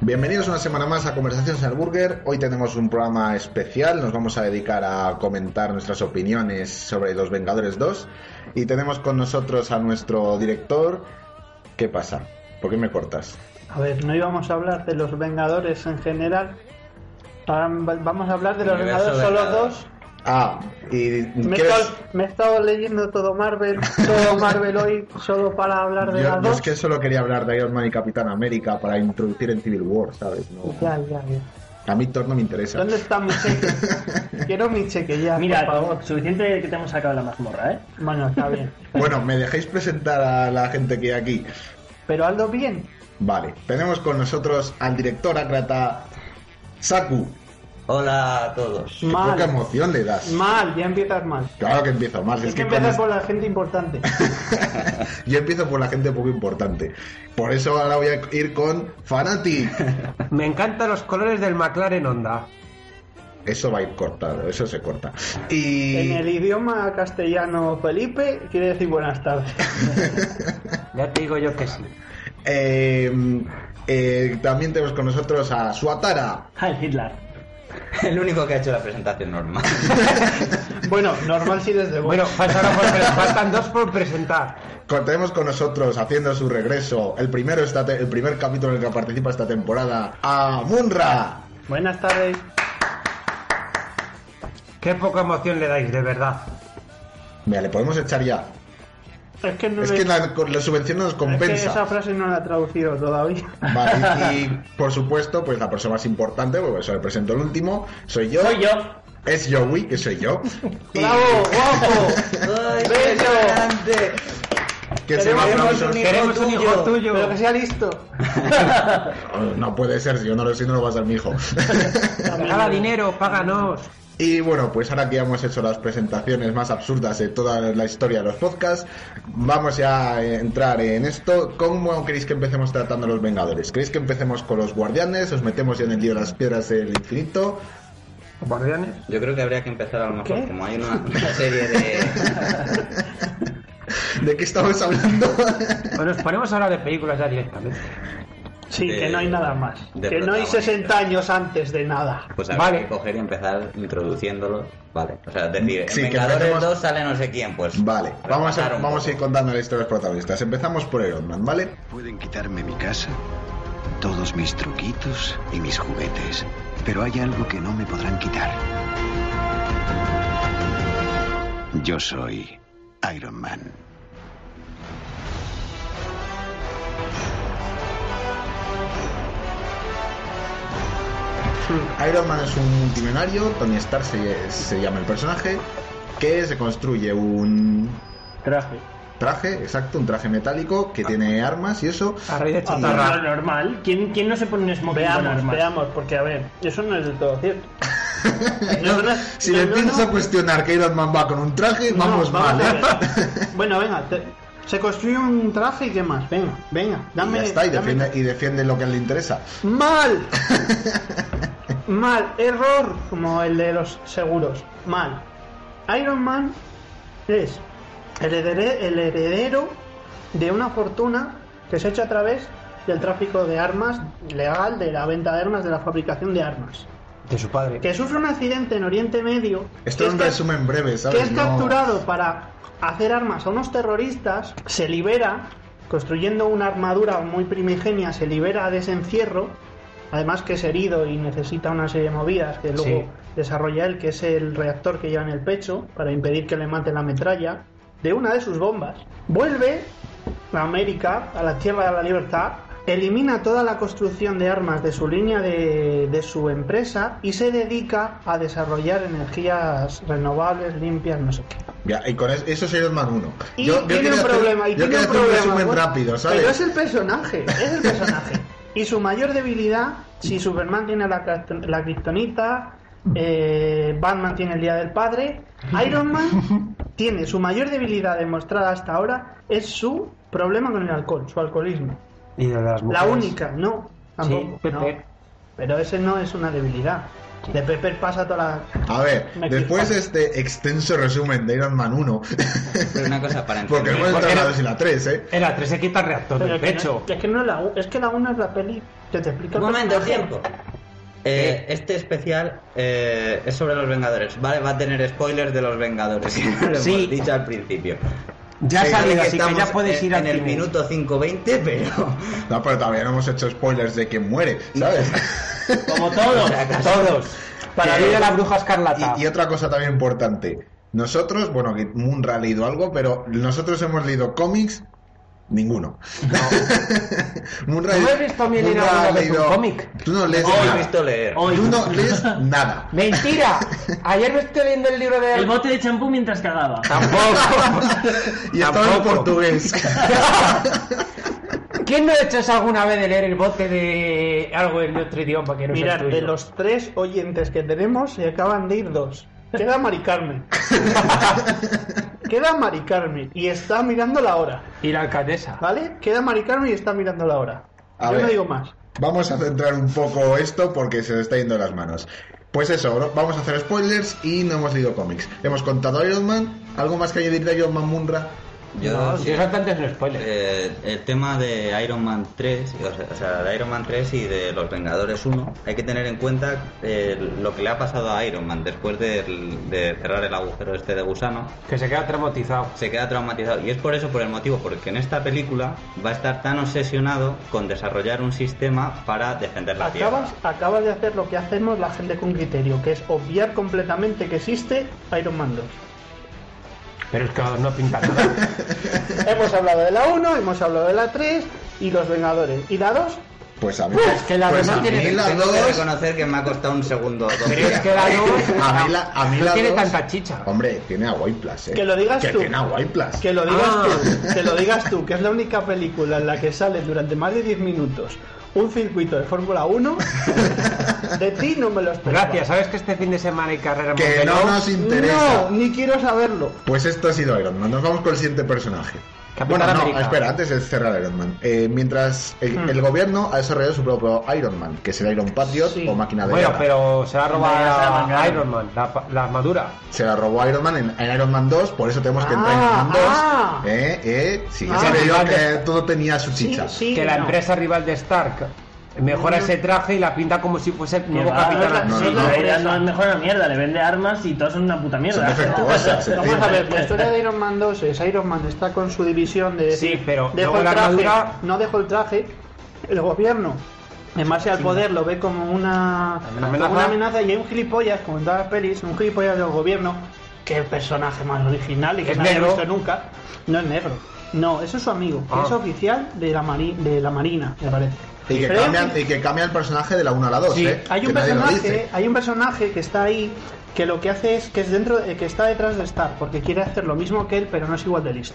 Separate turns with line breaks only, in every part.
Bienvenidos una semana más a Conversaciones en el Burger. Hoy tenemos un programa especial. Nos vamos a dedicar a comentar nuestras opiniones sobre Los Vengadores 2. Y tenemos con nosotros a nuestro director. ¿Qué pasa? ¿Por qué me cortas?
A ver, no íbamos a hablar de los Vengadores en general. Ahora vamos a hablar de los
Universo
Vengadores solo
Vengador.
dos.
Ah, y
Me he,
¿quieres-
estado, me he estado leyendo todo Marvel, todo Marvel hoy, solo para hablar de
Yo,
las
yo
dos.
es que solo quería hablar de Iron Man y Capitán América para introducir en Civil War, ¿sabes? No-
Ya, ya, ya.
A mí Thor no me interesa.
¿Dónde está mi cheque? Quiero mi cheque ya,
Mira,
por favor.
suficiente que te hemos sacado la mazmorra, ¿eh?
Bueno, está bien.
Bueno, ¿me dejáis presentar a la gente que hay aquí?
Pero Aldo bien.
Vale, tenemos con nosotros al director ácrata Saku.
Hola a todos.
Qué
Mal.
poca emoción le das.
Mal, ya empiezas mal.
Claro que empiezo más.
Hay
Es
que
que con
empezar
es-
por la gente importante.
Yo empiezo por la gente poco importante. Por eso ahora voy a ir con Fanatic.
Me encantan los colores del McLaren Honda.
Eso va a ir cortado, eso se corta. Y.
En el idioma castellano Felipe quiere decir buenas tardes.
Ya te digo yo que sí.
Eh, eh, también tenemos con nosotros a Suatara.
Heil Hitler.
El único que ha hecho la presentación normal.
Bueno, normal si desde vos.
Bueno, faltaron por- pero faltan dos por presentar.
Con- Tenemos con nosotros haciendo su regreso, el primero esta te- el primer capítulo en el que participa esta temporada, a Munra.
Buenas tardes.
Qué poca emoción le dais, de verdad.
Mira, le podemos echar ya.
Es que no
Es
le-
que la, con la subvención no nos
es que esa
compensa.
frase no la he traducido todavía.
Vale, y por supuesto, pues la persona más importante, porque se le presento el último, soy yo.
Soy yo.
Es Joey, que soy yo. Y
¡Bravo, guapo!
¡Ay,
qué Bello. impresionante!
que se
Tenemos
me aplausos.
un hijo
Queremos un hijo
tuyo.
tuyo.
Pero que sea listo.
Oh, No puede ser, si yo no lo sé, no lo va a ser mi hijo.
Paga dinero, páganos.
Y bueno, pues ahora que ya hemos hecho las presentaciones más absurdas de toda la historia de los podcasts, vamos ya a entrar en esto. ¿Cómo queréis que empecemos tratando a los Vengadores? ¿Queréis que empecemos con los Guardianes? ¿Os metemos ya en el lío de las piedras del infinito?
Guardianes.
Yo creo que habría que empezar a lo mejor,
¿Qué?
como hay una, una serie de...
¿De qué estamos hablando?
O nos ponemos ahora de películas ya directamente.
Sí,
De-
que no hay nada más.
de
Que no hay
protagonista.
60 años antes de nada.
Pues habría
Vale.
que coger y empezar introduciéndolo. Vale. O sea, es decir,
Sí,
en
que
Vengadores
empecemos-
2 sale no sé quién, pues...
vale, vamos a,
rematar un
vamos a ir
poco.
contando la historia de los protagonistas. Empezamos por Iron Man, ¿vale?
Pueden quitarme mi casa, todos mis truquitos y mis juguetes, pero hay algo que no me podrán quitar. Yo soy Iron Man.
Iron Man es un multimillonario, Tony Stark se, se llama el personaje, que se construye un
Traje.
traje, exacto, un traje metálico que tiene armas y eso.
A raíz de
Lo
Ah,
chatarra.
normal. ¿Quién, ¿Quién no se pone un smoking con
Veamos,
armas?
veamos, porque a ver, eso no es del todo cierto. No, no,
si
no,
le
no,
empiezas
no.
a cuestionar que Iron Man va con un traje,
No,
vamos, mal,
a
¿eh?
ver. Bueno, venga, te- se construye un traje y qué más. Venga, venga,
Y
dame.
ya está, y
dame-
defiende, y defiende lo que le interesa.
Mal. Mal, error, como el de los seguros. Mal. Iron Man es el heredero, el heredero de una fortuna que se ha hecho a través del tráfico de armas legal, de la venta de armas, de la fabricación de armas.
De su padre.
Que sufre un accidente en Oriente Medio.
Esto
que
es un
ca-
resumen breve, ¿sabes?
que es
No-
capturado para hacer armas a unos terroristas, se libera, construyendo una armadura muy primigenia, se libera de ese encierro, además que es herido y necesita una serie de movidas que luego
Sí.
desarrolla él, que es el reactor que lleva en el pecho, para impedir que le mate la metralla, de una de sus bombas. Vuelve a América, a la Tierra de la Libertad, elimina toda la construcción de armas de su línea de, de su empresa y se dedica a desarrollar energías renovables, limpias, no sé qué.
Ya, y con eso, eso es Iron Man 1.
Y tiene un problema, y
yo quería hacer un
tiene un problema.
resumen
bueno,
rápido, ¿sabes?
Pero es el personaje, es el personaje. y su mayor debilidad, si Superman tiene la, craft- la kriptonita, eh, Batman tiene el Día del Padre, Iron Man tiene su mayor debilidad demostrada hasta ahora, es su problema con el alcohol, su alcoholismo.
Y de las mujeres.
La única, no. Tampoco,
Sí, Pepper.
no. Pero ese no es una debilidad. De Pepper pasa toda la...
A ver,
Me
después
equivoco.
de este extenso resumen de Iron Man 1,
Pero una cosa para
porque
entender.
hemos
Porque
entrado la
no-
2 y la 3, ¿eh?
Era, tres se quita el reactor
Pero
del
es que no-
pecho.
es que no es la u- es que la una es la peli que te explica
Un
el
momento,
personaje.
tiempo. Eh, este especial eh, es sobre los Vengadores, ¿vale? Va a tener spoilers de los Vengadores, lo hemos
Sí.
dicho al principio.
Ya ha
Sé
salido,
que
así que
estamos
ya puedes
en-
ir al
En el
cine.
minuto 5.20, pero...
No, pero todavía no hemos hecho spoilers de quién muere, ¿sabes?
Como todos.
Todos. Para
Que-
ir a la bruja escarlata.
Y, y otra cosa también importante. Nosotros, bueno, que Munra ha leído algo, pero nosotros hemos leído cómics. Ninguno. Munra,
¿Tú has visto a mí leer
Munra
alguna
ha
vez un
leído-
cómic?
Tú no lees
Hoy
nada.
he visto leer.
Hoy.
Tú no lees nada.
¡Mentira! Ayer me estoy leyendo el libro
El
de...
bote de champú mientras cagaba.
Tampoco.
Y estaba en
Tampoco.
portugués.
¿Quién no ha hecho eso alguna vez de leer el bote de algo en otro idioma que no sea
Mirad,
el tuyo?
de los tres oyentes que tenemos, se acaban de ir dos. Queda Mari Carmen. Queda Mari Carmen y está mirando la hora,
Y la alcaldesa.
¿vale? Queda Mari Carmen y está mirando la hora.
A
Yo
ver.
no digo más.
Vamos a centrar un poco esto porque se nos está yendo de las manos. Pues eso, ¿no? vamos a hacer spoilers y no hemos leído cómics. Hemos contado Iron Man. ¿Algo más que añadir de Iron Man Munra?
Yo,
no,
sí,
si eso antes no es spoiler.
eh, el tema de Iron Man 3, o sea, o sea, de Iron Man 3 y de Los Vengadores 1, hay que tener en cuenta eh, lo que le ha pasado a Iron Man después del- de cerrar el agujero este de gusano.
Que se queda traumatizado.
se queda traumatizado. Y es por eso, por el motivo, porque en esta película va a estar tan obsesionado con desarrollar un sistema para defender la Tierra.
Acabas, acabas de hacer lo que hacemos la gente con criterio, que es obviar completamente que existe Iron Man 2.
Pero es que no pinta nada.
Hemos hablado de la 1, hemos hablado de la 3 y los Vengadores. ¿Y la 2?
Pues a mí.
Es que la
pues
verdad
a mí
tiene-
la
Tengo que
dos-
reconocer que me ha costado un segundo. dos
Pero es
días.
que la dos...
A mí la, a mí
no
la
tiene
dos-
tanta chicha.
Hombre, tiene a White Plus, ¿eh?
Que lo digas
Que
tú.
tiene a White Plus.
Que lo digas
Ah.
tú, que lo digas tú, que es la única película en la que sale durante más de 10 minutos un circuito de Fórmula 1, de ti no me lo espero.
Gracias, ¿sabes que este fin de semana hay carrera en
Que no
Montmeló?
nos interesa.
No, ni quiero saberlo.
Pues esto ha sido Iron Man. Nos vamos con el siguiente personaje.
Capitán
bueno, no,
América.
espera, antes de cerrar Iron Man. Eh, mientras el, el gobierno ha desarrollado su propio Iron Man, que es el Iron Patriot
Sí.
o máquina de
Bueno,
guerra.
pero se la
Hombre, ya se la
roba a
mangaron.
Iron Man, la, pa- la armadura.
Se la robó Iron Man en, en Iron Man 2, por eso tenemos que entrar en Iron Man 2.
Ah, ah.
eh, eh, sí, ya
Ah.
sabía yo
Vale.
que todo tenía su
Sí,
chicha.
sí,
que la
no.
empresa rival de Stark mejora ese traje y la pinta como si fuese el nuevo
Que va,
capitán.
no, no,
América.
no.
En realidad no es mejor una mierda, le vende armas y todas son una puta mierda.
Son defectuosas, eh.
Vamos a ver, la historia de Iron Man 2 es Iron Man está con su división de
Sí,
decir,
pero
dejo
luego
el
la
traje,
armadura-
no dejo el traje, el gobierno en base al poder lo ve como una
Una amenaza.
como una amenaza y hay un gilipollas, como en todas las pelis, un gilipollas del gobierno, que es el personaje más original y que
Es
no había
negro.
visto nunca, no es negro. No, eso es su amigo, que
Ah.
es oficial de la, mari- de la Marina, me parece.
Y que,
Pero hay un
cambian, y que cambian el personaje de la 1 a la 2,
Sí,
¿eh?
hay un
que nadie lo
personaje
dice.
hay un personaje que está ahí que lo que hace es que es dentro eh, que está detrás de Stark porque quiere hacer lo mismo que él pero no es igual de listo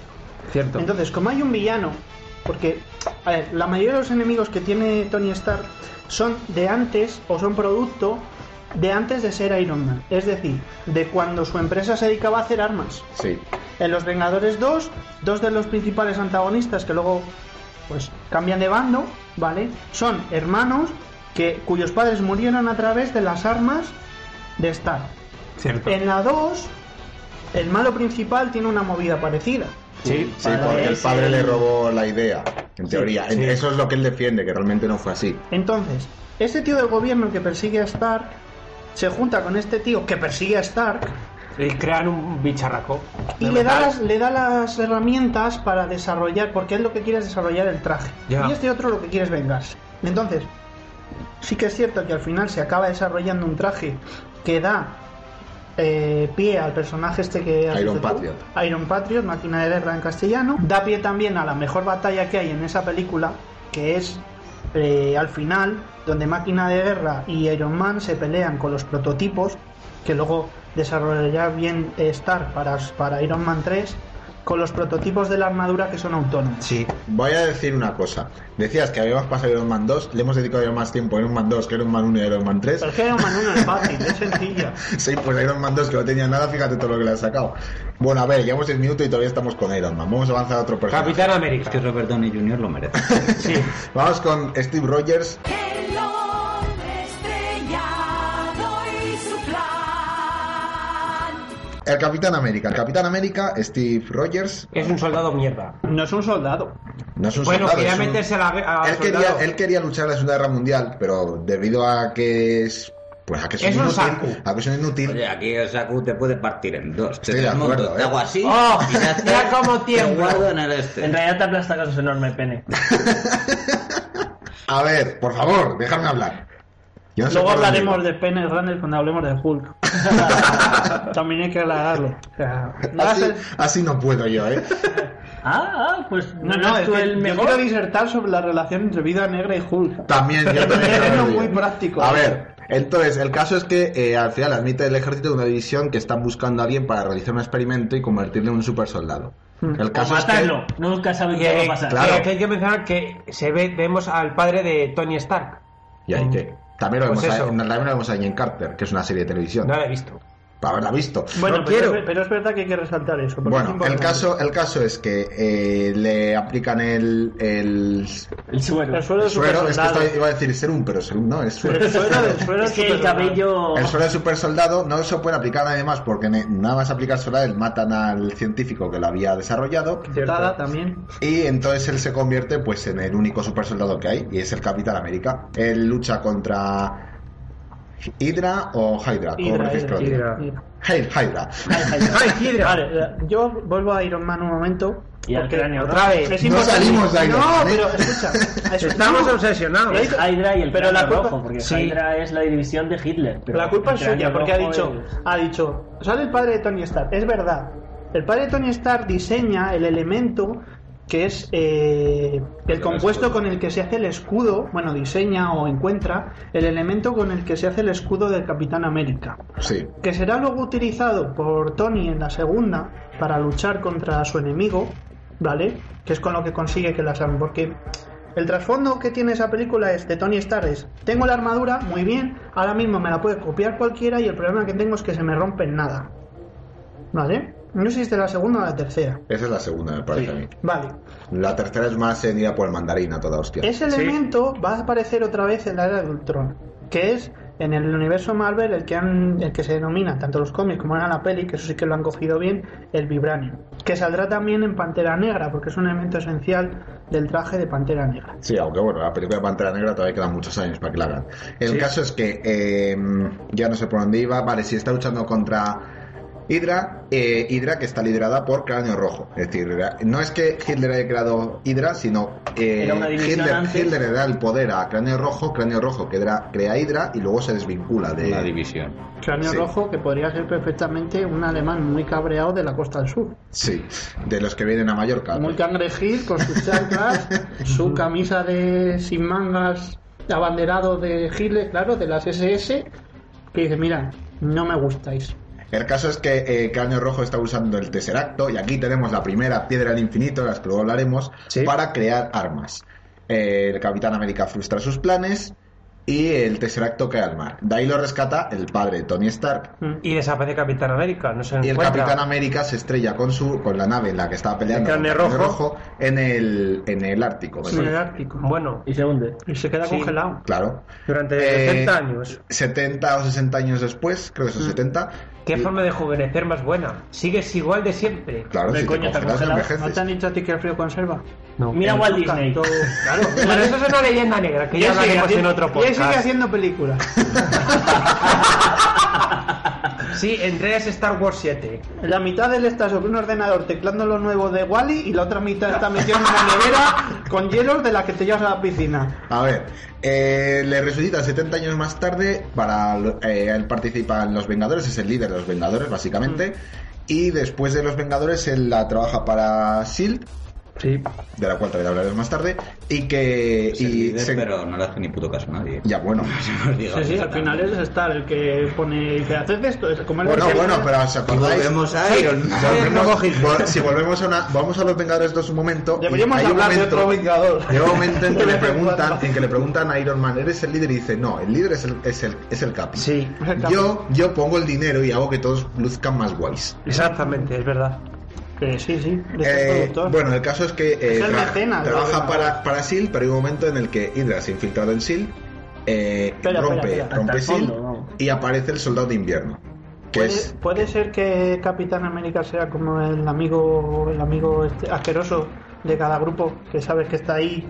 Cierto.
entonces como hay un villano porque a ver, la mayoría de los enemigos que tiene Tony Stark son de antes o son producto de antes de ser Iron Man es decir de cuando su empresa se dedicaba a hacer armas
Sí.
en Los Vengadores 2, dos de los principales antagonistas que luego pues cambian de bando, ¿vale? Son hermanos que cuyos padres murieron a través de las armas de Stark.
Cierto.
En la 2, el malo principal tiene una movida parecida.
Sí.
Sí,
Para
porque el
ese-
padre le robó la idea, en teoría.
sí.
Eso es lo que él defiende, que realmente no fue así.
Entonces, este tío del gobierno que persigue a Stark se junta con este tío que persigue a Stark
Y crean un bicharraco.
y
De
le da,
metal.
las, le da las herramientas para desarrollar, porque él lo que quiere es desarrollar el traje.
Ya.
Y este otro lo que quiere es vengarse. Entonces, sí que es cierto que al final se acaba desarrollando un traje que da eh, pie al personaje este que... has
Iron
dicho tú,
Patriot.
Iron Patriot, máquina de guerra en castellano. Da pie también a la mejor batalla que hay en esa película, que es eh, al final, donde máquina de guerra y Iron Man se pelean con los prototipos, que luego desarrollará bien eh, Stark para, para Iron Man 3, con los prototipos de la armadura que son autónomos.
Sí.
Voy a decir una cosa. Decías que habíamos pasado Iron Man 2, le hemos dedicado más tiempo a Iron Man 2 que a Iron Man 1 y a Iron Man 3.
Pero es que Iron Man 1 es fácil, es sencilla.
Sí, pues Iron Man 2 que no tenía nada, fíjate todo lo que le has sacado. Bueno, a ver, llevamos el minuto y todavía estamos con Iron Man. Vamos a avanzar a otro personaje.
Capitán
Es
América.
que Robert Downey Jr. lo merece.
Sí.
Vamos con Steve Rogers.
Hello, estrellado y su plan.
El Capitán América. El Capitán América, Steve Rogers,
Es un soldado mierda.
No es un soldado.
no es un
Bueno,
soldado,
quería
es un-
meterse a la a
él,
soldado.
quería, él quería luchar en la Segunda Guerra Mundial, pero debido a que es. Pues a que es,
Es un saco.
inútil. A que es un inútil.
Oye, aquí el Saku te puede partir en dos.
Estoy
te
de
desmonto,
acuerdo,
te
¿eh?
hago así.
¡Oh!
y te-
Mira cómo
Te
tiembla.
guardo en el
En
este.
realidad te aplasta con su enorme pene.
A ver, por favor, déjame hablar. Yo no sé
Luego
por dónde
hablaremos
iba.
de Pene Runner cuando hablemos de Hulk. También hay que aclararlo. O sea, no va a
Así,
ser-
así no puedo yo, ¿eh?
Ah, ah, pues
No, no,
eres
es
tú
que
el
yo
mejor.
quiero disertar sobre la relación entre Vida Negra y Hulk.
También yo
Es
también
un
creo que-
muy práctico.
A ver, entonces, el caso es que eh, al final admite el ejército de una división que están buscando a alguien para realizar un experimento y convertirle en un super soldado. El
O
caso es que.
matarlo. Nunca sabe qué va
Que,
a pasar.
claro.
que eh, hay que mencionar que se ve, vemos al padre de Tony Stark.
Y ahí que. También lo,
Pues
vemos a,
eso.
también lo vemos a Jane Carter, que es una serie de televisión.
No lo he visto.
Para haberla visto.
Bueno,
No
pero,
quiero.
Es, pero es verdad que hay que resaltar eso. porque es
Bueno, el
importante.
caso, el caso es que eh, le aplican el, el
El suero.
El suelo de
suero. Es que
supersoldado.
estoy- iba a decir serum, pero serum no, es suero.
El suelo del suelo
Es que el
supersoldado.
cabello.
El suero de super soldado no se puede aplicar a nadie más, porque ne- nada más aplicarse a él, matan al científico que lo había desarrollado.
Tada también.
Y entonces él se convierte pues en el único super soldado que hay, y es el Capitán América. Él lucha contra Hydra o Hydra, como
Hydra,
prefieres que lo
Hydra,
diga.
Hydra.
Hail Hydra.
Vale, eh, yo vuelvo a Iron Man un momento.
Y al
porque
cráneo, ¿no?
Otra vez.
Es
No
importante.
salimos de Iron
No,
Man, ¿eh?
pero escucha. es-
Estamos
no,
obsesionados.
Lo
Es
hizo-
Hydra y el
Pero
pero
la culpa-
rojo, porque
sí.
Hydra es la división de Hitler. pero
La culpa
el
es suya,
cráneo
porque ha
rojo
dicho,
es-
ha dicho, sale el padre de Tony Stark, es verdad. El padre de Tony Stark diseña el elemento que es eh, el compuesto con el que se hace el escudo, bueno, diseña o encuentra el elemento con el que se hace el escudo del Capitán América,
Sí.
que será luego utilizado por Tony en la segunda para luchar contra su enemigo, ¿vale? Que es con lo que consigue que la salven, porque el trasfondo que tiene esa película es de Tony Stark es, tengo la armadura, muy bien, ahora mismo me la puede copiar cualquiera y el problema que tengo es que se me rompe en nada. ¿Vale? No sé si es de la segunda o la tercera.
Esa es la segunda, me parece a mí.
Vale.
La tercera es más en ida por el mandarín a toda hostia.
Ese elemento va a aparecer otra vez en la era de Ultron, que es en el universo Marvel el que han, el que se denomina tanto los cómics como en la peli, que eso sí que lo han cogido bien, el vibranium, que saldrá también en Pantera Negra, porque es un elemento esencial del traje de Pantera Negra.
Sí, aunque bueno, la película de Pantera Negra todavía quedan muchos años para que la hagan. El caso es que eh, ya no sé por dónde iba. Vale, si está luchando contra Hydra, eh, Hydra que está liderada por Cráneo Rojo. Es decir, era- no es que Hitler haya creado Hydra, sino eh,
Era una división
Hitler,
antes.
Hitler le da el poder a Cráneo Rojo, Cráneo Rojo que era- crea Hydra y luego se desvincula
Una
de...
división.
Cráneo
Sí.
rojo que podría ser perfectamente un alemán muy cabreado de la costa del sur.
Sí, de los que vienen a Mallorca.
Muy cangrejil, con sus chanclas, su camisa de sin mangas, abanderado de Hitler, claro, de las SS, que dice, mira, no me gustáis.
El caso es que eh, Cráneo Rojo está usando el Tesseracto y aquí tenemos la primera piedra del infinito, de las que luego hablaremos,
Sí.
para crear armas. Eh, el Capitán América frustra sus planes y el Tesseracto cae al mar. De ahí lo rescata el padre de Tony Stark.
Y desaparece Capitán América. No se
Y el
encuentra.
Capitán América se estrella con su con la nave en la que estaba peleando
El
con
Cráneo
Cráneo
Rojo.
en el en el Ártico. me
En el
parece.
Ártico.
Bueno,
Y se hunde.
Y se queda
Sí.
congelado.
Claro.
durante
Eh,
70 años. Mm.
70 o 60 años después, creo que son 70.
¿Qué
y-
forma de juvenecer más buena? Sigues igual de siempre.
Claro,
¿De
si
coño
te
te
congelas,
congelas?
¿No
envejeces.
te han dicho a ti que el frío conserva?
No.
Mira Walt Disney.
Tanto- Claro.
Bueno, eso es una leyenda negra que
Y
ya
él sigue
hablaremos en
haciendo-
otro
y él sigue
podcast.
haciendo películas.
Sí, entre ellas Star Wars 7.
La mitad de él está sobre un ordenador teclando lo nuevo de Wally y la otra mitad está metido en una nevera con hielos de la que te llevas a la piscina.
A ver, eh, le resucitan 70 años más tarde para eh, él participa en los Vengadores, es el líder de los Vengadores básicamente, y después de los Vengadores él la trabaja para Shield,
Sí.
E de la cual también hablaremos más tarde, y que
Es
y
el líder,
se-
pero no le hace ni puto caso a nadie.
ya bueno.
Os digo,
Sí, sí, al
exactamente.
final es estar el que pone y dice, haces esto, es como el
Bueno,
que-
bueno, pero os
Y
acordáis.
volvemos a Iron Man.
Volvemos- vol- si volvemos a una, vamos a los Vengadores 2 un momento. y
Deberíamos
hay un
hablar de
momento-
otro Vengador.
Llega un momento en que le
De vez en
preguntan,
cuando.
en que le preguntan a Iron Man, ¿eres el líder? Y dice, no, el líder es el, es el, es el Capi.
Sí,
Yo, yo pongo el dinero y hago que todos luzcan más guays.
exactamente, es verdad.
Que sí, sí, de
Eh,
ser productor.
bueno, el caso es que eh,
Es el
tra-
mecenas,
trabaja
¿no?
para, para SEAL, pero hay un momento en el que Hydra se ha infiltrado en SEAL, eh,
Espera,
rompe,
espera, espera,
rompe
hasta el
SEAL
fondo, vamos.
y aparece el soldado de invierno. Que
¿Puede,
es,
puede ser que Capitán América sea como el amigo el amigo este asqueroso de cada grupo, que sabes que está ahí,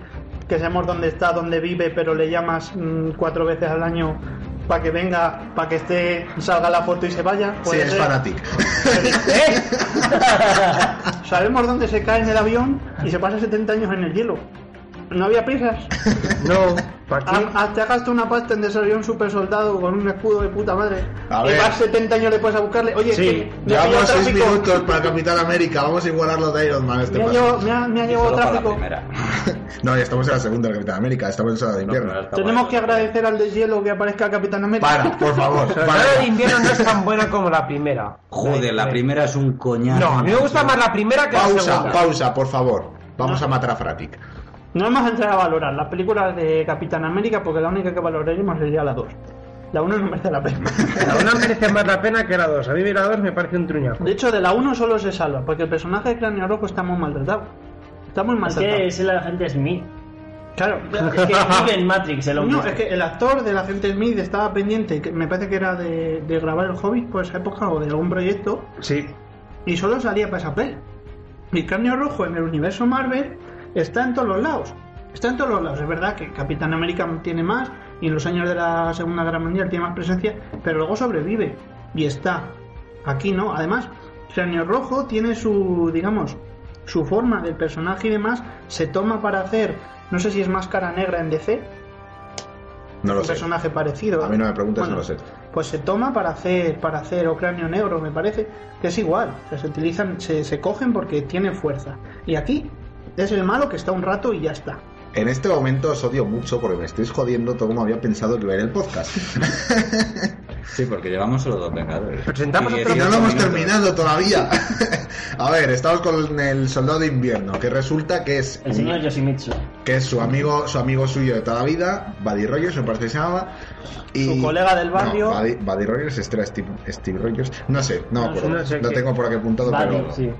que sabemos dónde está, dónde vive, pero le llamas mm, cuatro veces al año para que venga, para que esté, salga la foto y se vaya.
sí,
Puede
es
ser.
Fanatic. ¿Eh?
Sabemos dónde se cae en el avión y se pasa 70 años en el hielo. No había prisas.
No, ¿para qué?
Ha- ha- Te has gastado una pasta en desarrollar un super soldado con un escudo de puta madre.
A
y
ver.
vas 70 años después a buscarle. Oye,
Sí,
que me ha pillado
Llevamos seis
tráfico.
minutos para Capital América. Vamos a igualar lo de Iron Man este
Me ha,
paso.
llevado, me ha- me ha
Y
llevado
solo para la
tráfico.
primera.
No, ya estamos en la segunda de Capitán América. Estamos en la de
No,
invierno.
pero está
Tenemos
bueno.
que agradecer al deshielo que aparezca Capitán América.
Para, por favor.
Pero la
para.
de invierno no es tan buena como la primera.
Joder, la primera es un coñazo.
No, a mí me gusta más la primera que la
Pausa,
segunda.
pausa, por favor.
Ah.
Vamos a matar a Fratic.
No hemos entrado a valorar las películas de Capitán América porque la única que valoraremos sería la 2. La 1 no merece la pena.
La una merece más la pena que la dos. A mí la dos me parece un truñazo.
De hecho, de la 1 solo se salva porque el personaje de Cráneo Rojo está muy maltratado. Está muy
Es
maltratado.
que ese el agente Smith.
Claro.
Es que vive en Matrix el hombre.
No, es que el actor del agente Smith estaba pendiente, que me parece que era de, de grabar el Hobbit por esa época o de algún proyecto,
Sí.
y solo salía para esa peli. Y Cráneo Rojo en el universo Marvel está en todos los lados. Está en todos los lados. Es verdad que Capitán América tiene más, y en los años de la Segunda Guerra Mundial tiene más presencia, pero luego sobrevive. Y está. Aquí no. Además, Cráneo Rojo tiene su, digamos, su forma del personaje y demás. Se toma para hacer, no sé si es máscara negra en DC,
No lo
un
sé.
personaje parecido.
A mí no me preguntes,
Bueno,
no lo sé.
Pues se toma para hacer para hacer o cráneo negro, me parece, que es igual. O sea, se utilizan, se, se cogen porque tiene fuerza. Y aquí es el malo que está un rato y ya está.
En este momento os odio mucho porque me estáis jodiendo todo como había pensado que iba a ir el podcast.
Sí, porque llevamos solo dos vengadores.
Presentamos
Y
otro-
No lo
18
hemos
minutos.
terminado todavía. A ver, estamos con el soldado de invierno, que resulta que es
El señor Yoshimitsu.
que es su amigo, su amigo suyo de toda la vida, Buddy Rogers, me parece que se llamaba. Y,
Su colega del barrio.
No, Buddy, Buddy Rogers, este era Steve, Steve Rogers. No sé, no, me
No,
acuerdo.
no sé
lo
qué.
tengo por aquí apuntado,
Vale,
pero.
sí.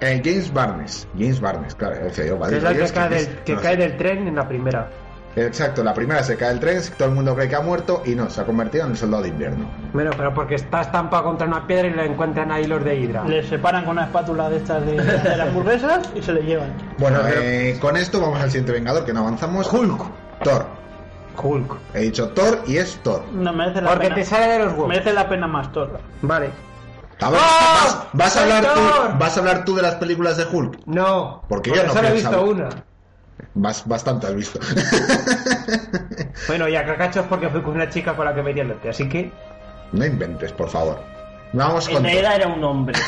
Eh, James Barnes. James Barnes, claro. o sea, yo, Buddy
Que es la que,
Rogers,
cae
¿quién es?
del, que
No
cae
sé.
del tren en la primera.
Exacto, la primera se cae el tren, todo el mundo cree que ha muerto y no, se ha convertido en el soldado de invierno.
Bueno, pero porque está estampada contra una piedra y la encuentran ahí los de Hydra.
Le separan con una espátula de estas de, de las hamburguesas y se le llevan.
Bueno,
Pero-
eh, con esto vamos al siguiente vengador que no avanzamos. Hulk. Thor.
Hulk.
He dicho Thor y es Thor.
No merece la
Porque
pena.
te sale de los huevos.
Merece la pena más Thor.
Vale.
A ver,
¡Ah!
vas, vas a
¡Soy
hablar tú,
Thor!
vas a hablar tú de las películas de Hulk.
No.
Porque yo no
solo he
pienso-
visto una.
Vas, bastante has visto.
Bueno, y a cacachos porque fui con una chica con la que me di el lote, así que.
no inventes, por favor. Vamos
En
con
realidad era un hombre.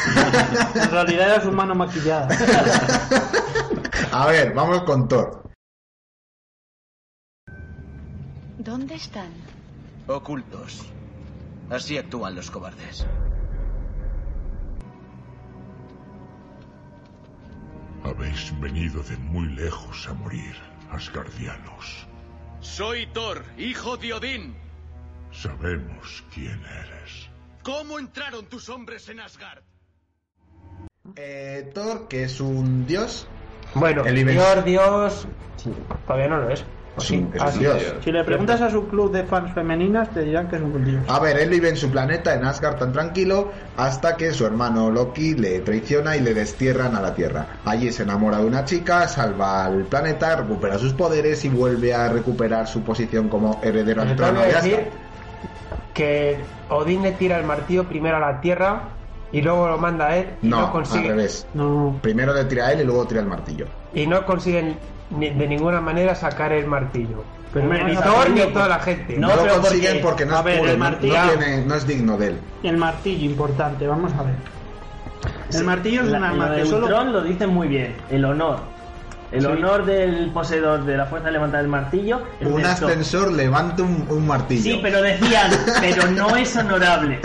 En realidad era su mano maquillada.
A ver, vamos con Thor.
¿Dónde están?
Ocultos. Así actúan los cobardes.
Habéis venido de muy lejos a morir, asgardianos.
Soy Thor, hijo de Odín.
Sabemos quién eres.
¿Cómo entraron tus hombres en Asgard?
Eh, Thor, que es un dios.
Bueno,
El Ibex.
Dios, Dios. Todavía no lo es. ¿O
Es un- es un
Ah,
dios.
Si le preguntas a su club de fans femeninas, te dirán que es un dios.
A ver, él vive en su planeta, en Asgard, tan tranquilo, hasta que su hermano Loki le traiciona y le destierran a la Tierra. Allí se enamora de una chica, salva al planeta, recupera sus poderes y vuelve a recuperar su posición como heredero
Pues
al
te voy
trono
a
de
decir
Asgard.
que Odín le tira el martillo primero a la tierra y luego lo manda a él y no,
No, al
consigue.
revés.
No.
Primero le tira a él y luego tira el martillo.
Y no consiguen ni- de ninguna manera sacar el martillo.
Pero
ni
no
ni
es
Thor ni
martillo.
toda la gente.
No,
No,
lo
pero
consiguen
porque-
porque, no,
a
es
ver,
puro,
el
no- no
martillo-
tiene- no es digno de él.
El martillo, importante, vamos a ver. El martillo es
La-
un arma
lo
que
de
solo.
Ultron lo dice muy bien. El honor. El
Sí.
honor del poseedor de la fuerza de levantar el martillo. es
Un
de Thor.
ascensor levanta un, un martillo.
Sí, pero decían, pero no es honorable.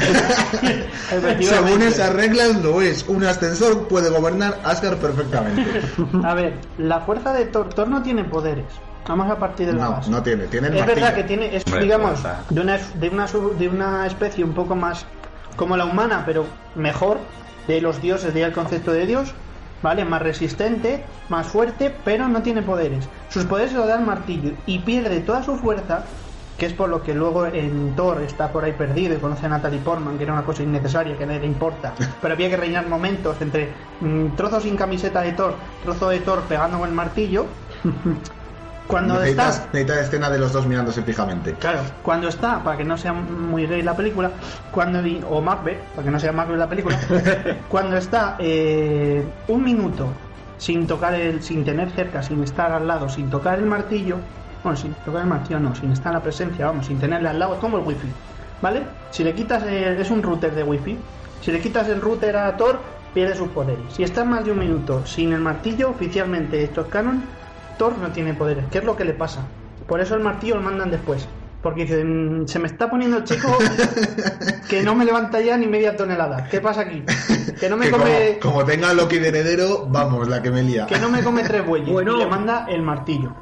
Según esas reglas lo es. Un ascensor puede gobernar Asgard perfectamente.
A ver, la fuerza de Thor. Thor no tiene poderes. Vamos a partir de la
No,
base.
no tiene. Tiene el
es
martillo.
verdad que tiene, es,
Hombre,
digamos,
fuerza.
de una, de, una, sub- de una especie un poco más como la humana, pero mejor de los dioses, de el concepto de dios, ¿vale? Más resistente, más fuerte, pero no tiene poderes. Sus poderes se lo da el martillo y pierde toda su fuerza que es por lo que luego en Thor está por ahí perdido y conoce a Natalie Portman, que era una cosa innecesaria, que a nadie le importa, pero había que reinar momentos entre mm, trozo sin camiseta de Thor, trozo de Thor pegando con el martillo. Cuando
necesitas,
está,
necesitas escena de los dos mirándose fijamente.
claro, cuando está, para que no sea muy gay la película, cuando di- o Macbeth, para que no sea Macbeth la película, cuando está eh, un minuto sin tocar el, sin tener cerca, sin estar al lado, sin tocar el martillo, bueno, sin tocar el martillo no, sin estar en la presencia, vamos, sin tenerle al lado, es como el wifi, ¿vale? Si le quitas, el- es un router de wifi, si le quitas el router a Thor, pierde sus poderes. Si está más de un minuto sin el martillo, oficialmente esto es canon, Thor no tiene poderes, ¿qué es lo que le pasa? Por eso el martillo lo mandan después. Porque dice, "Mm, se me está poniendo el chico que no me levanta ya ni media tonelada. ¿Qué pasa aquí? Que no me
Que
come...
como, como tenga Loki de heredero, vamos, la que me lía.
Que no me come tres bueyes.
Bueno.
Y le manda el martillo.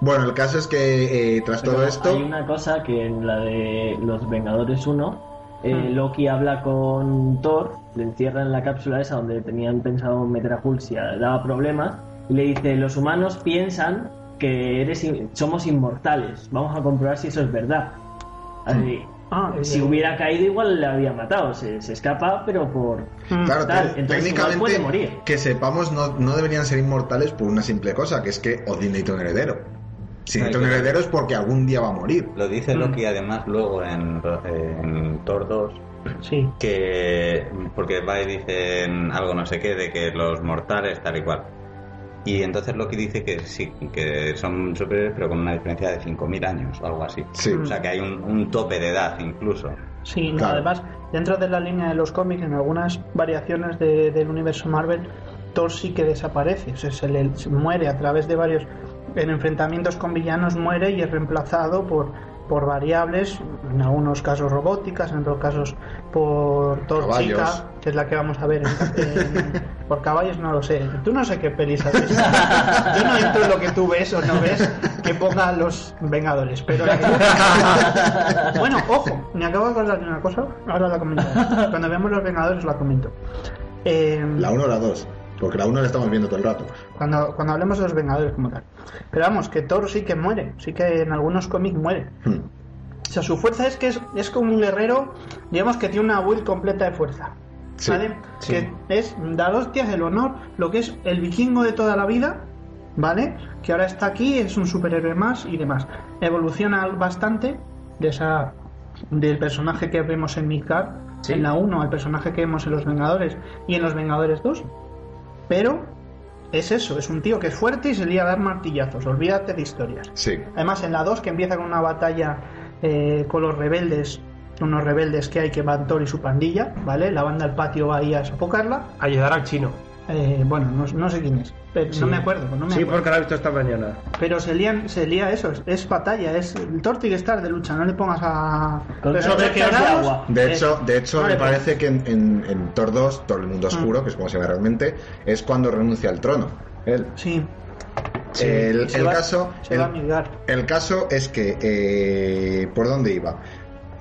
Bueno, el caso es que eh, tras
Pero
todo esto,
Hay una cosa que en la de Eh, Los Vengadores 1, eh,
Hmm.
Loki habla con Thor, le encierra en la cápsula esa donde tenían pensado meter a Hulk si daba problemas, y le dice, los humanos piensan que eres in- somos inmortales, vamos a comprobar si eso es verdad.
mm,
Así,
Ah,
si
eh,
hubiera caído igual le había matado, se, se escapa, pero por...
mm,
claro,
tal,
te-
entonces igual
técnicamente
puede morir.
que sepamos no, no deberían ser inmortales por una simple cosa, que es que Odín necesita un heredero. Si
No,
necesita un
claro.
heredero es porque algún día va a morir.
Lo dice
Mm.
Loki además luego en, eh, en Thor 2,
Sí.
que porque va y dicen algo no sé qué de que los mortales tal y cual y entonces Loki dice que sí que son superiores pero con una diferencia de 5.000 años o algo así
Sí.
o sea que hay un, un tope de edad incluso
Sí, no,
Claro.
además, dentro de la línea de los cómics, en algunas variaciones de- del universo Marvel, Thor sí que desaparece, o sea, se le se muere a través de varios. En enfrentamientos con villanos muere y es reemplazado por, por variables, en algunos casos robóticas, en otros casos por Thor
Caballos.
chica, que es la que vamos a ver. en- en- por caballos no lo sé. Tú no sé qué pelis has visto. Yo no entro en lo que tú ves o no ves que ponga los Vengadores, pero la que- bueno, ojo, me acabo de acordar de una cosa, ahora la comento. Cuando veamos los Vengadores la comento. Eh,
La 1 o la 2, porque la 1 la estamos viendo todo el rato.
cuando, cuando hablemos de los Vengadores como tal. Pero vamos, que Thor sí que muere, sí que en algunos cómics muere.
Hmm.
O sea, su fuerza es que es, es como un guerrero, digamos que tiene una build completa de fuerza.
Sí,
¿Vale?
sí.
Que es dar hostias, el honor, lo que es el vikingo de toda la vida, ¿vale? Que ahora está aquí, es un superhéroe más y demás. Evoluciona bastante de esa del personaje que vemos en Midgard,
Sí.
en la 1, al personaje que vemos en Los Vengadores y en Los Vengadores 2. Pero es eso, es un tío que es fuerte y se lía a dar martillazos, olvídate de historias.
Sí.
Además, en la 2, que empieza con una batalla eh, con los rebeldes, unos rebeldes que hay que van Thor y su pandilla, ¿vale? La banda al patio va ahí a sofocarla.
Ayudar al chino.
Eh, bueno, no, no sé quién es, pero
Sí.
no me acuerdo. pues No me
Sí,
acuerdo.
porque lo he visto esta mañana.
Pero se, lían, se lía eso, es, es batalla, es el Thor tiene que estar de lucha, no le pongas a.
Con
pero sobre
tortas de
quebrados,
agua.
De
eh,
hecho, de hecho
no
me
le pongas.
parece que en, en, en Thor 2, Todo el
Mm.
mundo oscuro, que es como se llama realmente, es cuando renuncia al trono. Él.
Sí.
el
Se
el
va-
caso.
Se
El,
va a migrar.
el caso es que. eh, ¿Por dónde iba?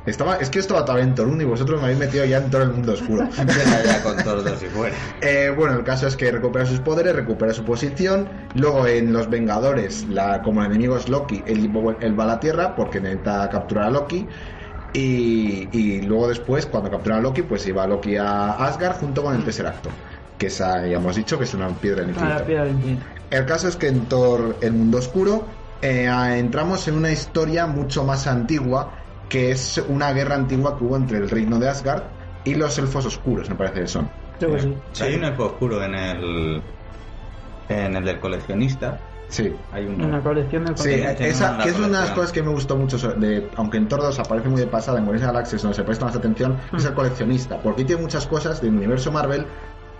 Estaba, es que yo estaba todavía en Thor 1 y vosotros me habéis metido ya en todo el mundo oscuro.
empieza ya con Thor 2 y fuera
Eh, bueno, el caso es que recupera sus poderes, recupera su posición. Luego en Los Vengadores, la, como el enemigo es Loki, él, él va a la Tierra porque necesita capturar a Loki. Y, y luego después, cuando captura a Loki, pues iba Loki a Asgard junto con el Tesseracto, que esa, ya hemos dicho que es una piedra del
A Ah, la
infinito.
piedra del infinito.
El caso es que en Thor, el mundo oscuro, eh, entramos en una historia mucho más antigua, que es una guerra antigua que hubo entre el reino de Asgard y los elfos oscuros, me parece que son.
Yo que sí.
hay un elfo oscuro en el en el del coleccionista
Sí.
hay
En la
uno
colección del
Sí,
Porque tiene
esa,
una
que es una de las
colección.
cosas que me gustó mucho, sobre- de, aunque en Tordos aparece muy de pasada, en Guardianes de la Galaxia no se presta más atención, es
Mm.
el coleccionista, porque tiene muchas cosas del universo Marvel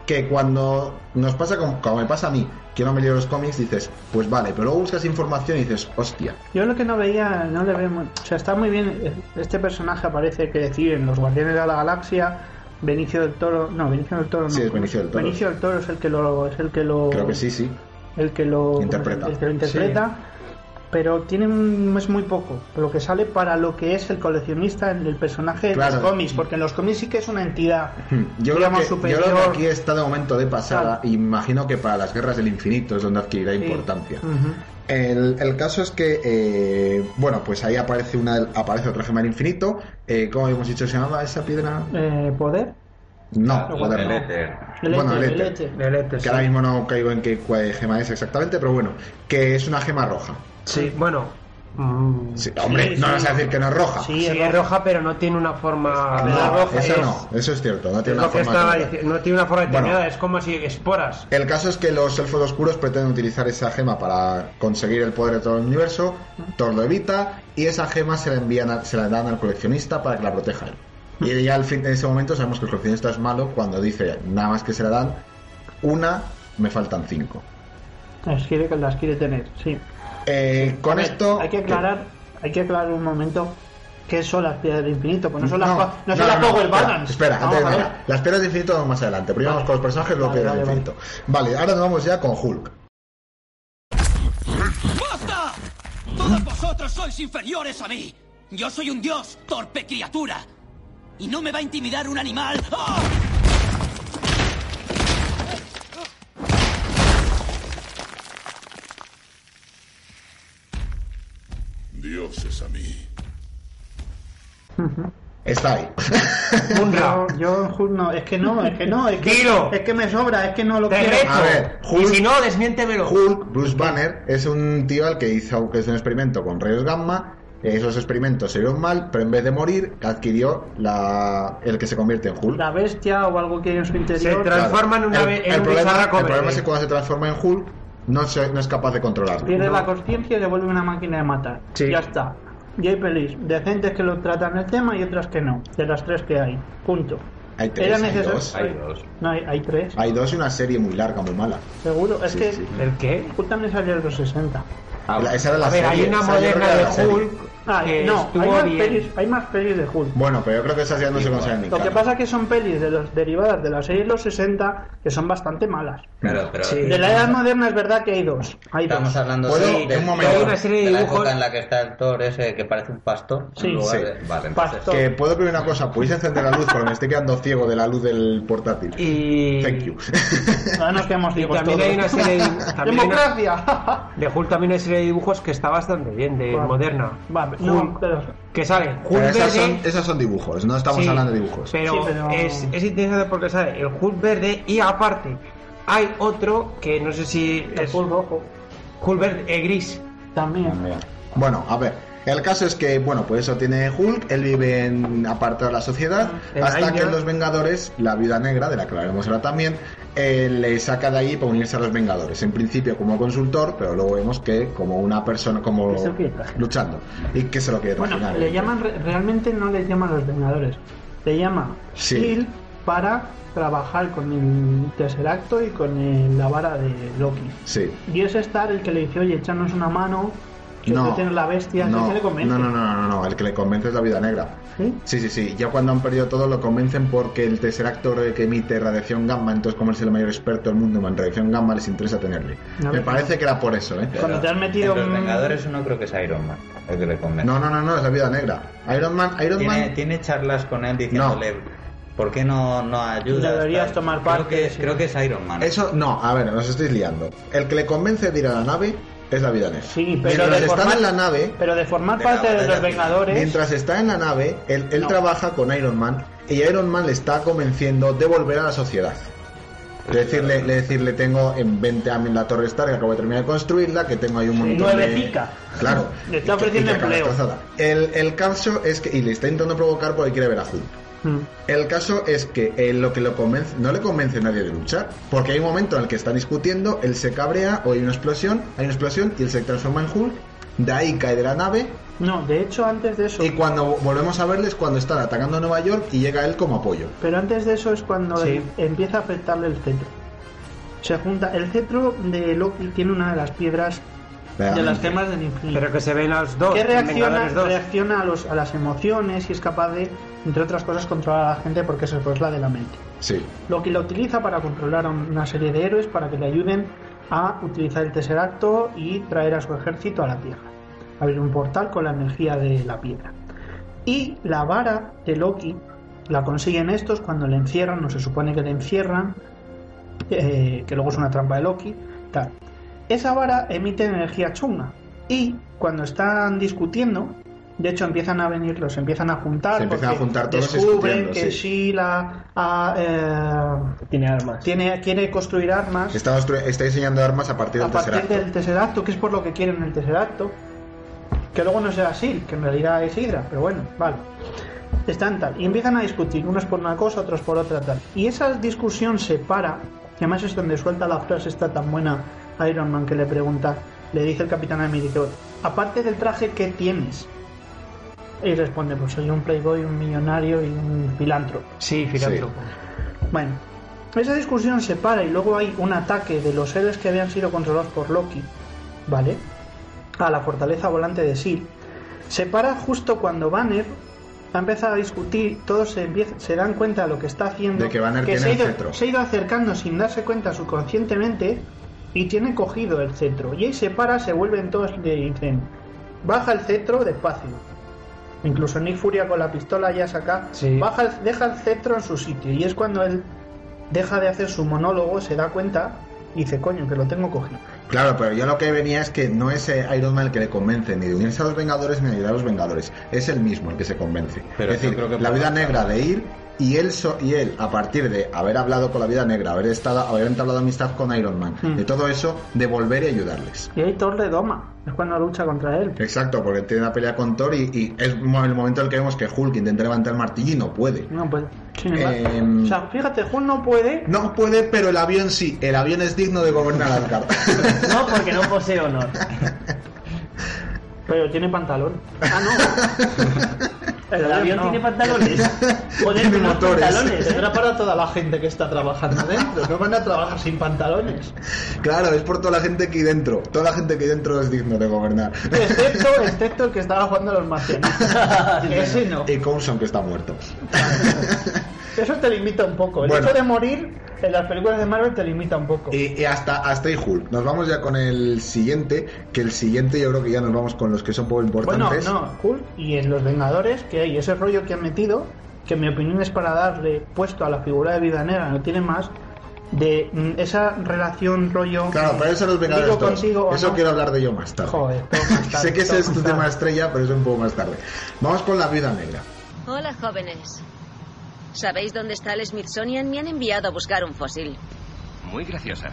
que cuando nos pasa, como, como me pasa a mí, que no me leo los cómics, dices, pues vale, pero luego buscas información y dices, hostia,
Yo lo que no veía, no le veo. mu- O sea, está muy bien. eh, Este personaje aparece que decir en Los Guardianes de la Galaxia. Benicio del Toro. No, Benicio del Toro no.
Sí, es Benicio del Toro.
Benicio del Toro es el que lo. Es el que lo
creo que sí, sí.
El que lo.
Interpreta.
El que lo interpreta. pero tiene un- es muy poco lo que sale para lo que es el coleccionista en el personaje de los
Claro.
cómics, porque en los cómics sí que es una entidad
Hmm. Yo creo,
digamos,
que, yo
superior.
creo que aquí está de momento de pasada y imagino que para las guerras del infinito es donde adquirirá
Sí. Hmm.
importancia.
Ujú.
El, el caso es que, eh, bueno, pues ahí aparece una aparece otra gema del infinito. Eh, ¿Cómo habíamos dicho se llamaba esa piedra?
Eh, poder,
No, joder,
El
no.
éter.
el
Bueno,
éter,
el
el
éter.
éter.
El éter,
Que
sí.
ahora mismo no caigo en qué cua- gema es exactamente, pero bueno, que es una gema roja.
Sí, bueno. mm,
Sí, hombre,
sí.
no vas a decir que no es roja.
Sí,
sí,
es
es
roja.
roja, pero no tiene una forma.
No,
la roja
eso
es-
no, eso es cierto, no
es
tiene una
lo que
forma
estaba
concreta.
diciendo, no tiene una forma
Bueno.
determinada, es como si esporas.
El caso es que los elfos oscuros pretenden utilizar esa gema para conseguir el poder de todo el universo, Thor lo evita y esa gema se la envían a- se la dan al coleccionista para que la proteja él. Y ya al fin de ese momento sabemos que el coleccionista es malo cuando dice nada más que se la dan una, me faltan cinco.
Las quiere que las quiere tener, sí.
Eh, con
A ver,
esto
hay que aclarar, hay que aclarar un momento que son las piedras del infinito, pues no son las
No,
pa- no
no,
son las
no,
Power
espera,
Balance.
Espera,
Vamos
antes de
a
nada,
ver.
las piedras de infinito vamos más adelante. Primero vamos con los personajes, luego
Vale,
piedras de
vale,
infinito. Vale. ahora nos vamos ya con Hulk.
¡Basta! Todos vosotros sois inferiores a mí. Yo soy un dios, torpe criatura. Y no me va a intimidar un animal. ¡Ah!
Dios es a mí.
Está ahí.
Munra.
No, yo en Hulk no, es que no, es que no, es que,
Dilo.
es que me sobra, es que no lo
Te
quiero.
reto.
A ver,
y
Hulk-
si no, desmiéntemelo.
Hulk, Bruce Banner, es un tío al que hizo que es un experimento con rayos gamma. Esos experimentos se dieron mal, pero en vez de morir, adquirió la, el que se convierte en Hulk.
La bestia o algo que hay en su
Se
interior.
tra- transforma en una
el,
ve- en
el
un eh.
problema,
bicharraco
el problema
verde.
es que cuando se transforma en Hulk, no, se- no es capaz de controlarlo.
Pierde
No.
la conciencia y se vuelve una máquina de matar.
Sí.
Ya está. Y hay pelis decentes que lo tratan el tema y otras que no. De las tres que hay. Punto.
Hay tres, hay dos.
Hay dos.
No, hay, hay tres.
Hay dos y una serie muy larga, muy mala.
Seguro. Es
Sí,
que
sí.
¿El qué?
Hulk también salió en los 60.
Ah,
La- esa era la
A ver, hay
serie,
una
esa yo creo que
moderna
era
de
la serie.
Hulk
Ah,
que
no, hay
estuvo
más,
bien.
pelis, hay más pelis de Hulk.
Bueno, pero yo creo que esas ya no se
Igual.
consideran ni
Lo que
canon.
pasa es que son pelis de los, derivadas de las series de los 60 que son bastante malas.
Claro, pero
Sí.
De la edad moderna es verdad que hay dos. Hay dos.
estamos hablando
¿Puedo?
sí, del
Un momento.
Thor,
Hay una
serie de
de la
dibujos-
época en la que está el Thor ese que parece un pastor. en
Sí.
Sí.
lugar de- Vale, entonces-
Pastor.
Que puedo pedir una cosa, ¿podéis encender la luz? Porque me estoy quedando ciego de la luz del portátil.
Y,
Thank you.
Ahora nos quedamos
y
ciegos
también
todos.
hay una serie de, también hay una-
¡Democracia!
de Hulk también hay serie de dibujos que está bastante bien, de
Vale.
moderna.
Vale, no,
Hulk,
pero
que sale Hulk
Pero esas,
verde,
son, esas son dibujos, no estamos
sí,
hablando de dibujos.
Pero,
Sí, pero-
Es, es interesante porque sale el Hulk verde y aparte hay otro que no sé si
el
es
Hulk rojo
Hulk verde, eh, gris.
también.
Bueno, a ver. El caso es que, bueno, pues eso tiene Hulk, él vive en apartado de la sociedad,
En la
hasta
India.
que los Vengadores, la Viuda Negra, de la que hablaremos ahora también, eh, le saca de allí para unirse a los Vengadores. En principio como consultor, pero luego vemos que como una persona, como
Que se lo quiere trajear.
luchando. Y que se lo quiere
Bueno,
trajear,
le
eh.
llaman, re- realmente no les llaman los Vengadores. Le llama
Sí.
Shield para trabajar con el tercer acto y con el- la vara de Loki.
Sí.
Y es Star el que le dice, oye, échanos una mano, que
No.
no. tener la bestia, es el
No,
que le convence.
no, no, no, no, no, el que le convence es la vida negra.
¿Sí?
Sí, sí, sí, ya cuando han perdido todo lo convencen porque el tercer actor que emite radiación gamma, entonces como él es el mayor experto del mundo en radiación gamma, les interesa tenerle.
No,
Me
no.
parece que era por eso, ¿eh?
Pero
Cuando te has metido
en
un-
los Vengadores uno creo que es Iron Man el que le convence.
No, no, no, no, es la vida negra. Iron Man, Iron
tiene,
Man...
tiene charlas con él diciéndole ¿por qué no, no ayudas?
Deberías
Tal.
tomar
creo
parte,
Que,
sí.
Creo que es Iron Man.
Eso, no, a ver, nos estáis liando. El que le convence de ir a la nave es la vida negra.
Sí, pero
Mientras
de
están
formar-
en la nave,
Pero de formar
De la
parte de
batalla
los
final.
Vengadores...
Mientras está en la nave, él, él
No.
trabaja con Iron Man y Iron Man le está convenciendo de volver a la sociedad. De decirle, le decirle, tengo en 20 años la Torre Stark, que acabo de terminar de construirla, que tengo ahí un montón
nuevecica.
de... Claro. Y que-
Le está
y que
ofreciendo
acaba
empleo.
destrozada. El, el caso es que... Y le está intentando provocar porque quiere ver a Hulk.
Mm.
El caso es que eh, lo que lo convence, no le convence a nadie de luchar, porque hay un momento en el que está discutiendo, él se cabrea, o hay una explosión, hay una explosión y él se transforma en Hulk, de ahí cae de la nave
No, de hecho antes de eso...
y cuando volvemos a verles cuando están atacando a Nueva York y llega él como apoyo.
Pero antes de eso es cuando
Sí.
em- empieza a afectarle el cetro. Se junta... El cetro de Loki tiene una de las piedras de las
Realmente.
gemas del infinito.
Pero que se ven los dos.
que
en
reacciona,
Vengadores dos.
reacciona a, los, a las emociones y es capaz de, entre otras cosas, controlar a la gente porque eso es la de la mente.
Sí.
Lo que lo utiliza para controlar a una serie de héroes para que le ayuden a utilizar el Tesseracto y traer a su ejército a la Tierra. abrir un portal con la energía de la piedra. Y la vara de Loki la consiguen estos cuando le encierran, no se supone que le encierran, eh, que luego es una trampa de Loki, tal. Esa vara emite energía chunga y cuando están discutiendo, de hecho empiezan a venir, los empiezan a juntar,
Se empiezan
porque
a juntar todos
descubren
discutiendo,
que
sí.
Sheila ah, eh,
Tiene armas.
tiene, quiere construir armas
Está, constru- está diseñando armas a partir
a
Este del
partir
tercer
del Tesseracto, que es por lo que quieren el Tesseracto. Que luego no sea así, que en realidad es Hydra, pero bueno, vale. Están tal, y empiezan a discutir, unos por una cosa, otros por otra tal. Y esa discusión se para, y además es donde suelta la frase esta tan buena a Iron Man que le pregunta, le dice el Capitán América, aparte del traje, ¿qué tienes? Y responde, pues soy un playboy, un millonario y un filántropo.
Sí, filántropo.
Bueno, esa discusión se para y luego hay un ataque de los héroes que habían sido controlados por Loki, ¿vale? A la fortaleza volante de Sil. Se para justo cuando Banner ha empezado a discutir, todos se, empie- se dan cuenta de lo que está haciendo.
De que Banner
se,
tiene
ha
el
ido,
cetro.
se ha ido acercando sin darse cuenta subconscientemente y tiene cogido el cetro. Y ahí se para, se vuelven todos y le dicen, baja el cetro despacio. Incluso Nick Furia con la pistola ya saca,
Sí.
baja el- deja el cetro en su sitio. Y es cuando él deja de hacer su monólogo, se da cuenta y dice, coño, que lo tengo cogido.
Claro, pero yo lo que venía es que no es eh, Iron Man el que le convence ni de unirse a los Vengadores ni de ayudar a los Vengadores. Es él mismo el que se convence.
Pero
es
yo
decir,
creo que
la
por-
vida negra de ir y él, so- y él, a partir de haber hablado con la vida negra, haber, estado, haber entablado amistad con Iron Man,
Mm.
de todo eso, de volver y ayudarles.
Y ahí Thor le doma, es cuando lucha contra él.
Exacto, porque tiene una pelea con Thor y, y es mo- el momento en el que vemos que Hulk intenta levantar el martillo y no puede.
No puede. Sin embargo-
Em,
O sea, fíjate, Hulk no puede.
No puede, pero el avión sí. El avión es digno de gobernar Asgard.
No, porque no posee honor.
Pero tiene pantalón. Ah, no.
El avión
no.
tiene pantalones. Poner
Tiene
unos
motores.
pantalones.
Será para toda la gente que está trabajando dentro. No van a trabajar sin pantalones.
claro, es por toda la gente que hay dentro. Toda la gente que hay dentro es digno de gobernar.
Excepto, excepto el que estaba jugando a los marcianistas. Ese no.
y Coulson que está muerto.
Eso te limita un poco. El
Bueno.
hecho de morir en las películas de Marvel te limita un poco.
Y, y hasta, hasta ahí Hulk. Nos vamos ya con el siguiente. Que el siguiente yo creo que ya nos vamos con los que son poco
Bueno,
importantes.
no, Hulk y en Los Vengadores, que hay ese rollo que han metido, que en mi opinión es para darle puesto a la figura de Vida Negra, no tiene más, de mm, esa relación rollo...
Claro, pero eso los Vengadores
digo
dos.
consigo o
Eso
no.
quiero hablar de yo más tarde.
Joder, todo más tarde,
sé que ese
todo
es tu
más tarde.
tema estrella, pero es un poco más tarde. Vamos con la vida negra.
Hola, jóvenes. ¿Sabéis dónde está el Smithsonian? Me han enviado a buscar un fósil.
Muy graciosa.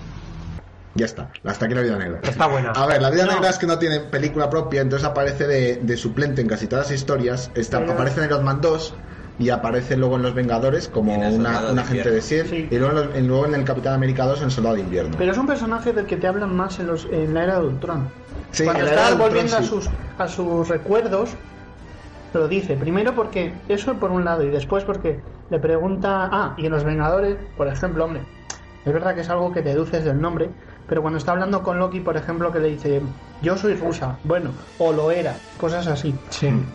Ya está, hasta aquí la vida negra.
Está buena.
A ver, la vida
No.
negra es que no tiene película propia, entonces aparece de, de suplente en casi todas las historias. Está,
Pero-
Aparece en Iron Man 2 y aparece luego en Los Vengadores como
Y en El
una-
Soldado
un
de
agente de SEAL
Sí.
y luego en, los- en- luego en el Capitán América 2 en Soldado de Invierno.
Pero es un personaje del que te hablan más en, los, en la era de Ultron.
Sí,
Cuando
en la era
está
de Ultron,
volviendo a
sí.
sus, a sus recuerdos, lo dice. Primero porque eso por un lado y después porque le pregunta... Ah, y en Los Vengadores, por ejemplo, hombre, es verdad que es algo que deduces del nombre, pero cuando está hablando con Loki, por ejemplo, que le dice, yo soy rusa, bueno, o lo era, cosas así.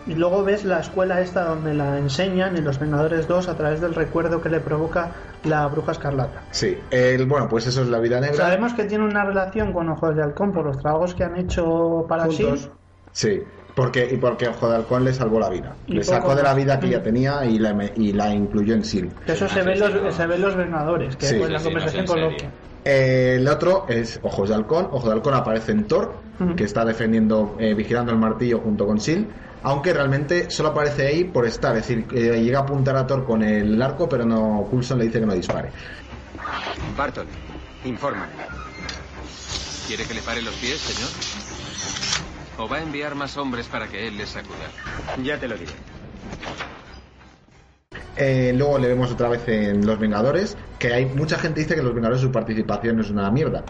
Y luego ves la escuela esta donde la enseñan en Los Vengadores 2 a través del recuerdo que le provoca la bruja escarlata.
Sí, el, bueno, pues eso es la vida negra.
Sabemos que tiene una relación con Ojos de Halcón por los trabajos que han hecho para
Juntos.
sí.
Sí, porque, y porque Ojo de Halcón le salvó la vida.
Y
Le
poco
sacó de la
más.
vida que ya
Mm.
tenía y la, y la incluyó en SEAL.
Que eso se ve, en los, se ve en los Vengadores, que
Sí.
fue la
Sí, sí, no es
conversación
en
con Loki.
serio.
Eh, El otro es Ojos de Halcón. Ojos de Halcón aparece en Thor,
Ujú.
que está defendiendo, eh, vigilando el martillo junto con Sil. Aunque realmente solo aparece ahí por estar, es decir, eh, llega a apuntar a Thor con el arco, pero no Coulson le dice que no dispare.
Barton, informa. ¿Quiere que le pare los pies, señor? ¿O va a enviar más hombres para que él les sacuda? Ya te lo diré.
Eh, luego le vemos otra vez en Los Vengadores, que hay mucha gente dice que Los Vengadores su participación es una mierda.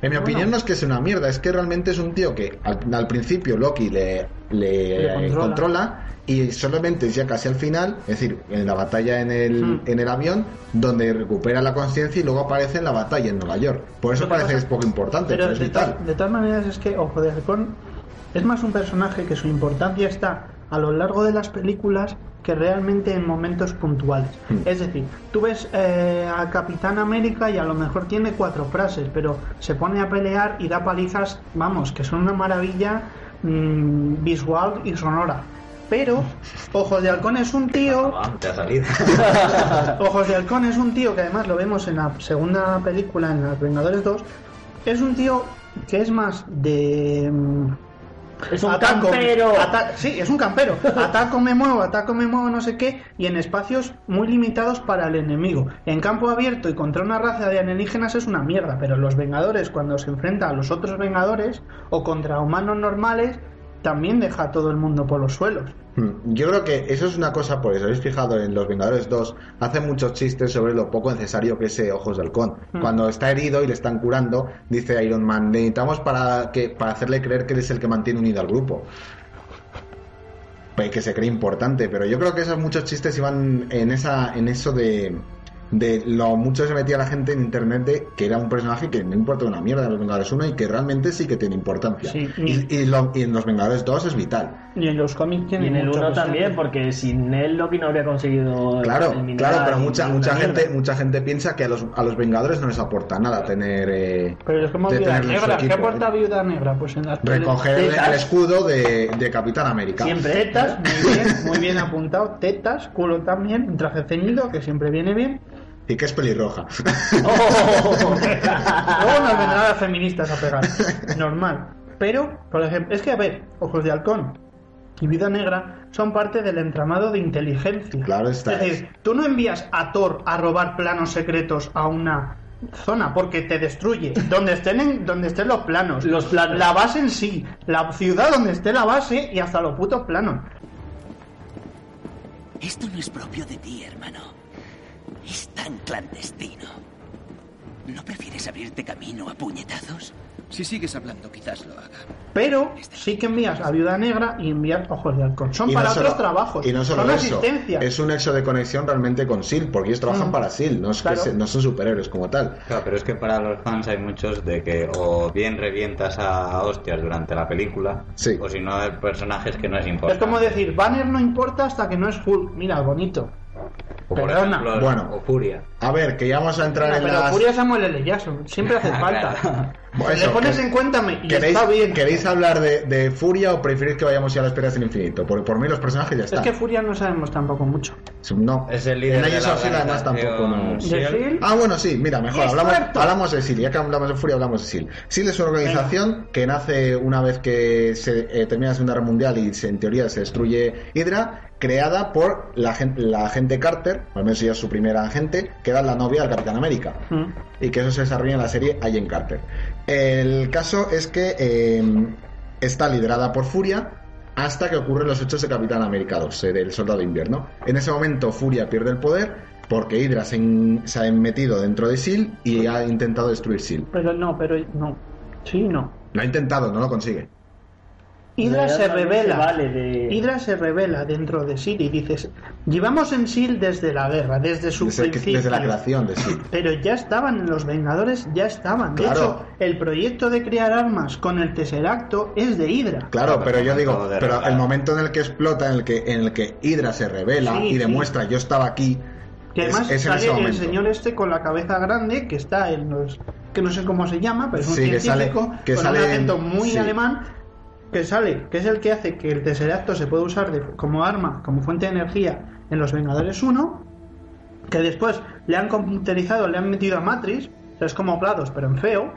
En mi opinión no es que sea una mierda, es que realmente es un tío que al, al principio Loki le, le,
Le controla.
controla. y solamente ya casi al final, es decir, en la batalla en el,
Mm.
en el avión, donde recupera la conciencia y luego aparece en la batalla en Nueva York. Por eso
Lo que
parece que
pasa-
es poco importante, pero,
Pero
es
de,
vital.
todas- de todas maneras es que Ojo de Halcón es más un personaje que su importancia está a lo largo de las películas que realmente en momentos puntuales.
Hmm.
Es decir, tú ves eh, a Capitán América y a lo mejor tiene cuatro frases, pero se pone a pelear y da palizas, vamos, que son una maravilla mm, visual y sonora. Pero Ojos de Halcón es un tío
Ah, te ha salido.
Ojos de Halcón es un tío que además lo vemos en la segunda película, en Los Vengadores 2. Es un tío que es más de. mm,
Es un
ataco,
campero.
ata- sí, es un campero. Ataco, me muevo, ataco, me muevo, no sé qué. Y en espacios muy limitados para el enemigo. En campo abierto y contra una raza de alienígenas es una mierda. Pero los Vengadores, cuando se enfrenta a los otros Vengadores o contra humanos normales, también deja a todo el mundo por los suelos.
Hmm, Yo creo que eso es una cosa, por eso habéis fijado en Los Vengadores 2, hace muchos chistes sobre lo poco necesario que es eh, Ojos de Halcón.
Hmm.
Cuando está herido y le están curando, dice Iron Man, necesitamos para, que, para hacerle creer que él es el que mantiene unido al grupo. Pues que se cree importante, pero yo creo que esos muchos chistes iban en, esa, en eso de, de lo mucho que se metía la gente en internet de que era un personaje que no importa una mierda en Los Vengadores 1 y que realmente sí que tiene importancia.
Sí, y-
y, y lo- y en Los Vengadores 2 es vital.
Y en los cómics
Y
tiene
en el
mucho
1
presente.
también, porque sin él Loki no habría conseguido.
Claro,
el mineral
claro, pero
y
mucha
una
mucha
mierda.
gente mucha gente piensa que a los, a los Vengadores no les aporta nada tener eh,
Pero es como
de
Viuda
tenerlo en su
Negra. ¿Qué
equipo,
aporta
eh.
Viuda Negra? Pues en las
recoger el,
tetas,
el escudo de, de Capitán América.
Siempre.
tetas, muy bien, muy bien apuntado, tetas, culo también, un traje ceñido que siempre viene bien.
Y que es pelirroja.
Oh.
Oh. Luego nos vendrán las feministas a pegar, normal. Pero, por ejemplo, es que a ver, Ojos de Halcón y Viuda Negra son parte del entramado de inteligencia.
Claro está.
Es decir, tú no envías a Thor a robar planos secretos a una zona porque te destruye. Donde estén, en- donde estén los planos.
Los planos.
La base en sí. La ciudad donde esté la base y hasta los putos planos.
Esto no es propio de ti, hermano. Es tan clandestino. ¿No prefieres abrirte camino a puñetazos? Si sigues hablando, quizás lo haga.
Pero sí que envías a Viuda Negra y envías Ojos de Halcón. Son
Y no
para
solo-
otros trabajos.
Y no solo
Son
eso.
asistencia.
Es un nexo de conexión realmente con SEAL, E porque ellos trabajan
Mm.
para SEAL, E no, es
Claro.
que se- no son superhéroes como tal.
Claro, pero es que para los fans hay muchos de que o bien revientas a hostias durante la película,
Sí.
o si no, hay personajes que no es
Es
importante.
como decir, Banner no importa hasta que no es Hulk. Mira, bonito.
o por
perdona.
ejemplo,
Bueno.
o Furia.
A ver, que ya vamos a entrar en
pero
las...
Furia Samuel L. Jackson. Siempre hace
Ah,
falta.
claro.
Bueno,
Le
eso,
pones
que-
en cuéntame y
¿Queréis,
está bien.
¿Queréis hablar de, de Furia o preferís que vayamos ya a las peras del infinito? Porque por mí los personajes ya
Es
están.
que Furia no sabemos tampoco mucho.
No.
Es el líder
En
de
Agents
la
of S.H.I.E.L.D. además tampoco.
organización
no-
¿De
SEAL.
Shield?
Ah, bueno, sí, mira,
Y
mejor
es
hablamos,
muerto.
hablamos de SEAL. Ya que hablamos de Furia, hablamos de SEAL. SEAL es una organización que nace una vez que se eh, termina la Segunda Guerra Mundial y se- en teoría se destruye Hydra, creada por la, gen- la agente Carter, o al menos ella es su primera agente, que era la novia del Capitán América
Mm.
y que eso se desarrolla en la serie Agent Carter. El caso es que eh, está liderada por Furia hasta que ocurren los hechos de Capitán América 2, eh, del Soldado de Invierno. En ese momento Furia pierde el poder porque Hydra se, en- se ha metido dentro de SEAL E y ha intentado destruir SEAL.
Pero no, pero no. Sí, no.
E Lo ha intentado, no lo consigue.
Hydra
No,
se
no, no
revela.
se vale de-
Hydra se revela dentro de SEAL y dices, llevamos en SEAL E desde la guerra, desde su
Desde, que-
principio.
desde la creación de SEAL.
Pero ya estaban en los Vengadores, ya estaban. De
Claro.
hecho, el proyecto de crear armas con el Tesseracto es de Hydra.
Claro,
Claro,
pero
pero
yo
el
digo,
momento de
pero
revelar.
el momento en el que explota, en el que, en el que Hydra se revela
Sí,
y
sí.
demuestra yo estaba aquí,
Que
es-
además
es en ese
sale el
momento.
señor este con la cabeza grande que está en los que no sé cómo se llama, pero es un
Sí, que sale-
científico
que
con
sale
un
en-
acento muy
sí.
alemán que sale, que es el que hace que el Tesseracto se pueda usar de- como arma, como fuente de energía en los Vengadores 1, que después le han computerizado, le han metido a Matrix, o sea, es como Prados, pero en feo.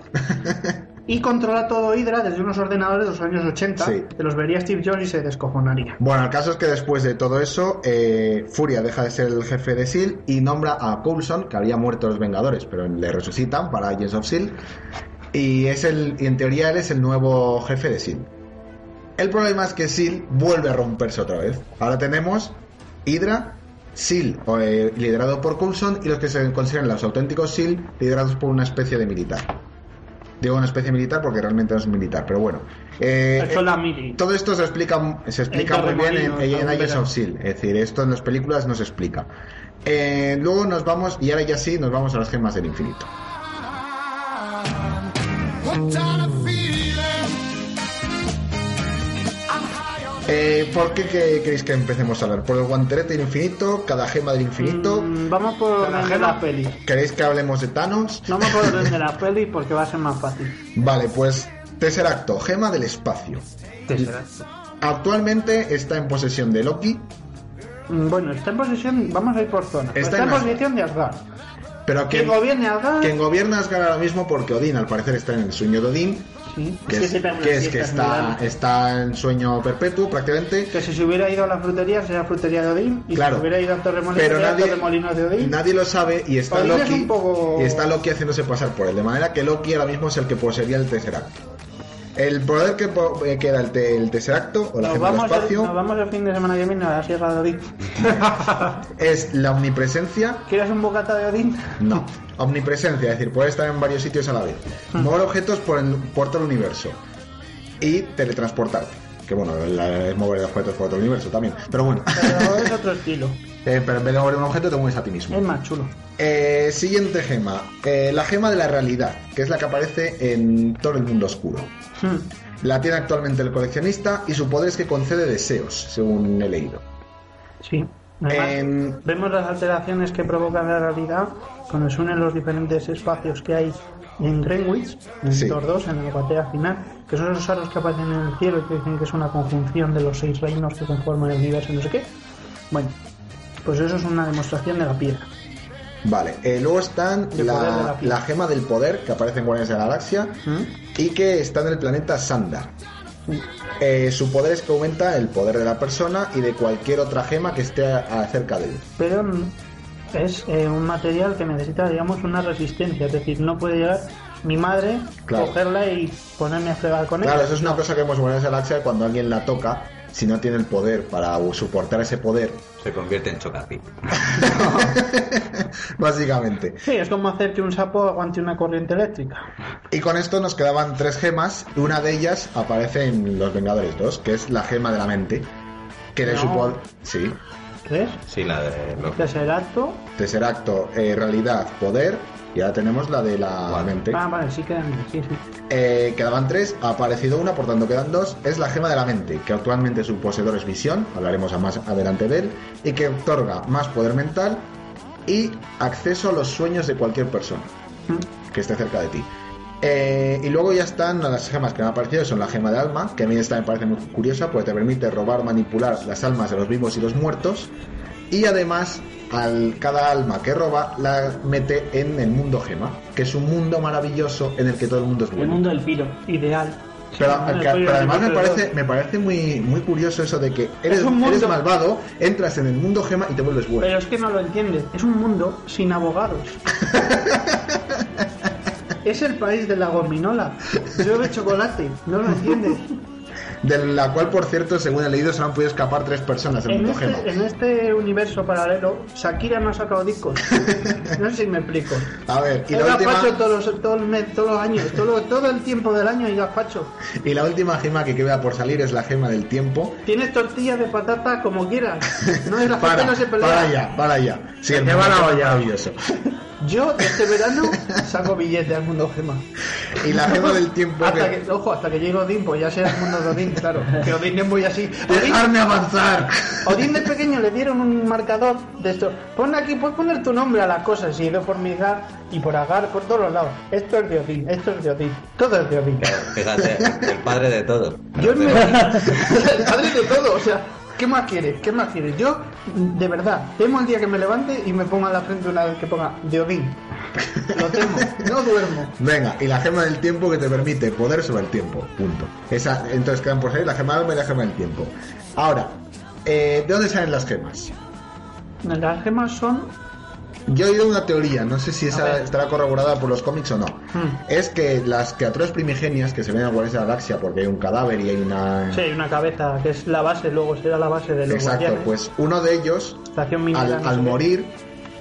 Y controla todo Hydra desde unos ordenadores de los años 80,
Sí.
que los vería Steve Jobs y se descojonaría.
Bueno, el caso es que después de todo eso, eh, Furia deja de ser el jefe de SEAL E y nombra a Coulson, que había muerto los Vengadores, pero le resucitan para Agents of SEAL. E Y, es el, y en teoría él es el nuevo jefe de SEAL. E El problema es que SEAL E vuelve a romperse otra vez. Ahora tenemos Hydra, SEAL, o, eh, liderado por Coulson, y los que se consideran los auténticos SEAL, E liderados por una especie de militar. Digo una especie de militar porque realmente no es un militar, pero bueno. Eh,
Eso la mili.
todo esto se explica, se explica
En
muy bien en,
Torremolinos,
en
algún
Agents
verano.
of S.H.I.E.L.D. Es decir, esto en las películas no se explica. Eh, luego nos vamos, y ahora ya sí, nos vamos a las gemas del infinito. Eh, ¿Por qué que- queréis que empecemos a hablar? ¿Por el guantelete del infinito? ¿Cada gema del infinito?
Mm, vamos por
La
orden de
gema.
la peli.
¿Queréis que hablemos de Thanos?
No me acuerdo de la peli porque va a ser más fácil.
Vale, pues Tesseracto, gema del espacio.
Tesseracto.
Actualmente está en posesión de Loki,
Mm, Bueno, está en posesión, vamos a ir por zona. Está,
Está
en
en Asgard.
posesión de Asgard.
pero
Que
quien,
gobierne Asgard.
quien gobierna Asgard ahora mismo porque Odín al parecer está en el sueño de Odín,
Sí.
que es
se pega unas
que, es que
fiestas muy
está,
grandes.
está en sueño perpetuo prácticamente.
Que si se hubiera ido a la frutería, sería frutería de Odín. Y
Claro.
si se hubiera ido a Torremolinos,
pero
sería
nadie,
Torremolinos de Odín.
nadie lo sabe y está
Odín es
Loki
un poco-
y está Loki haciéndose pasar por él de manera que Loki ahora mismo es el que poseería el Tesseracto el poder que, po- eh, que era el, te- el Tesseracto o la gema
Nos
del
vamos, el,
espacio
nos vamos el fin de semana que viene a la Sierra de Odín.
es la omnipresencia
¿Quieres un bocata de Odín?
no omnipresencia es decir puede estar en varios sitios a la vez mover objetos por, el, por todo el universo y teletransportarte que bueno la- es mover objetos por todo el universo también pero bueno
Pero es otro estilo.
Eh, pero en vez de mover un objeto te mueves a ti mismo
Es más chulo.
Eh, siguiente gema. Eh, la gema de la realidad, que es la que aparece en todo el mundo oscuro.
Hmm.
La tiene actualmente el coleccionista y su poder es que concede deseos, según he leído.
Sí. Además,
Em,
Vemos las alteraciones que provoca la realidad cuando se unen los diferentes espacios que hay en Greenwich, en
Sí.
Thor 2, en la batalla final, que son esos aros que aparecen en el cielo y que dicen que es una conjunción de los seis reinos que conforman el universo, y no sé qué. Bueno, pues eso es una demostración de la piedra.
vale, eh, luego están
El poder de la
la,
piedra.
la gema del poder, que aparece en Guardianes de la Galaxia,
¿Mm?
y que está en el planeta Sandar.
Sí.
Eh, su poder es que aumenta el poder de la persona y de cualquier otra gema que esté a- cerca de él.
Pero mm, es eh, un material que necesita, digamos, una resistencia, es decir, no puede llegar mi madre,
Claro.
cogerla y ponerme a fregar con
Claro,
ella.
eso es una cosa que vemos en Guardianes de la Galaxia, cuando alguien la toca, si no tiene el poder para soportar ese poder,
Se convierte en chocapi.
Básicamente.
Sí, es como hacer que un sapo aguante una corriente eléctrica.
Y con esto nos quedaban tres gemas. Una de ellas aparece en Los Vengadores 2, que es la gema de la mente. Que le
No.
supo. Sí.
¿Tres?
Sí, la de los
Tesseracto.
Tesseracto, eh, realidad, poder. Y ahora tenemos la de la mente.
Ah, vale, sí quedan. Sí, sí.
Eh, quedaban tres, ha aparecido una, por tanto quedan dos. Es la gema de la mente, que actualmente su poseedor es visión. Hablaremos a más adelante de él. Y que otorga más poder mental y acceso a los sueños de cualquier persona.
Mm,
que esté cerca de ti. Eh, y luego ya están las gemas que me han aparecido, son la gema de alma, que a mí esta me parece muy curiosa, porque te permite robar, manipular las almas de los vivos y los muertos. Y además, al, cada alma que roba la mete en el mundo gema, que es un mundo maravilloso en el que todo el mundo es
El
bueno.
mundo del piro.
Ideal.
Pero, que-
Sí, no, no,
pero además me
no,
parece, me parece muy, muy curioso eso de que eres,
Es un
eres
mundo.
malvado, entras en el mundo gema y te vuelves bueno.
Pero es que no lo entiendes. Es un mundo sin abogados. es el país de la gominola. Llueve chocolate. No lo entiendes.
De la cual, por cierto, según he leído, se han podido escapar tres personas del
En
mundo
este,
gema.
en este universo paralelo, Shakira no ha sacado discos. No sé si me explico.
A ver, y
Es
la última...
gazpacho todos los, todo el mes- todos los años, todo, todo el tiempo del año y gazpacho.
Y la última gema que queda por salir es la gema del tiempo.
Tienes tortillas de patata como quieras. No es la
Para,
gente no se pelea.
para ya, para ya. Sí, el
Se
mundo
va la
gema es
olla.
maravilloso.
Yo este verano saco billetes al mundo gema.
Y la gema del tiempo
Hasta
que...
que, ojo, hasta que llegue Odín, pues ya sea el mundo de Odín, claro. Que Odín es muy así. Odín,
¡Dejarme avanzar!
Odín de pequeño le dieron un marcador de esto. Pon aquí, puedes poner tu nombre a las cosas y de formizar y por agar por todos los lados. Esto es de Odín, esto es de Odín, todo es de Odín.
Fíjate, el padre de todos.
Yo me... el padre de todo, o sea, ¿qué más quieres? ¿Qué más quieres? Yo, de verdad, temo el día que me levante y me ponga en la frente una vez que ponga de Odín. Lo temo, no duermo.
Venga, y la gema del tiempo que te permite poder sobre el tiempo. Punto. Esa, entonces quedan por salir la gema del alma y la gema del tiempo. Ahora, eh, ¿de dónde salen las gemas?
Las gemas son
Yo he oído una teoría, no sé si
A
esa
ver.
estará corroborada por los cómics o no.
Hmm.
Es que las criaturas primigenias que se ven en Guardianes de la Galaxia porque hay un cadáver y hay una.
Sí, hay una cabeza que es la base, luego será la base de los
Exacto,
guardianes.
pues uno de ellos
Estación minera,
al,
no sé
al
qué.
morir,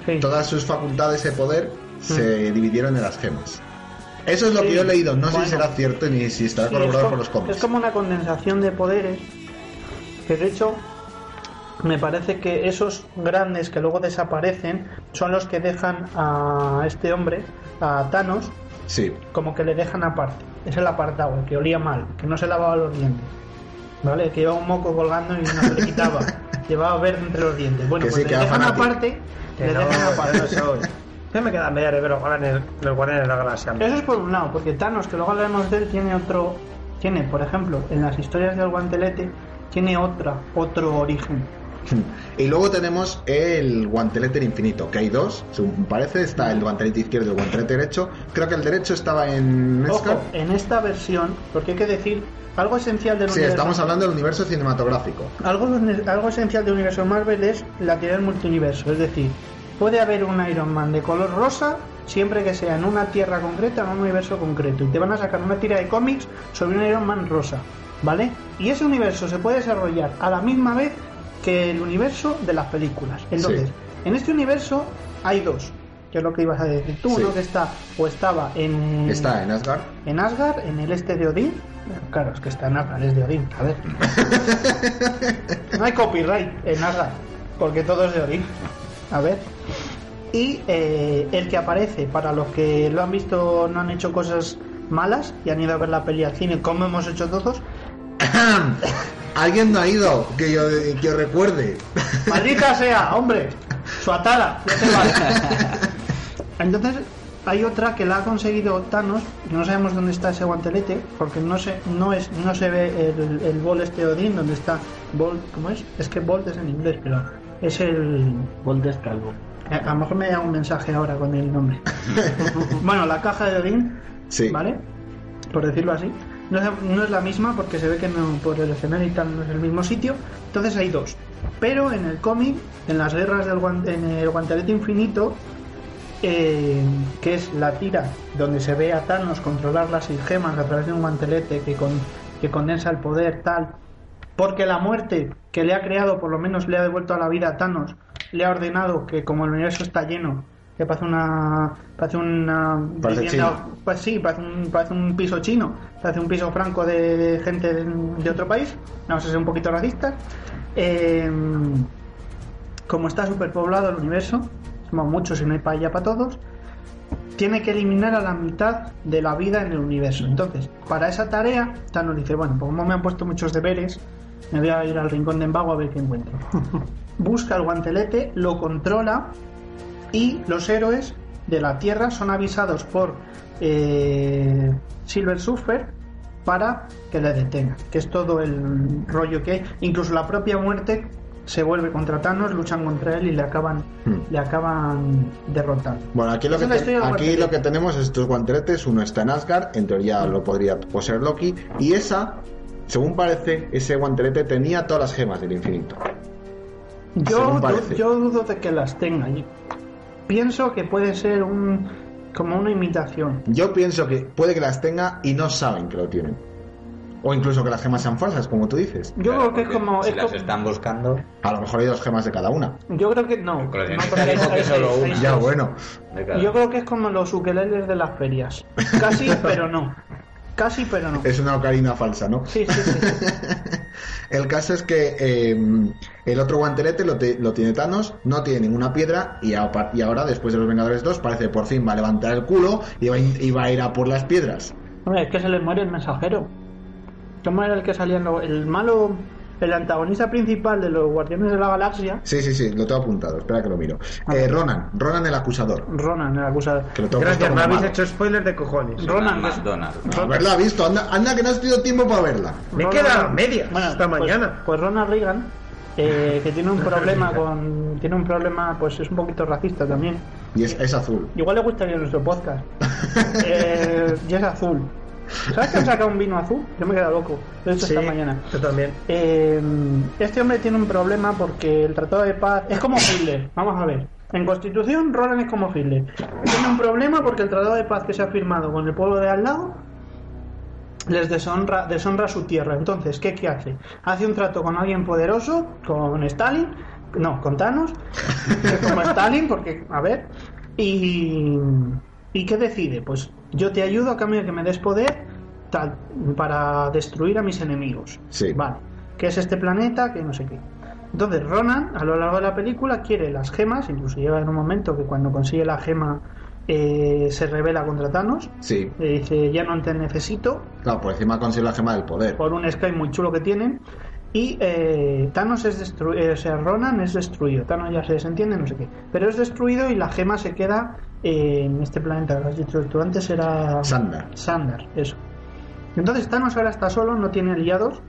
Sí. Hmm.
todas sus facultades de poder se dividieron en las gemas. Eso es lo
Sí,
que yo he leído, no sé
bueno.
si será cierto ni si estará
Sí, es,
corroborado
co-
por los
es
cómics.
como una condensación de poderes. Que de hecho, me parece que esos grandes que luego desaparecen son los que dejan a este hombre, a Thanos,
Sí,
como que le dejan aparte. Es el apartado, el que olía mal, que no se lavaba los dientes. ¿Vale? Que llevaba un moco colgando y no se le quitaba. llevaba verde entre los dientes. Bueno,
Que
pues
sí,
le
que pues, era
dejan
fanático.
aparte,
Que
le
no,
dejan
yo
aparte.
no soy. Yo me queda media de ver los guardianes, los guardianes de la galaxia.
Eso es por un lado, porque Thanos, que luego hablaremos de él, tiene otro. Tiene, por ejemplo, en las historias del guantelete, tiene otra, otro origen.
Y luego tenemos el guantelete del infinito, que hay dos, según parece. Está el guantelete izquierdo y el guantelete derecho. Creo que el derecho estaba en Nesca.
Ojo, en esta versión, porque hay que decir algo esencial del
Sí,
universo.
estamos hablando del universo cinematográfico.
Algo, algo esencial del universo Marvel es la teoría del multiuniverso, es decir, puede haber un Iron Man de color rosa siempre que sea en una tierra concreta, en un universo concreto, y te van a sacar una tira de cómics sobre un Iron Man rosa, ¿vale? Y ese universo se puede desarrollar a la misma vez que el universo de las películas. Entonces,
Sí.
en este universo hay dos, que es lo que ibas a decir tú,
Sí.
uno que está o estaba en
Está en Asgard.
en Asgard, en el este de Odín. Claro, es que está en Asgard, es de Odín. A ver. No hay copyright en Asgard, porque todo es de Odín. A ver. Y eh, el que aparece, para los que lo han visto, no han hecho cosas malas y han ido a ver la peli al cine, como hemos hecho todos.
Alguien no ha ido, que yo, que yo recuerde.
¡Maldita sea, hombre! ¡Su atara! no te vale. Entonces, hay otra que la ha conseguido Thanos. No sabemos dónde está ese guantelete, porque no se, no es, no se ve el, el bol este de Odín, donde está Bolt. ¿Cómo es? Es que Bolt es en inglés, pero es el.
Bolt es calvo.
A a lo mejor me da un mensaje ahora con el nombre. bueno, la caja de Odín,
Sí.
¿vale? Por decirlo así. No es, no es la misma porque se ve que no, por el escenario y tal no es el mismo sitio. Entonces hay dos. Pero en el cómic, en las guerras del guan- en el guantelete infinito, eh, que es la tira donde se ve a Thanos controlar las seis gemas a través de un guantelete que, con, que condensa el poder, tal. Porque la muerte que le ha creado, por lo menos le ha devuelto a la vida a Thanos, le ha ordenado que como el universo está lleno, que parece una, parece una
Parece
vivienda, pues sí, parece un, parece un piso chino, parece un piso franco de, de gente de, de otro país, vamos a ser un poquito racistas. Eh, como está superpoblado el universo, somos muchos y no hay para allá para todos, tiene que eliminar a la mitad de la vida en el universo. Entonces, para esa tarea, Thanos dice, bueno, pues como me han puesto muchos deberes, me voy a ir al rincón de embago a ver qué encuentro. Busca el guantelete, lo controla y los héroes de la Tierra son avisados por eh, Silver Surfer para que le detengan, que es todo el rollo que hay. Incluso la propia muerte se vuelve contra Thanos, luchan contra él y le acaban,
Hmm.
le acaban derrotando.
Bueno, aquí, lo
Esa
que,
es la historia
te-
del
aquí
guantelete.
lo que tenemos es estos guanteletes. Uno está en Asgard, en teoría lo podría poseer Loki. Y esa, según parece, ese guantelete tenía todas las gemas del infinito.
Yo,
Según
du-
parece.
yo dudo de que las tenga. Yo Pienso que puede ser un como una imitación.
Yo pienso que puede que las tenga y no saben que lo tienen. O incluso que las gemas sean falsas, como tú dices.
Yo
Claro,
creo que es
porque
como,
Si
es
las
como-
están buscando,
A lo mejor hay dos gemas de cada una.
yo creo que no.
Con la
No,
gente
porque
dijo
hay-
que
hay-
solo
hay-
una.
hay
Ya,
dos.
bueno.
eh, claro.
Yo creo que es como los ukeleles de las ferias. Casi, pero no. Casi, pero no.
Es una ocarina falsa, ¿no?
Sí, sí, sí.
El caso es que eh, el otro guantelete lo, te- lo tiene Thanos, no tiene ninguna piedra y, a par- y ahora, después de los Vengadores 2, parece por fin va a levantar el culo y va, a in- y va a ir a por las piedras.
Hombre, es que se le muere el mensajero. ¿Cómo era el que salía? en lo- El malo, el antagonista principal de los Guardianes de la Galaxia,
Sí, sí, sí, lo tengo apuntado, espera que lo miro.
Ah.
Eh, Ronan, Ronan el acusador.
Ronan, el acusador.
Que lo tengo puesto
Gracias,
como
me habéis
malo.
hecho spoiler de cojones.
Ronan, que es-
McDonald's.
No, haberla visto, anda, anda que no has tenido tiempo para verla.
Me he
Ronan-
quedado a medias esta
pues-
mañana.
Pues Ronald Reagan, eh, que tiene un problema con. Tiene un problema, pues es un poquito racista también.
Y es, es azul.
Igual le gustaría nuestro podcast. Eh, y es azul. ¿Sabes que han sacado un vino azul? Yo me he quedado loco. Lo he hecho esta mañana.
Yo también.
Eh, este hombre tiene un problema porque el Tratado de Paz es como Hitler. Vamos a ver. En Constitución, Roland es como Hitler. Tiene un problema porque el Tratado de Paz que se ha firmado con el pueblo de al lado les deshonra, deshonra su tierra. Entonces, ¿qué, ¿qué hace? Hace un trato con alguien poderoso, con Stalin, no, con Thanos, que es como Stalin, porque, a ver, y, ¿y qué decide? Pues yo te ayudo a cambio de que me des poder tal, para destruir a mis enemigos.
Sí.
Vale, que es este planeta, que no sé qué. Entonces, Ronan, a lo largo de la película, quiere las gemas, incluso llega en un momento que cuando consigue la gema eh, se revela contra Thanos,
Sí.
le dice, ya no te necesito,
Claro, por encima consigue la gema del poder.
por un Sky muy chulo que tienen. Y eh, Thanos es eh, destruido, o sea, Ronan es destruido. Thanos ya se desentiende, no sé qué. Pero es destruido y la gema se queda eh, en este planeta que has dicho tú antes era...
Sandar.
Sandar, eso. Entonces Thanos ahora está solo, no tiene aliados.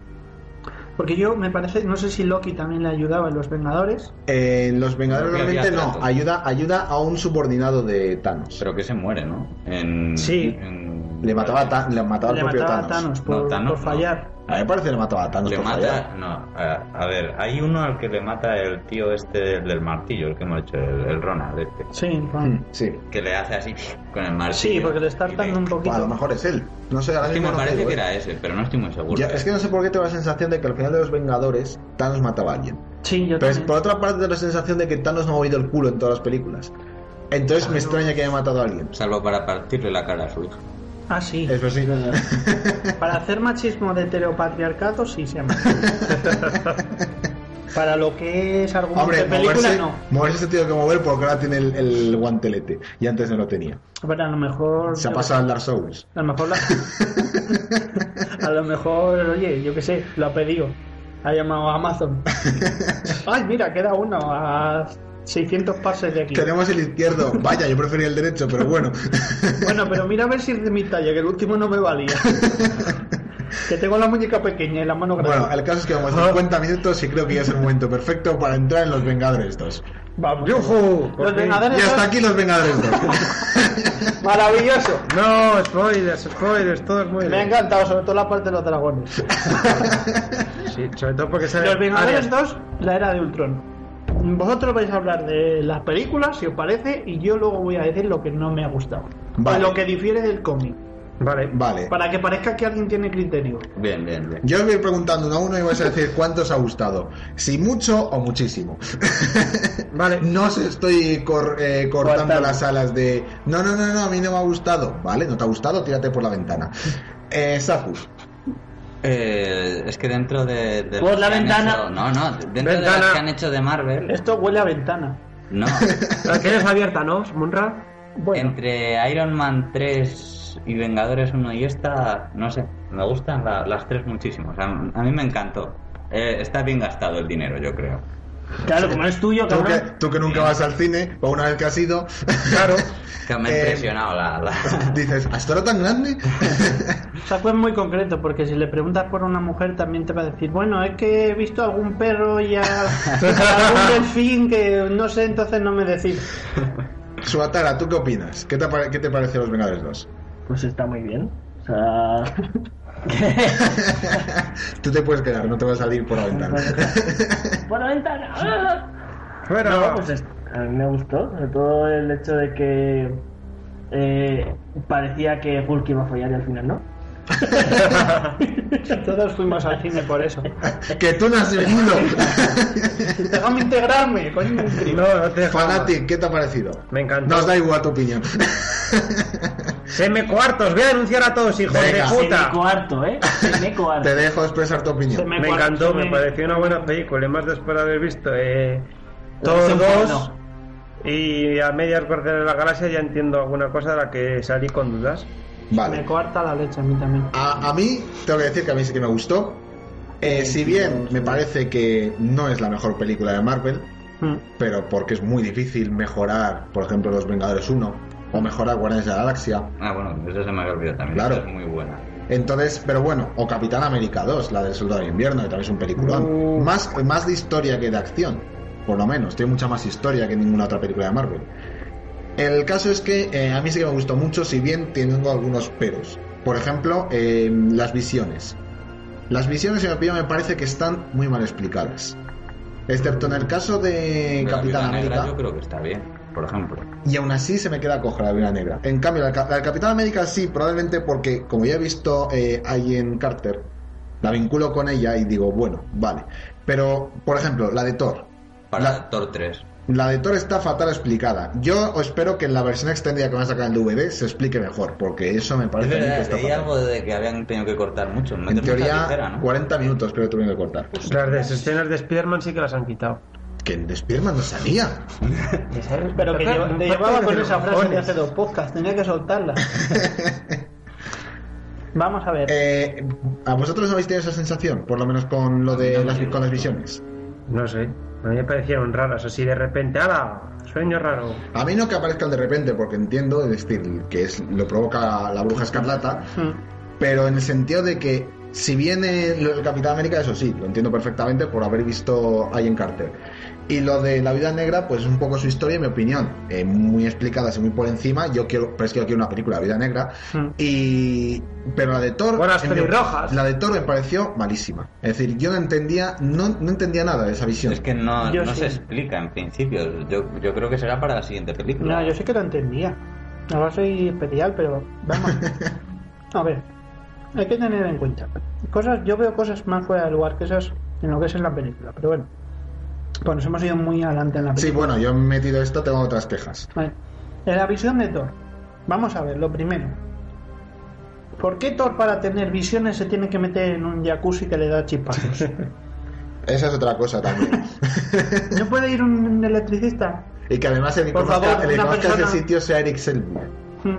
Porque yo me parece, no sé si Loki también le ayudaba en los Vengadores.
Eh, en los Vengadores
Pero que
realmente
había
no,
trato.
ayuda, ayuda a un subordinado de Thanos.
Pero que se muere, ¿no? En,
Sí.
en-
Le mataba a, Ta- le mataba al
le
propio
mataba
Thanos.
a Thanos por,
No, Thanos
por
no.
fallar.
A mí me parece que le mataba a Thanos
Le
por
mata,
fallar.
no, a, a ver, hay uno al que le mata el tío este del martillo, el que hemos hecho, el, el Ronald este,
Sí, bueno.
Mm, Sí.
que le hace así con el martillo.
sí, porque le está
y
hartando un
A lo
poquito.
mejor es él. No sé, ahora
Es que
mismo
me
no te
parece
digo,
que
¿eh?
era ese, pero no estoy muy seguro. ¿eh?
Ya, es que no sé por qué tengo la sensación de que al final de los Vengadores Thanos mataba a alguien.
Sí, yo
Pero es-
también.
por otra parte tengo la sensación de que Thanos no ha oído el culo en todas las películas. Entonces me extraña que haya matado a alguien.
Salvo para partirle la cara a su hijo.
Ah, sí.
Eso sí.
Para hacer machismo de heteropatriarcato, sí se llama. Para lo que es argumento
Hombre,
de película,
moverse,
no.
moverse se tiene que mover porque ahora tiene el, el guantelete y antes no lo tenía.
Pero a lo mejor.
Se ha pasado al Dark Souls.
A lo mejor. la- a lo mejor, oye, yo qué sé, lo ha pedido. Ha llamado a Amazon. Ay, mira, queda uno a 600 pases de aquí.
Tenemos el izquierdo. Vaya, yo prefería el derecho, pero bueno.
Bueno, pero mira a ver si es de mi talla, que el último no me valía. que tengo la muñeca pequeña y la mano grande.
Bueno, el caso es que vamos 50 minutos y creo que ya es el momento perfecto para entrar en los Vengadores 2.
Vamos.
¡Yujú!
Los Vengadores
Y hasta
dos.
aquí los Vengadores 2.
Maravilloso.
No, spoilers, spoilers, todo es muy
Me ha encantado, sobre todo la parte de los dragones.
Sí, sobre todo porque sale
Los Vengadores
Arias.
2, la era de Ultron. Vosotros vais a hablar de las películas, si os parece, y yo luego voy a decir lo que no me ha gustado.
Vale.
Lo que difiere del cómic.
Vale.
Vale.
Para que parezca que alguien tiene criterio.
Bien, bien, bien.
Yo os voy a ir preguntando uno a uno y vais a decir cuánto os ha gustado. Si mucho o muchísimo.
Vale.
No os estoy cor- eh, cortando
Cortando.
las alas de... No, no, no, no, a mí no me ha gustado. Vale, no te ha gustado, tírate por la ventana. Eh, Safu.
Eh, es que dentro de... de
Por
las
la
que han
ventana.
hecho- no, no, dentro de
Ventana.
las que han hecho de Marvel...
Esto huele a ventana.
No.
La tienes abierta, ¿no, Munra?
Bueno,
Entre Iron Man 3 y Vengadores 1 y esta, no sé, me gustan la- las tres muchísimo. O sea, a mí me encantó. Eh, está bien gastado el dinero, yo creo.
Claro, como es tuyo,
Tú que,
cabrón.
tú que nunca vas al cine, o una vez que has ido...
Claro.
Que me ha
Eh,
impresionado la... la-
Dices, ¿hasta ahora tan grande?
Saco es pues muy concreto, porque si le preguntas por una mujer también te va a decir, bueno, es que he visto algún perro y a, algún delfín que no sé, entonces no me decís.
Suatara, ¿tú qué opinas? ¿Qué te, pare- qué te parece Los Vengadores 2?
Pues está muy bien. O sea,
Tú te puedes quedar, no te vas a salir por la ventana.
por la ventana. ¡Ah!
Bueno,
No, pues es- a mí me gustó, sobre todo el hecho de que eh, parecía que Hulk iba a fallar y al final no.
Todos fuimos al cine por eso.
que tú no has venido.
Déjame integrarme, coño.
no, no te dejo.
Fanatic, ¿qué te ha parecido?
Me encantó.
Nos da igual tu opinión.
Seme cuartos, voy a denunciar a todos, hijos
Venga.
de puta.
Semeco harto, ¿eh? Semeco harto.
Te dejo expresar tu opinión.
Me encantó, me pareció una buena película, y más después de haber visto eh, Thor
versión
2
porno.
y a medias Guardianes de la Galaxia ya entiendo alguna cosa de la que salí con dudas.
Me
Vale.
coarta la leche a mí también.
A, a mí, tengo que decir que a mí sí que me gustó. Eh, si bien me parece que no es la mejor película de Marvel,
Mm.
pero porque es muy difícil mejorar, por ejemplo, Los Vengadores 1 o mejorar Guardianes de la Galaxia.
Ah, bueno, eso se me había olvidado también.
Claro.
Esta Es muy buena.
Entonces, pero bueno, o Capitán América 2, la del Soldado de Invierno, que también es un peliculón. Más, más de historia que de acción, por lo menos. Tiene mucha más historia que ninguna otra película de Marvel. El caso es que eh, a mí sí que me gustó mucho, si bien teniendo algunos peros. Por ejemplo, eh, las visiones. Las visiones, en mi opinión, me parece que están muy mal explicadas. Excepto en el caso de
De la
Capitán
Viuda Negra
América.
yo creo que está bien, por ejemplo.
Y aún así se me queda coja la Viuda Negra. En cambio, la, ca- la del Capitán América sí, probablemente porque, como ya he visto eh, a Ian Carter, la vinculo con ella y digo, bueno, vale. Pero, por ejemplo, la de Thor.
Para
La-
Thor 3.
La de Thor está fatal explicada. Yo espero que en la versión extendida que van a sacar en DVD se explique mejor, porque eso me
Es
parece a mí que
verdad,
está
leí
fatal.
algo de que habían tenido que cortar mucho. meter
En
mucha
teoría,
tijera, ¿no?
40 minutos creo que tuvieron que cortar.
Las de- escenas de Spider-Man sí que las han quitado.
Que en Spiderman no salía.
Pero que lleva- te llevaba con esa frase de
Cojones.
hace dos podcasts, tenía que soltarla. Vamos a ver.
Eh, ¿A vosotros no habéis tenido esa sensación? Por lo menos con lo de las, con las visiones.
No sé. A mí me parecieron raras, así de repente, ¡ala! Sueño raro.
A mí no que aparezcan de repente, porque entiendo, es decir, que es, lo provoca la bruja escarlata,
Hmm.
pero en el sentido de que si viene lo del Capitán América, eso sí, lo entiendo perfectamente por haber visto a Ian Carter. Y lo de la vida negra, pues es un poco su historia y mi opinión, eh, muy explicada, así muy por encima. Yo quiero, pero es que yo quiero una película, La vida negra. Y, pero la de Thor,
Hmm. Buenas
en mi-
pelirrojas.
la de Thor me pareció malísima. Es decir, yo no entendía, no, no entendía nada de esa visión.
Es que no,
Yo
no
sí.
se explica en principio. Yo, yo creo que será para la siguiente película.
No, yo sé que lo entendía. Ahora soy especial, pero vamos. A ver, hay que tener en cuenta. Cosas, yo veo cosas más fuera de lugar que esas en lo que es en la película, pero bueno. Pues nos hemos ido muy adelante en la
Sí,
película.
bueno, yo he metido esto, tengo otras quejas.
Vale. En la visión de Thor. Vamos a ver, lo primero. ¿Por qué Thor para tener visiones se tiene que meter en un jacuzzi que le da chispazos?
Esa es otra cosa también.
¿No puede ir un electricista?
y que además el que
Por
conozca-
favor,
el que
una
conozca ese
persona-
sitio sea Eric Selby.
Hmm.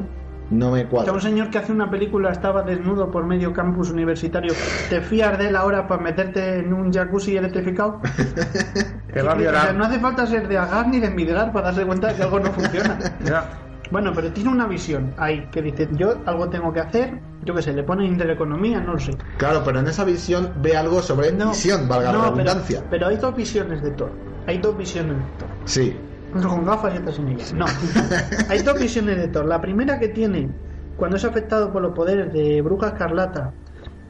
No me
O sea,
cuadra.
un señor que hace una película estaba desnudo por medio campus universitario. ¿Te fías de él ahora para meterte en un jacuzzi electrificado?
Te va
O sea, no
a violar.
hace falta ser de agar ni de midgar para darse cuenta de que algo no funciona.
Ya.
Bueno, pero tiene una visión ahí que dice, yo algo tengo que hacer, yo qué sé, le ponen intereconomía, no lo sé.
Claro, pero en esa visión ve algo sobre
No,
visión, valga
no,
la
pero-
redundancia.
Pero, hay dos visiones de Thor. Hay dos visiones de Thor.
Sí.
Uno con gafas y otro sin ellas. No. Hay dos visiones de Thor. La primera que tiene cuando es afectado por los poderes de Bruja Escarlata,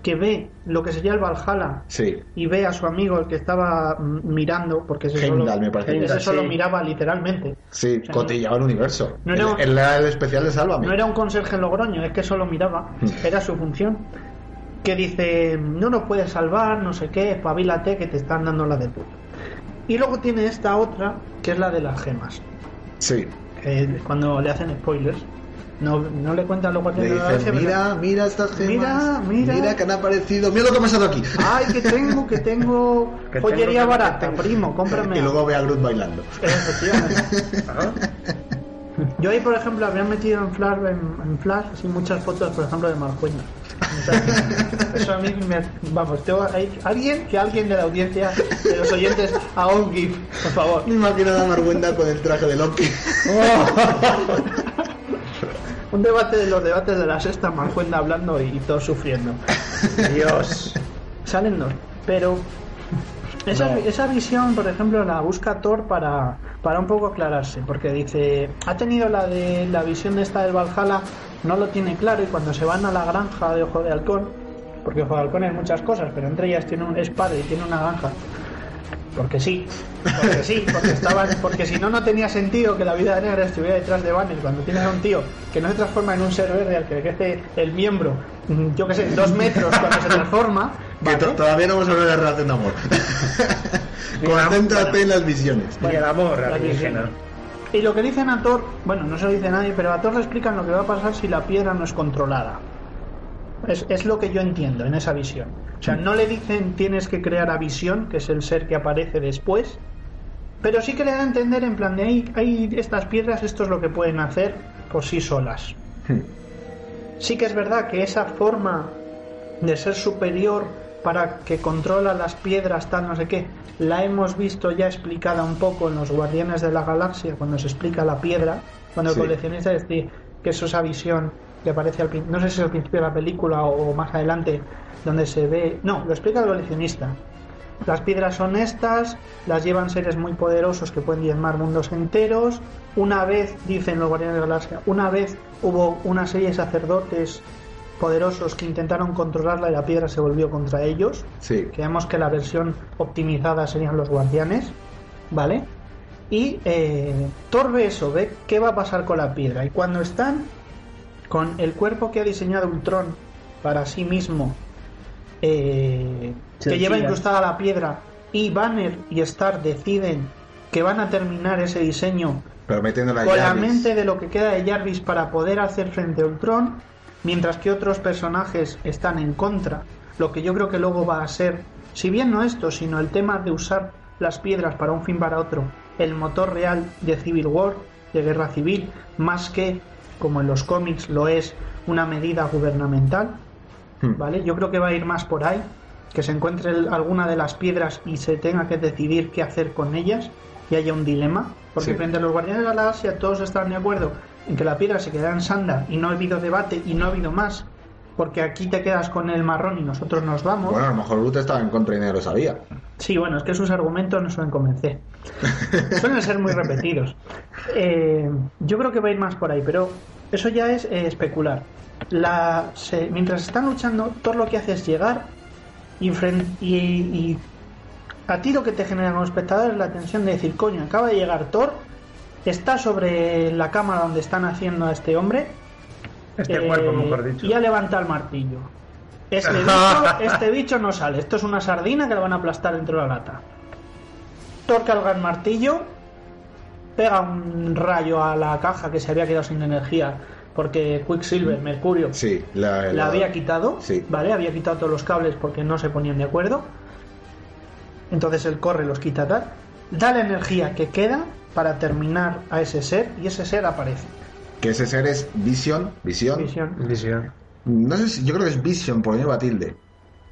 que ve lo que sería el Valhalla
Sí.
y ve a su amigo el que estaba mm, mirando, porque ese solo,
Heimdall, me parece que
ese
era.
solo
sí.
miraba literalmente.
Sí,
sea,
cotillaba el universo.
no
El-
era-
el, el especial de Sálvame.
No era un conserje en logroño, es que solo miraba,
Mm.
era su función. Que dice, no nos puedes salvar, no sé qué, espabilate que te están dando la de puta. Y luego tiene esta otra, que es la de las gemas.
Sí.
Eh, cuando le hacen spoilers, no, no le cuentan luego al
Le
de la
dicen,
noche, pero-
mira, mira estas gemas.
Mira, mira. Ah,
que han aparecido. Mira lo que ha pasado aquí.
Ay, que tengo, que tengo
Que tengo,
joyería
que
barata,
tengo".
primo, cómprame.
y
algo".
luego ve a Groot bailando.
Efectivamente. Yo ahí, por ejemplo, habría metido en Flash, en, en Flash así muchas fotos, por ejemplo, de Marjueña. O sea, Eso a mí me... Vamos, tengo ahí- alguien, que alguien de la audiencia, de los oyentes, a un GIF, por favor.
Me imagino a la Marwenda con el traje de Loki.
Un debate de los debates de la sexta Marjuenda hablando y, y todos sufriendo.
Dios.
Salen dos. Pero esa, esa visión, por ejemplo, la busca Thor para, para un poco aclararse, porque dice, ha tenido la de la visión esta del Valhalla, no lo tiene claro y cuando se van a la granja de Ojo de Halcón, porque Ojo de Halcón es muchas cosas, pero entre ellas tiene un es padre y tiene una granja. Porque sí, porque sí, porque estaban, porque si no no tenía sentido que la vida negra estuviera detrás de Banner cuando tienes a un tío que no se transforma en un ser verde al que le crece el miembro, mm, yo qué sé, dos metros cuando se transforma.
Que to-
¿vale?
todavía no hemos hablado de la relación de amor. Concéntrate en las visiones.
Y el amor,
la
alienígena.
visión. Y lo que dicen a Thor, bueno, no se lo dice nadie, pero a Thor le explican lo que va a pasar si la piedra no es controlada. Es, es lo que yo entiendo en esa visión. O sea, no le dicen tienes que crear a visión, que es el ser que aparece después, pero sí que le dan a entender en plan de hay, hay estas piedras, esto es lo que pueden hacer por sí solas. Sí que es verdad que esa forma de ser superior para que controla las piedras, tal, no sé qué, la hemos visto ya explicada un poco en los Guardianes de la Galaxia, cuando se explica la piedra, cuando
Sí.
el coleccionista dice que es esa visión que aparece al prin- no sé si es al principio de la película o, o más adelante, donde se ve, no, lo explica el coleccionista. Las piedras son estas, las llevan seres muy poderosos que pueden diezmar mundos enteros. Una vez, dicen los Guardianes de la Galaxia, una vez hubo una serie de sacerdotes poderosos que intentaron controlarla y la piedra se volvió contra ellos.
Sí.
Creemos que la versión optimizada serían los guardianes, ¿vale? Y eh, Thor ve eso, ve qué va a pasar con la piedra. Y cuando están con el cuerpo que ha diseñado Ultron para sí mismo, eh,
Se
que lleva
deciden.
incrustada la piedra, y Banner y Star deciden que van a terminar ese diseño
Pero metiendo la
con la mente de lo que queda de Jarvis para poder hacer frente a Ultron, mientras que otros personajes están en contra. Lo que yo creo que luego va a ser, si bien no esto, sino el tema de usar las piedras para un fin para otro, el motor real de Civil War, de guerra civil, más que, como en los cómics lo es, una medida gubernamental. ¿vale? Yo creo que va a ir más por ahí. que se encuentre el- alguna de las piedras y se tenga que decidir qué hacer con ellas y haya un dilema. Porque
Sí.
frente a los Guardianes de la Galaxia todos estaban de acuerdo en que la piedra se queda en Sanda y no ha habido debate y no ha habido más. Porque aquí te quedas con el marrón y nosotros nos vamos.
Bueno, a lo mejor Groot estaba en contra y nadie lo sabía.
Sí, bueno, es que sus argumentos no suelen convencer. Suelen ser muy repetidos. Eh, yo creo que va a ir más por ahí, pero eso ya es eh, especular. La- se- mientras están luchando, todo lo que hace es llegar y, fren- y- y a ti lo que te genera como espectador es la tensión de decir, coño, acaba de llegar Thor, está sobre la cámara donde están haciendo a este hombre.
Este
Eh,
cuerpo, mejor dicho.
Y ha levantado el martillo. Este bicho, este bicho no sale. Esto es una sardina que la van a aplastar dentro de la lata. Thor carga el martillo, pega un rayo a la caja que se había quedado sin energía porque Quicksilver, Mercurio,
Mm. Sí, la,
la,
la-
había quitado,
Sí.
¿vale? Había quitado todos los cables porque no se ponían de acuerdo. Entonces él corre, los quita tal. Da la energía que queda para terminar a ese ser y ese ser aparece.
Que ese ser es Vision. Vision.
Vision.
No sé si, yo creo que es Vision, por lleva tilde.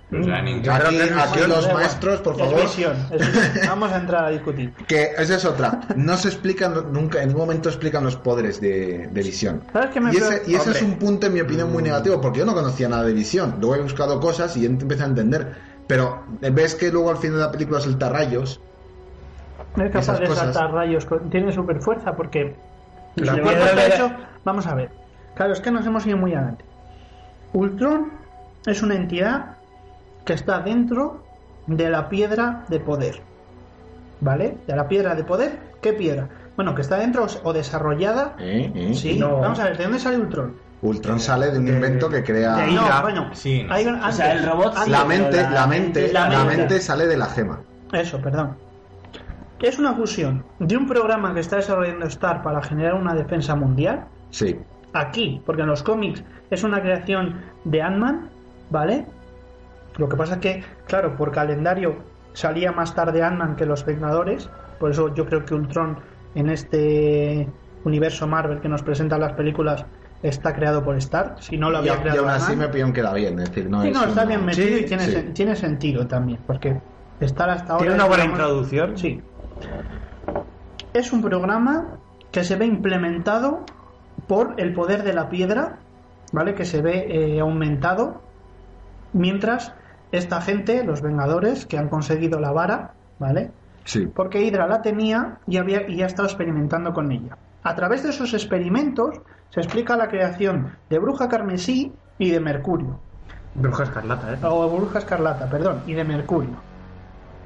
Pues
Planning.
Aquí-
Yo creo que es
aquí
Vision.
los
Da igual.
maestros, por
Es
favor.
Vision, es Vision. Vamos a entrar a discutir.
Que esa es otra. No se explican nunca, en ningún momento explican los poderes de, de Visión.
¿Sabes qué me
Y ese, y ese
Hombre.
es un punto, en mi opinión,
Mm.
muy negativo, porque yo no conocía nada de Visión. Luego he buscado cosas y empecé a entender. Pero ves que luego al final de la película salta rayos.
No es capaz
esas
de
cosas.
saltar rayos, con- tiene super fuerza porque.
La
Le
fuerza
voy a dar
de-
derecho. Vamos a ver. Claro, es que nos hemos ido muy adelante. Ultron es una entidad que está dentro de la piedra de poder. ¿Vale? De la piedra de poder, ¿qué piedra? Bueno, que está dentro o desarrollada.
¿Eh? ¿Eh?
Sí,
No.
vamos a ver, ¿de dónde sale Ultron?
Ultron sale de un invento que crea.
de Hydra. No, bueno,
Sí, no.
hay un-
O sea, el robot sí,
la
pero
mente, la mente,
la
la
mente.
mente sale de la gema.
Eso, perdón. Es una fusión de un programa que está desarrollando Star para generar una defensa mundial.
Sí.
Aquí, porque en los cómics es una creación de Ant-Man, ¿vale? Lo que pasa es que, claro, por calendario salía más tarde Ant-Man que los Vengadores. Por eso yo creo que Ultron en este universo Marvel que nos presentan las películas está creado por Star. Si no lo
y,
había
y
creado
aún así
Ant-Man.
me pidieron que da bien. Es decir, no
Sí,
es
no, está
una-
bien metido y tiene,
Sí.
sen- tiene sentido también, porque estar hasta ahora.
Tiene una buena
introducción. Sí. Es un programa que se ve implementado por el poder de la piedra, ¿vale? Que se ve eh, aumentado mientras esta gente, los Vengadores, que han conseguido la vara, ¿vale?
Sí.
Porque Hydra la tenía y había y ha estado experimentando con ella. A través de esos experimentos se explica la creación de Bruja Carmesí y de Mercurio.
Bruja escarlata, ¿eh?
O Bruja Escarlata, perdón, y de Mercurio.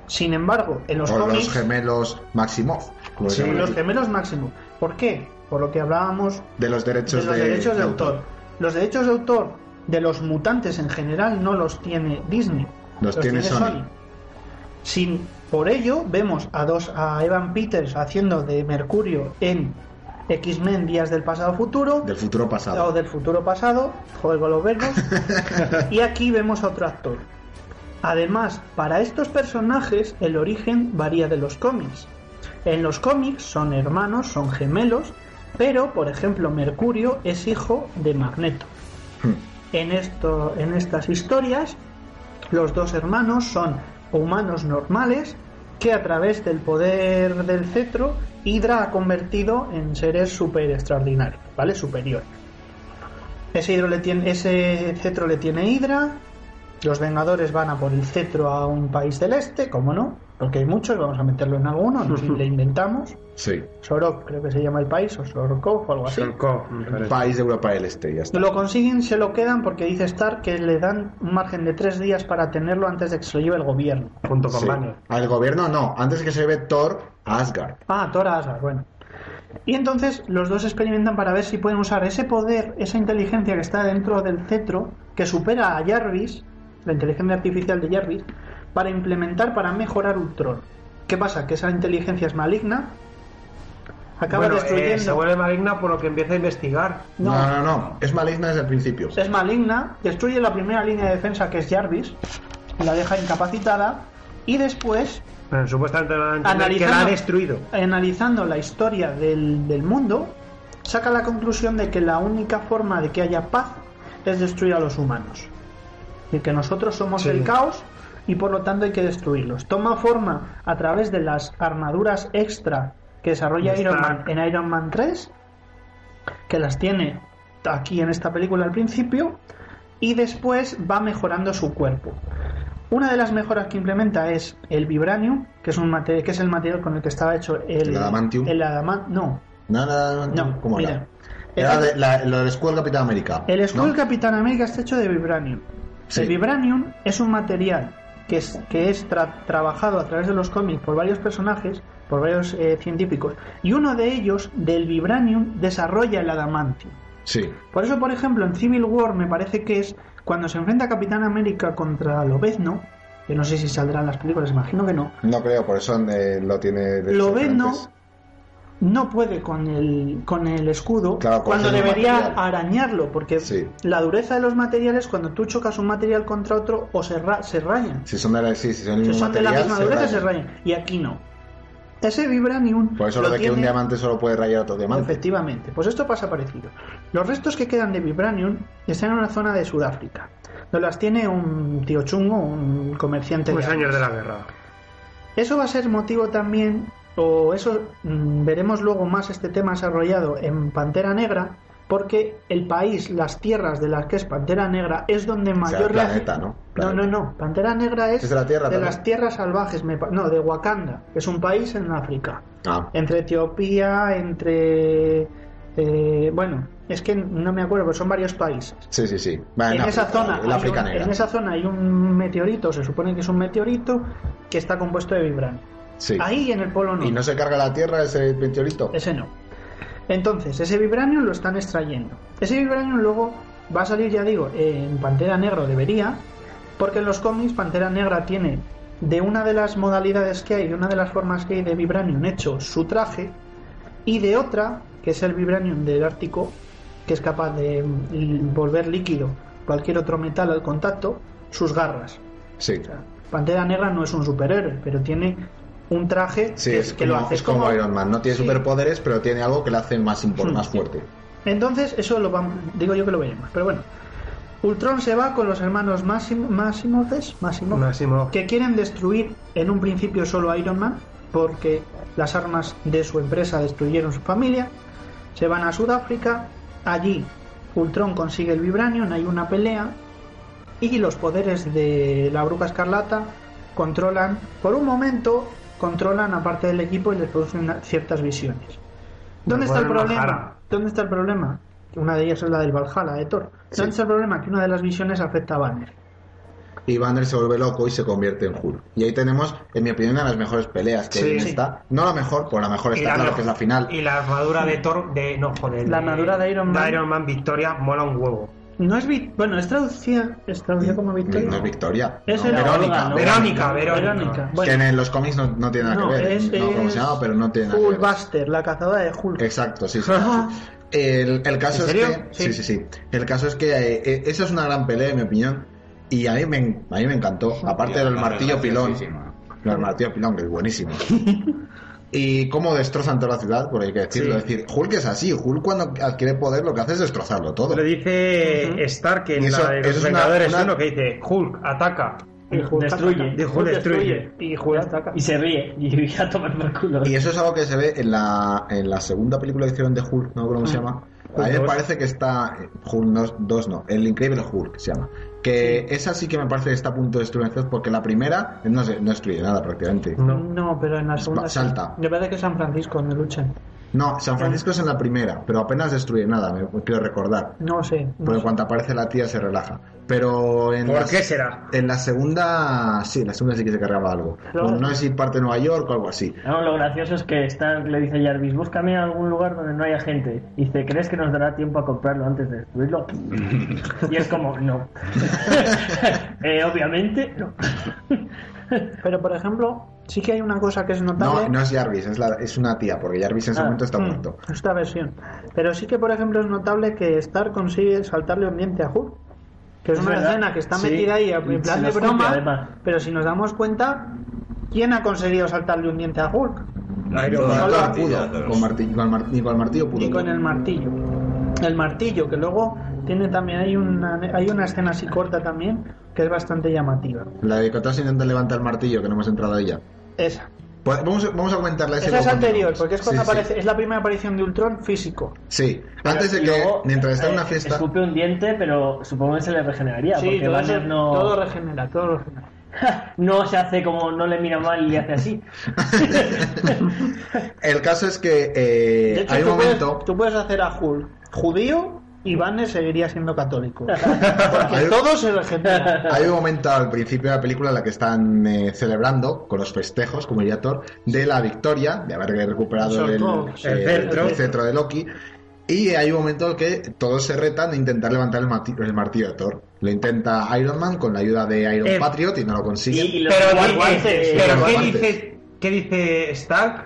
Sin embargo, en los
o
cómics
los gemelos Maximoff. como se
Sí,
llaman
los
aquí.
gemelos máximo. ¿Por qué? Por lo que hablábamos
de los
de
derechos
los
de,
derechos de
de
autor. Los derechos de autor de los mutantes en general no los tiene Disney.
Los tiene Sony.
Sin, por ello, vemos a dos a Evan Peters haciendo de Mercurio en X-Men Días del Pasado Futuro.
Del futuro pasado.
O del futuro pasado, joder con los verbos. y aquí vemos a otro actor. Además, para estos personajes el origen varía de los cómics. En los cómics son hermanos, son gemelos, pero por ejemplo Mercurio es hijo de Magneto. En, esto, en estas historias los dos hermanos son humanos normales que a través del poder del cetro Hydra ha convertido en seres super extraordinarios, ¿vale? Superiores. Ese, hidro le tiene, ese cetro le tiene Hydra. Los Vengadores van a por el cetro a un país del este, ¿cómo no? Porque hay muchos, vamos a meterlo en alguno, en fin, le inventamos.
Sí.
Sorok, creo que se llama el país, o Sorokov o algo así.
País de Europa del Este, ya está.
Lo consiguen, se lo quedan porque dice Stark que le dan un margen de tres días para tenerlo antes de que se lo lleve el gobierno.
Junto con
Sí.
Banner.
Al gobierno no, antes que se lleve Thor a Asgard.
Ah, Thor a Asgard, bueno. Y entonces los dos experimentan para ver si pueden usar ese poder, esa inteligencia que está dentro del cetro, que supera a Jarvis, la inteligencia artificial de Jarvis, para implementar, para mejorar Ultron. ¿Qué pasa? Que esa inteligencia es maligna, acaba
Bueno, eh,
destruyendo...
se vuelve maligna por lo que empieza a investigar.
No, no, no. Es maligna desde el principio.
es maligna, destruye la primera línea de defensa que es Jarvis, la deja incapacitada y después,
Bueno, supuestamente van a entender
Analizando.
que la ha destruido.
analizando la historia del, del mundo, saca la conclusión de que la única forma de que haya paz es destruir a los humanos. Y que nosotros somos
Sí.
el caos y por lo tanto hay que destruirlos. Toma forma a través de las armaduras extra que desarrolla Iron Man en Iron Man 3, que las tiene aquí en esta película al principio, y después va mejorando su cuerpo. Una de las mejoras que implementa es el vibranium, que es un material, que es el material con el que estaba hecho el,
¿El adamantium?
el adama- no,
No, no, no,
No,
¿cómo
mira.
era?
El-
Era de, la, lo del escudo del Capitán América.
El escudo
escudo
del Capitán América está hecho de vibranium.
Sí.
El vibranium es un material que es, que es tra- trabajado a través de los cómics por varios personajes, por varios eh, científicos, y uno de ellos, del vibranium, desarrolla el adamantium.
Sí.
Por eso, por ejemplo, en Civil War me parece que es cuando se enfrenta Capitán América contra Lobezno, que no sé si saldrán las películas, imagino que no,
No creo, por eso eh, lo tiene. de hecho
Lobezno
antes.
no puede con el, con el escudo
Claro, con
cuando
ese
debería
material.
arañarlo, porque
Sí.
la dureza de los materiales, cuando tú chocas un material contra otro, o se, ra- se rayan.
Si son de la, sí, si son del
Si
mismo
son de la
material,
misma
se
dureza,
rayan.
se rayan. Y aquí no. Ese vibranium.
Por eso lo, de que
tiene-
un diamante solo puede rayar otro diamante.
Efectivamente, pues esto pasa parecido. Los restos que quedan de Vibranium están en una zona de Sudáfrica, donde las tiene un tío chungo, un comerciante
Los
de armas.
años de la guerra.
Eso va a ser motivo también, o eso mm, veremos luego más este tema desarrollado en Pantera Negra, porque el país, las tierras de las que es Pantera Negra, es donde
O sea,
mayor... reaci-
planeta, ¿no?
No, no, no. Pantera Negra es,
Es de la Tierra también.
las tierras salvajes, me pa- no, de Wakanda, que es un país en África
Ah,
entre Etiopía, entre... eh, bueno, es que no me acuerdo, pero son varios países.
sí, sí, sí. Va,
en, esa
África,
zona,
Ah, En
hay
África
un-
Negra.
en esa zona hay un meteorito, se supone que es un meteorito, que está compuesto de vibranium.
Sí.
Ahí en el polo
¿Y
norte.
no se carga la tierra ese meteorito?
Ese no. Entonces, ese vibranium lo están extrayendo. Ese vibranium luego va a salir, ya digo, en Pantera Negra, o debería, porque en los cómics Pantera Negra tiene, de una de las modalidades que hay, de una de las formas que hay de vibranium hecho su traje, y de otra, que es el vibranium del Ártico, que es capaz de mm, volver líquido cualquier otro metal al contacto, sus garras.
Sí.
Pantera Negra no es un superhéroe, pero tiene un traje
Sí,
que,
es,
que
como,
lo hace
es como Iron Man. No tiene superpoderes, pero tiene algo que le hace más, impor- más fuerte.
Entonces, eso lo vamos, digo yo que lo veremos. Pero bueno, Ultron se va con los hermanos Máximo, Máximo, que quieren destruir en un principio solo a Iron Man, porque las armas de su empresa destruyeron su familia. Se van a Sudáfrica, allí Ultron consigue el Vibranium, hay una pelea, y los poderes de la Bruja Escarlata controlan, por un momento, controlan a parte del equipo y les producen una- ciertas visiones. ¿Dónde
Me
está el
ponen
problema?
Valhalla.
¿Dónde está el problema? Que Una de ellas es la del Valhalla de Thor. ¿Dónde está el problema? Que una de las visiones afecta a Banner.
Y Banner se vuelve loco y se convierte en Hulk. Y ahí tenemos, en mi opinión, una de las mejores peleas que
Sí.
hay en esta. No la mejor, por la mejor
Y
está
la
claro
mejor-
que es la final.
Y la armadura de Thor, de, no joder. eh,
La armadura de Iron Man.
Iron Man Victoria mola un huevo.
No es vi- bueno, es traducida, es traducida como Victoria.
No es Victoria.
Es
no,
el-
Verónica.
no,
Verónica, Verónica.
Verónica.
Que
Bueno,
en los cómics no, no tiene nada
No,
que ver.
es-
no, como
es-
se llama, pero no tiene nada que ver.
Hulkbuster, la cazadora de Hulk.
Exacto, sí, sí. El, el caso
¿En
es
serio?
que. Sí, sí, sí. El caso es que eh, eh, esa es una gran pelea, en mi opinión. Y a mí me, en- a mí me encantó. Aparte del martillo pilón. No, el martillo pilón, que es buenísimo. y cómo destrozan toda la ciudad, porque hay que decirlo.
Sí.
Es decir, Hulk es así. Hulk cuando adquiere poder lo que hace es destrozarlo todo.
Le dice Stark en
Y eso-
la de
eso
los
es una-
Vengadores
una-
uno que dice Hulk ataca.
Y Hulk
Destruye.
ataca.
De Hulk destruye.
Y Hulk ataca.
Y se ríe. Y a tomar por culo.
Y eso es algo que se ve en la, en la segunda película que hicieron de Hulk, no sé cómo se llama. A mí me
dos.
parece que está. eh, Hulk 2 no, dos no, el increíble Hulk se llama. Que esa sí que me parece que está a punto de destruir la ciudad, porque la primera eh, no, se- no destruye nada
Mm.
prácticamente.
No.
No, pero en la segunda. sí.
salta.
Me parece que es San Francisco donde luchan.
No, San Francisco es en la primera, pero apenas destruye nada, me me quiero recordar.
No sé. no
Porque
sé.
cuando aparece la tía se relaja. Pero en,
¿Por
la,
qué será?
en la segunda, sí, en la segunda sí que se cargaba algo. Pues
Claro.
No sé si parte de Nueva York o algo así.
No, lo gracioso es que Stark le dice a Jarvis, búscame algún lugar donde no haya gente. Y dice, ¿crees que nos dará tiempo a comprarlo antes de destruirlo? Y es como, no. Eh, obviamente, no.
Pero por ejemplo, sí que hay una cosa que es notable.
No, no es Jarvis, es, la- es una tía, porque Jarvis en ese
Ah,
momento está
Mm,
muerto.
Esta versión. Pero sí que, por ejemplo, es notable que Stark consigue saltarle un diente a Hulk. Que es,
Es
una
verdad,
escena que está
sí.
metida ahí
Se
en plan
lo
de
escupe,
broma.
además.
Pero si nos damos cuenta, ¿quién ha conseguido saltarle un diente a Hulk?
Con
Man.
el
Solo
martillo pudo, con martillo- con el mar- ni con el martillo pudo.
Y con el martillo. el martillo, que luego tiene también, hay una, hay una escena así corta también, que es bastante llamativa.
La de Kotas intenta levantar el martillo, que no hemos entrado a ella.
Esa.
Pues vamos, vamos a comentarla.
Esa es anterior, porque es cuando aparece, es la primera aparición de Ultron físico.
Sí, antes de que,
luego,
mientras está en
eh,
una fiesta,
Escupe un diente, pero supongo que se le regeneraría.
Sí,
porque
todo,
Banner
se-
no,
todo regenera, todo regenera.
no se hace como no le mira mal y le hace así.
el caso es que eh,
De hecho,
hay un
tú,
momento...
puedes, tú puedes hacer a Hulk judío y Banner seguiría siendo católico.
Hay
Porque
un-
todo se regenera.
Hay un momento al principio de la película en la que están eh, celebrando, con los festejos, como diría Thor, de la victoria, de haber recuperado
Sobre
el,
todo,
eh,
el cetro.
el cetro de Loki. Y hay un momento en que todos se retan de intentar levantar el, mati- el martillo de Thor. Lo intenta Iron Man con la ayuda de Iron
Eh,
Patriot y no lo consigue.
Pero, ¿qué-
Y
pero
los
¿qué
guantes.
dice, qué dice Stark?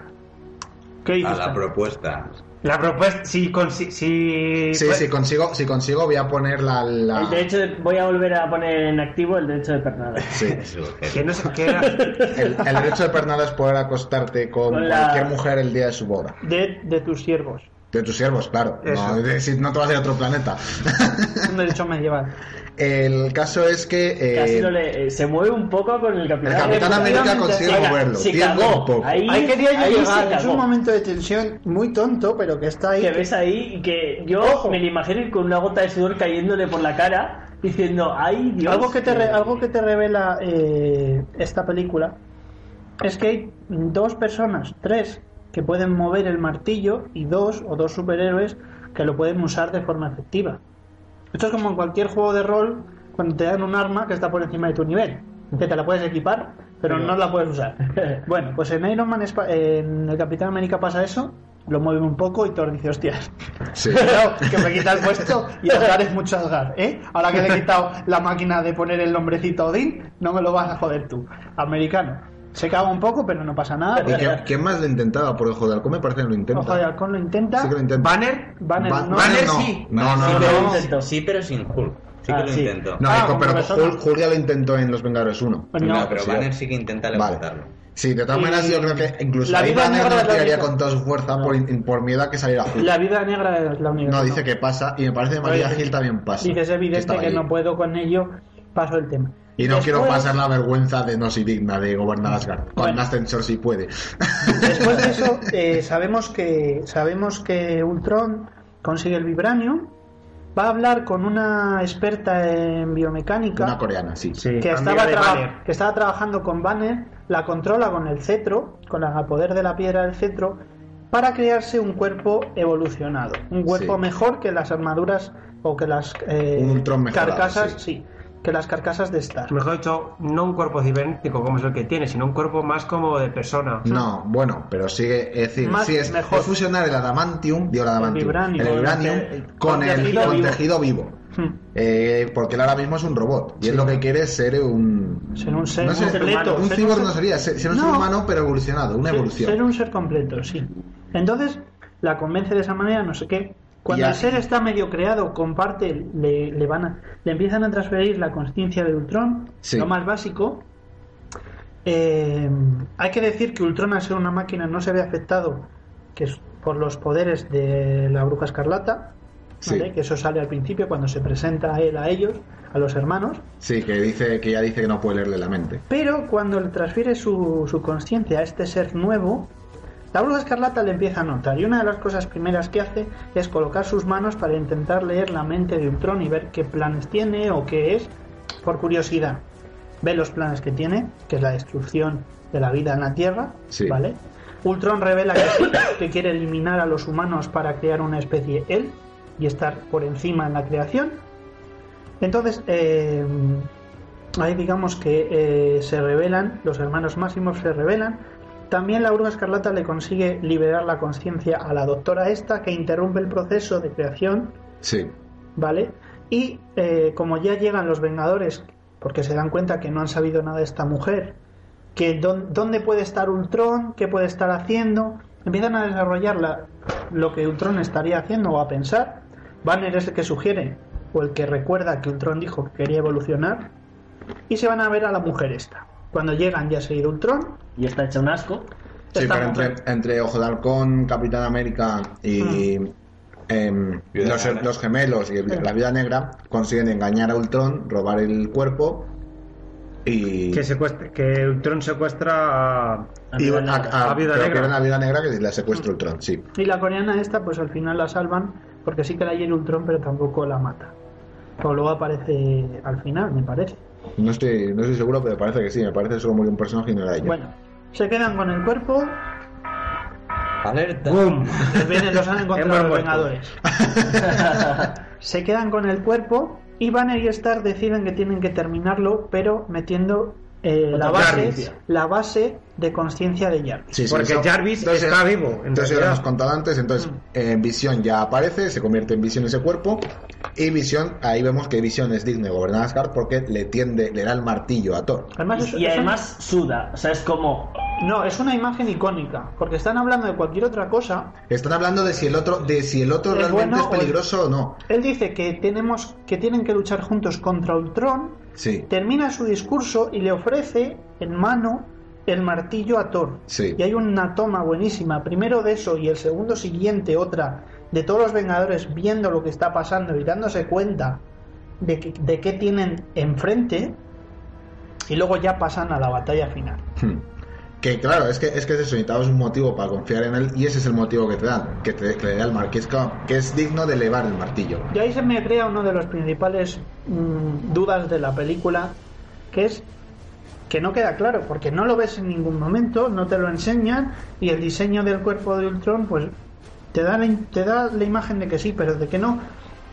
¿Qué
A la propuesta.
La propuesta, si, consi- si,
Sí, si consigo, si consigo voy a poner la... la-
El derecho de- voy a volver a poner en activo el derecho de pernada.
sí.
que no sé qué era.
El, el derecho de Pernada es poder acostarte con,
Con la-
cualquier mujer el día de su boda.
De, de tus siervos.
De tus siervos, claro. No,
Eso.
de- si no te vas a ir a otro planeta.
Un derecho medieval.
El caso es que eh,
Casi no le- eh, se mueve un poco con el Capitán
el Capitán América consigue
Venga,
moverlo.
se
Tiene
cagó.
un poco.
Ahí,
Ahí quería yo
ahí se
llegar, es
cagó.
un momento de tensión muy tonto, pero que está ahí.
que ves ahí y que yo
Ojo.
me lo imagino ir con una gota de sudor cayéndole por la cara diciendo ay Dios
algo que te re- algo que te revela eh, esta película es que hay dos personas tres que pueden mover el martillo y dos o dos superhéroes que lo pueden usar de forma efectiva esto es como en cualquier juego de rol cuando te dan un arma que está por encima de tu nivel que te la puedes equipar pero no la puedes usar bueno pues en Iron Man es pa- en el Capitán América pasa eso lo mueven un poco y Thor dice hostias
Sí.
Cuidado, que me quita el puesto y Asgard es mucho Asgard, ¿eh? Ahora que le he quitado la máquina de poner el nombrecito a Odín, no me lo vas a joder tú. Americano. Se caga un poco, pero no pasa nada.
¿Y qué- quién más lo intentaba por ojo de halcón? Me parece que lo intenta.
Ojo de halcón lo intenta.
Sí que lo intenta.
¿Banner?
Banner,
Ba-
no.
Banner no. No, no,
sí,
no.
pero-
no.
sí, pero sin Hulk. Sí
Ah,
que lo
sí.
intentó.
No,
Ah,
hijo,
como
pero
persona.
Hulk, Hulk ya lo intentó en Los Vengadores 1.
Pues no.
No, pero
Sí.
Banner sí que intenta
Vale.
levantarlo.
Sí, de todas
Y-
maneras yo creo que incluso
La
ahí
vida
Banner
negra
no
es la
tiraría
vida.
con toda su fuerza por, in- por miedo a que saliera Hulk.
La vida negra es la única.
No, dice que pasa y me parece que María
dice-
Gil también pasa.
Dices, es evidente
estaba
que
ahí.
no puedo con ello, paso el tema.
Y no quiero
Después-
pasar la vergüenza de no ser digna de gobernar Asgard. Con
Bueno.
Ascensor sí puede.
Después de eso, eh, sabemos, que, sabemos que Ultron consigue el vibranium, va a hablar con una experta en biomecánica.
Una coreana, sí.
Sí,
que
amiga
estaba,
de
traba-
Banner.
que estaba trabajando con Banner, la controla con el cetro, con el poder de la piedra del cetro, para crearse un cuerpo evolucionado, un cuerpo
Sí.
mejor que las armaduras o que las eh,
Un Ultron mejorado,
carcasas, sí. que las carcasas de Star.
Mejor dicho, no un cuerpo cibernético como es el que tiene, sino un cuerpo más como de persona.
No, bueno, pero sigue, es decir,
Más-
sí es,
mejor.
es fusionar el adamantium, digo el adamantium,
vibranium.
el vibranium con, el tejido, con
vivo. Hmm.
tejido vivo. Eh, porque él ahora mismo es un robot y es lo que quiere es ser un.
Ser un ser-
no
un
sé,
ser completo,
un
ser
cyborg
un ser-
no sería, ser, ser un ser
No.
humano pero evolucionado, una
Ser-
evolución.
Ser un ser completo, sí. Entonces, la convence de esa manera, no sé qué. Cuando
Ya.
el ser está medio creado, comparte, le, le van a- le empiezan a transferir la conciencia de Ultron,
Sí.
lo más básico. Eh, hay que decir que Ultron, al ser una máquina, no se ve afectado que es por los poderes de la bruja escarlata,
Sí.
¿vale? que eso sale al principio cuando se presenta a él a ellos, a los hermanos.
Sí, que dice que ya dice que no puede leerle la mente.
Pero cuando le transfiere su, su conciencia a este ser nuevo, la bruja escarlata le empieza a notar y una de las cosas primeras que hace es colocar sus manos para intentar leer la mente de Ultron y ver qué planes tiene o qué es, por curiosidad. Ve los planes que tiene, que es la destrucción de la vida en la Tierra,
Sí.
¿vale? Ultron revela que, sí, que quiere eliminar a los humanos para crear una especie él y estar por encima en la creación. Entonces, eh, ahí digamos que eh, se revelan, los hermanos máximos se revelan. También la bruja escarlata le consigue liberar la conciencia a la doctora esta que interrumpe el proceso de creación,
Sí.
¿vale? Y eh, como ya llegan los Vengadores, porque se dan cuenta que no han sabido nada de esta mujer, que dón- dónde puede estar Ultron, qué puede estar haciendo, empiezan a desarrollar la- lo que Ultron estaría haciendo o a pensar. Banner es el que sugiere o el que recuerda que Ultron dijo que quería evolucionar y se van a ver a la mujer esta. Cuando llegan ya se ha ido Ultron.
y está hecha un asco
Sí,
esta
pero
mujer-
entre, entre Ojo de Halcón, Capitán América y, em, los, los gemelos y el- la vida negra consiguen engañar a Ultron, robar el cuerpo y
Que, secuestra, que Ultron secuestra a,
y
a- a Viuda
creo que
Negra.
era una vida negra que la secuestra Ultron, sí.
Y la coreana esta, pues al final la salvan porque sí que la hiere Ultron, pero tampoco la mata. O luego aparece al final, me parece.
No estoy, no estoy seguro, pero parece que sí, me parece que solo murió un personaje y no era ella.
Bueno, se quedan con el cuerpo,
Alerta.
les vienen, los han encontrado los
Hemos
Vengadores. se quedan con el cuerpo y Banner y Star deciden que tienen que terminarlo, pero metiendo eh, la,
Otro
base,
Jarvis.
la base de conciencia de Jarvis.
Sí, sí,
Porque
eso-
Jarvis está vivo, en
entonces ya
realidad.
lo
Mm.
hemos contado antes, entonces eh, Visión ya aparece, se convierte en Visión ese cuerpo y Visión, ahí vemos que Visión es digno de gobernar Asgard porque le tiende, le da el martillo a Thor.
Además, es-
y
es un-
además suda, o sea, es como...
No, es una imagen icónica, porque están hablando de cualquier otra cosa.
Están hablando de si el otro, de si el otro
¿Es
realmente
bueno
es
o es-
peligroso o no.
Él dice que tenemos que tienen que luchar juntos contra Ultron,
Sí,
termina su discurso y le ofrece en mano el martillo a Thor.
sí.
Y hay una toma buenísima, primero de eso y el segundo siguiente otra de todos los Vengadores viendo lo que está pasando y dándose cuenta de, que- de qué tienen enfrente y luego ya pasan a la batalla final.
Hmm. Que claro, es que es que es eso, necesitabas un motivo para confiar en él y ese es el motivo que te dan, que te que le da el mar, que es, como- que es digno de elevar el martillo.
Y ahí se me crea uno de los principales mm, dudas de la película, que es que no queda claro, porque no lo ves en ningún momento, no te lo enseñan, y el diseño del cuerpo de Ultron, pues te da la, im- te da la imagen de que sí, pero de que no.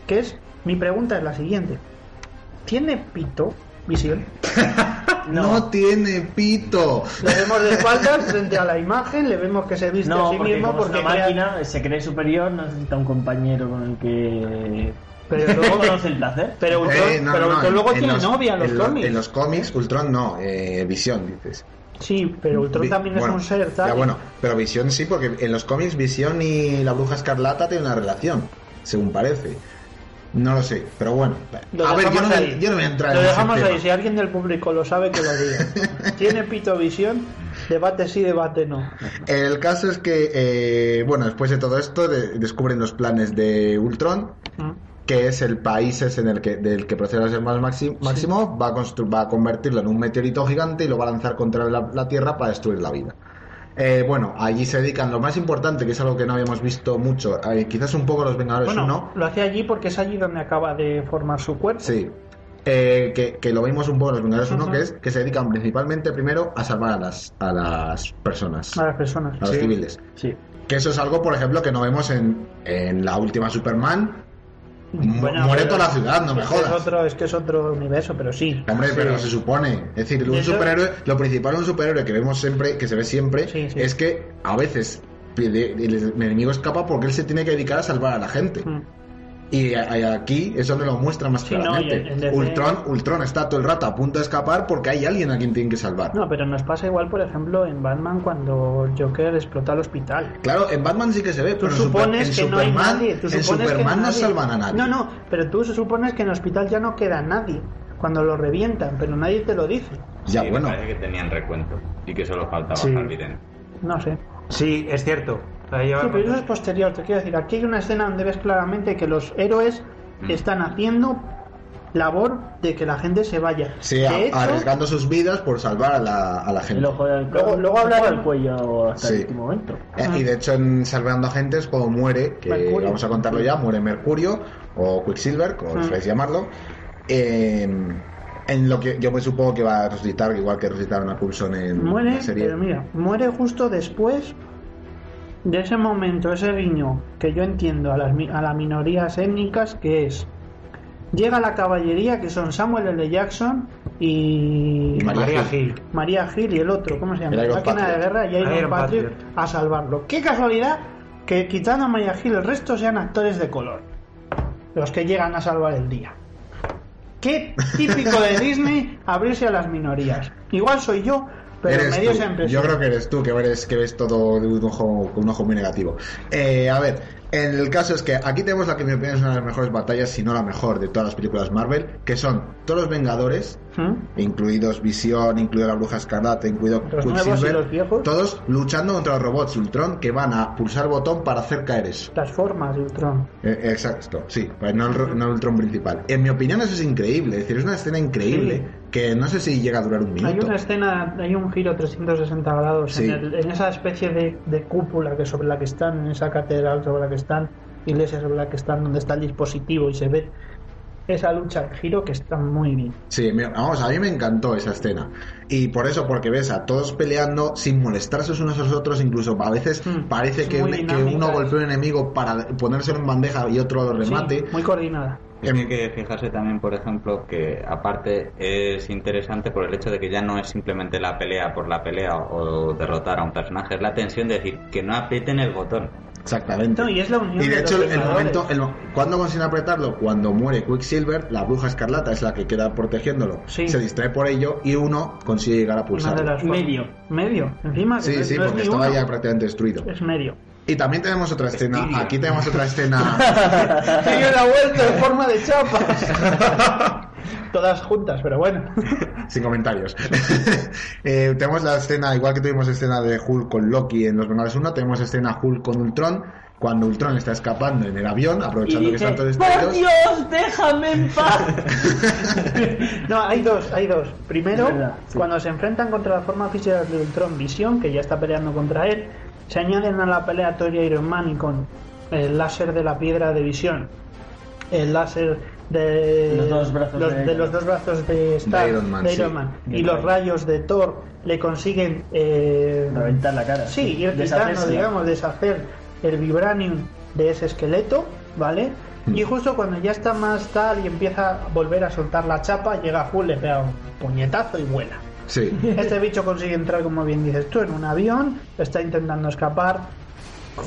Que es, mi pregunta es la siguiente: ¿tiene pito visión?
No, tiene pito.
Le vemos de espaldas frente a la imagen, le vemos que se viste
No,
a sí
porque
mismo
como es
porque
una
crea-
máquina se cree superior, no necesita un compañero con el que...
Pero luego-
conoce el placer.
Pero Ultron,
Eh, no,
pero
no,
Ultron
en-
luego
en
tiene
los-
novia en los
en
cómics.
en los cómics, Ultron no, eh, Visión, dices.
Sí, pero Ultron
Vi-
también
bueno,
es un ser tal.
Ya bueno, pero Visión sí, porque en los cómics Visión y la Bruja Escarlata tienen una relación, según parece. No lo sé, pero bueno.
Lo
a ver, yo no,
dejamos
me,
ahí.
yo no voy a entrar
Lo
en ese
dejamos
tema.
ahí. Si alguien del público lo sabe, que lo diga. ¿Tiene pito visión? Debate sí, debate no.
El caso es que, eh, bueno, después de todo esto, de- descubren los planes de Ultron,
Mm.
que es el país es en el que, del que procede el hermano Maxi- Maximoff, va, a constru- va a convertirlo en un meteorito gigante y lo va a lanzar contra la, la Tierra para destruir la vida. Eh, bueno, allí se dedican lo más importante, que es algo que no habíamos visto mucho, eh, quizás un poco los Vengadores
Bueno,
1,
lo hace allí porque es allí donde acaba de formar su cuerpo.
sí, eh, que, que lo vimos un poco en los Vengadores 1,
Ujú.
que es que se dedican principalmente primero a salvar a las, a las personas,
A las personas.
a los civiles.
Sí.
Que eso es algo, por ejemplo, que no vemos en, en la última Superman. Mu-
Bueno,
muere
pero
toda la ciudad, no me
es que es
jodas.
otro- es que es otro universo, pero sí.
Hombre, pero
Sí.
se supone. Es decir,
De
un
hecho-
superhéroe, lo principal de un superhéroe que vemos siempre, que se ve siempre, es que a veces pide- el enemigo escapa porque él se tiene que dedicar a salvar a la gente.
Mm.
Y a- a- aquí es donde lo muestra más
Sí, no,
claramente.
y en- en DC-
Ultron, Ultron está todo el rato a punto de escapar porque hay alguien a quien tiene que salvar.
No, pero nos pasa igual, por ejemplo, en Batman cuando Joker explota el hospital.
Claro, en Batman sí que se ve,
Tú
pero en Super-
supones
en
que no hay
Superman,
nadie. Tú
en
supones que
Superman no
nadie-
salvan a nadie.
No, no, pero tú supones que en el hospital ya no queda nadie cuando lo revientan, pero nadie te lo dice.
Ya,
sí,
bueno.
Me parece que tenían recuento y que solo faltaba
Sí.
Harviden.
No sé.
Sí, es cierto. Ahí va-
Sí, pero eso es posterior, te quiero decir. Aquí hay una escena donde ves claramente que los héroes
Mm.
están haciendo labor de que la gente se vaya.
Sí,
De
a-
hecho,
arriesgando sus vidas por salvar a la, a la gente.
El ojo del
Luego- luego hablaremos-
del cuello hasta
Sí.
el último momento.
Eh, y de hecho, en Salvando a Gente es como muere, que
Mercurio.
vamos a contarlo ya, muere Mercurio o Quicksilver, como
Ah.
queréis llamarlo. En, en lo que yo me supongo que va a resucitar, igual que resucitaron a Coulson en
muere,
la serie.
pero mira, muere justo después de ese momento, ese guiño que yo entiendo a las, mi- a las minorías étnicas, que es. Llega la caballería, que son Samuel L. Jackson y.
Y
María Gil.
María Gil y el otro, ¿cómo se llama?
El Iron
La máquina
Patriot.
de guerra y Iron,
Iron
Patriot,
Patriot.
a salvarlo. Qué casualidad que quitando a María Gil el resto sean actores de color. Los que llegan a salvar el día. Qué típico de Disney abrirse a las minorías. Igual soy yo, Pero en
Eres
medio
tú.
siempre
Yo
sí.
creo que eres tú, que ves, que ves todo de un ojo, con un ojo muy negativo. Eh, a ver, el caso es que aquí tenemos la que en mi opinión es una de las mejores batallas, si no la mejor, de todas las películas Marvel, que son todos los Vengadores,
¿Mm?
incluidos Visión, incluido la Bruja Escarlata, incluido
Los nuevos
Quicksilver,
y los viejos.
todos luchando contra los robots Ultron que van a pulsar botón para hacer caer eso.
Las formas de Ultron.
Eh, Exacto, sí, pues no el, ro- no el tron principal. En mi opinión eso es increíble, es decir, es una escena increíble que no sé si llega a durar un
Hay
minuto.
una escena, hay un giro 360 grados
Sí.
en, el- en esa especie de, de cúpula que sobre la que están, en esa catedral sobre la que están, iglesia sobre la que están, donde está el dispositivo y se ve esa lucha de giro que está muy bien.
Sí, me- vamos, a mí me encantó esa escena. Y por eso, porque ves a todos peleando sin molestarse unos a los otros, incluso a veces parece
Hmm. es
que,
muy
un- que
dinámica,
uno golpea a un enemigo para ponérselo en bandeja y otro lo remate.
Sí, muy coordinada.
Es
Em.
que hay Pues que fijarse también, por ejemplo, que aparte es interesante por el hecho de que ya no es simplemente la pelea por la pelea o derrotar a un personaje, es la tensión de decir que no aprieten el botón.
Exactamente.
No, y es la unión
Y de
de
hecho,
los
el
Vengadores.
momento, el, mo- ¿cuándo consiguen apretarlo? Cuando muere Quicksilver, la bruja escarlata es la que queda protegiéndolo. Se distrae por ello y uno consigue llegar a
Una de
pulsarlo.
las formas. Medio. Encima, que
Pues Sí,
no es-
sí,
no es
porque
ni
estaba
uno,
ya prácticamente destruido.
Es medio.
Y también tenemos otra escena. Aquí tenemos otra escena.
Tiene una vuelta en forma de chapas. Todas juntas, pero bueno.
Sin comentarios. Eh, tenemos la escena, igual que tuvimos escena de Hulk con Loki en Los Vengadores 1, tenemos escena Hulk con Ultron, cuando Ultron está escapando en el avión,
Y
aprovechando que
dice,
están todos
¡Por
distraídos.
Dios, déjame en paz!
No, hay dos, hay dos. Primero, cuando se enfrentan contra la forma física de Ultron Visión, que ya está peleando contra él, se añaden a la pelea Thor y Iron Man y con el láser de la piedra de Visión, el láser de
Los dos brazos
los-
de-
de, los dos brazos de Stark,
De Iron Man,
de
sí.
Iron Man,
De
y los
Iron
rayos de Thor le consiguen eh,
Reventar la cara.
Sí, ir quitando,
Deshacerse.
digamos, deshacer el vibranium de ese esqueleto, ¿vale? Y justo cuando ya está más tal y empieza a volver a soltar la chapa, llega Hulk, le pega un puñetazo y vuela.
Sí.
Este bicho consigue entrar, como bien dices tú, en un avión, está intentando escapar.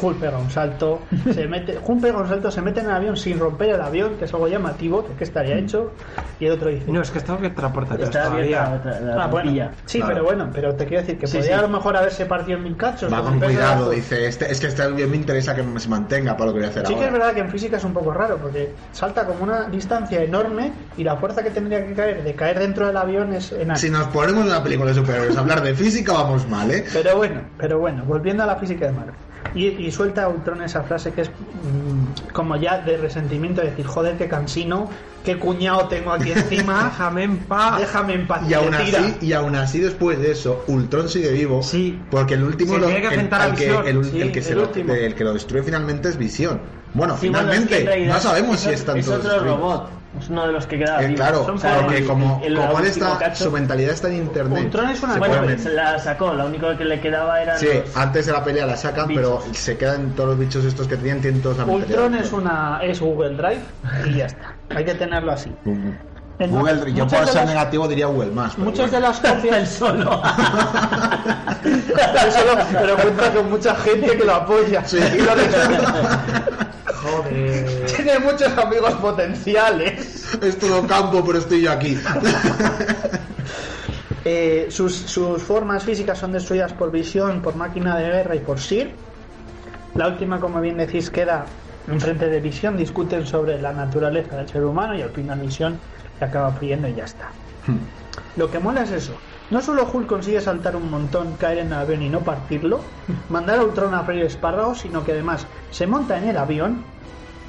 Hulk pega un salto, se mete, Hulk pega un salto, se mete en el avión sin romper el avión, que es algo llamativo, que estaría hecho, y el otro dice...
No, es que está abierta la puerta.
Está
todavía.
abierta la- la Ah, bueno. trampilla. Sí, pero bueno, pero te quiero decir que
Sí,
podría
sí.
a lo mejor haberse partido en mil cachos.
Va
como
con
pez de
cuidado,
azul.
dice. Este, es que este avión me interesa que se mantenga para lo que voy a hacer
Sí que es
ahora.
verdad que en física es un poco raro, porque salta como una distancia enorme y la fuerza que tendría que caer de caer dentro del avión es enana.
Si nos ponemos en una película de superhéroes a hablar de física, vamos mal, ¿eh?
Pero bueno, pero bueno, volviendo a la física de Marvel. Y, y suelta a Ultron esa frase que es mm, como ya de resentimiento, de decir, joder, qué cansino, qué cuñado tengo aquí encima. déjame en paz. Déjame en paz.
Y aún,
le tira.
así, y aún así, después de eso, Ultron sigue vivo. Sí. Porque el último.
Se
lo-
tiene que
el,
enfrentar a
al que,
Visión.
el,
Sí,
el que se
el
lo,
último.
el que lo destruye finalmente es Visión. Bueno,
Sí, bueno, es que
finalmente,
en realidad
no sabemos
es
si
otro-
están
Es
todos
otro
destruidos.
robot. Es uno de los que queda
Eh,
vivo.
claro,
O sea,
porque
el-
como,
el- el
como él
último
está,
cacho-
su mentalidad está en internet. se
Bueno,
puede-
pues la sacó. Lo único que le quedaba era
Sí, antes de la pelea la sacan, pero se quedan todos los bichos estos que tenían, tienen todos la
Ultron
mentalidad.
es, una, es Google Drive y ya está. Hay que tenerlo así. Entonces,
Google, yo
muchas
por
de
ser
las-
negativo diría Google más. pero
Muchas
bueno.
de las copias. El solo. pero cuenta con mucha gente que lo apoya. Y lo defiende. Tiene muchos amigos potenciales.
Es todo campo, pero estoy yo aquí.
Eh, sus, sus formas físicas son destruidas por visión, por máquina de guerra y por Sir. La última, como bien decís, queda enfrente de visión. Discuten sobre la naturaleza del ser humano y al final visión se acaba friendo y ya está.
Hmm.
Lo que mola es eso. No solo Hulk consigue saltar un montón, caer en el avión y no partirlo,
Hmm.
mandar a Ultron a freír espárragos, sino que además se monta en el avión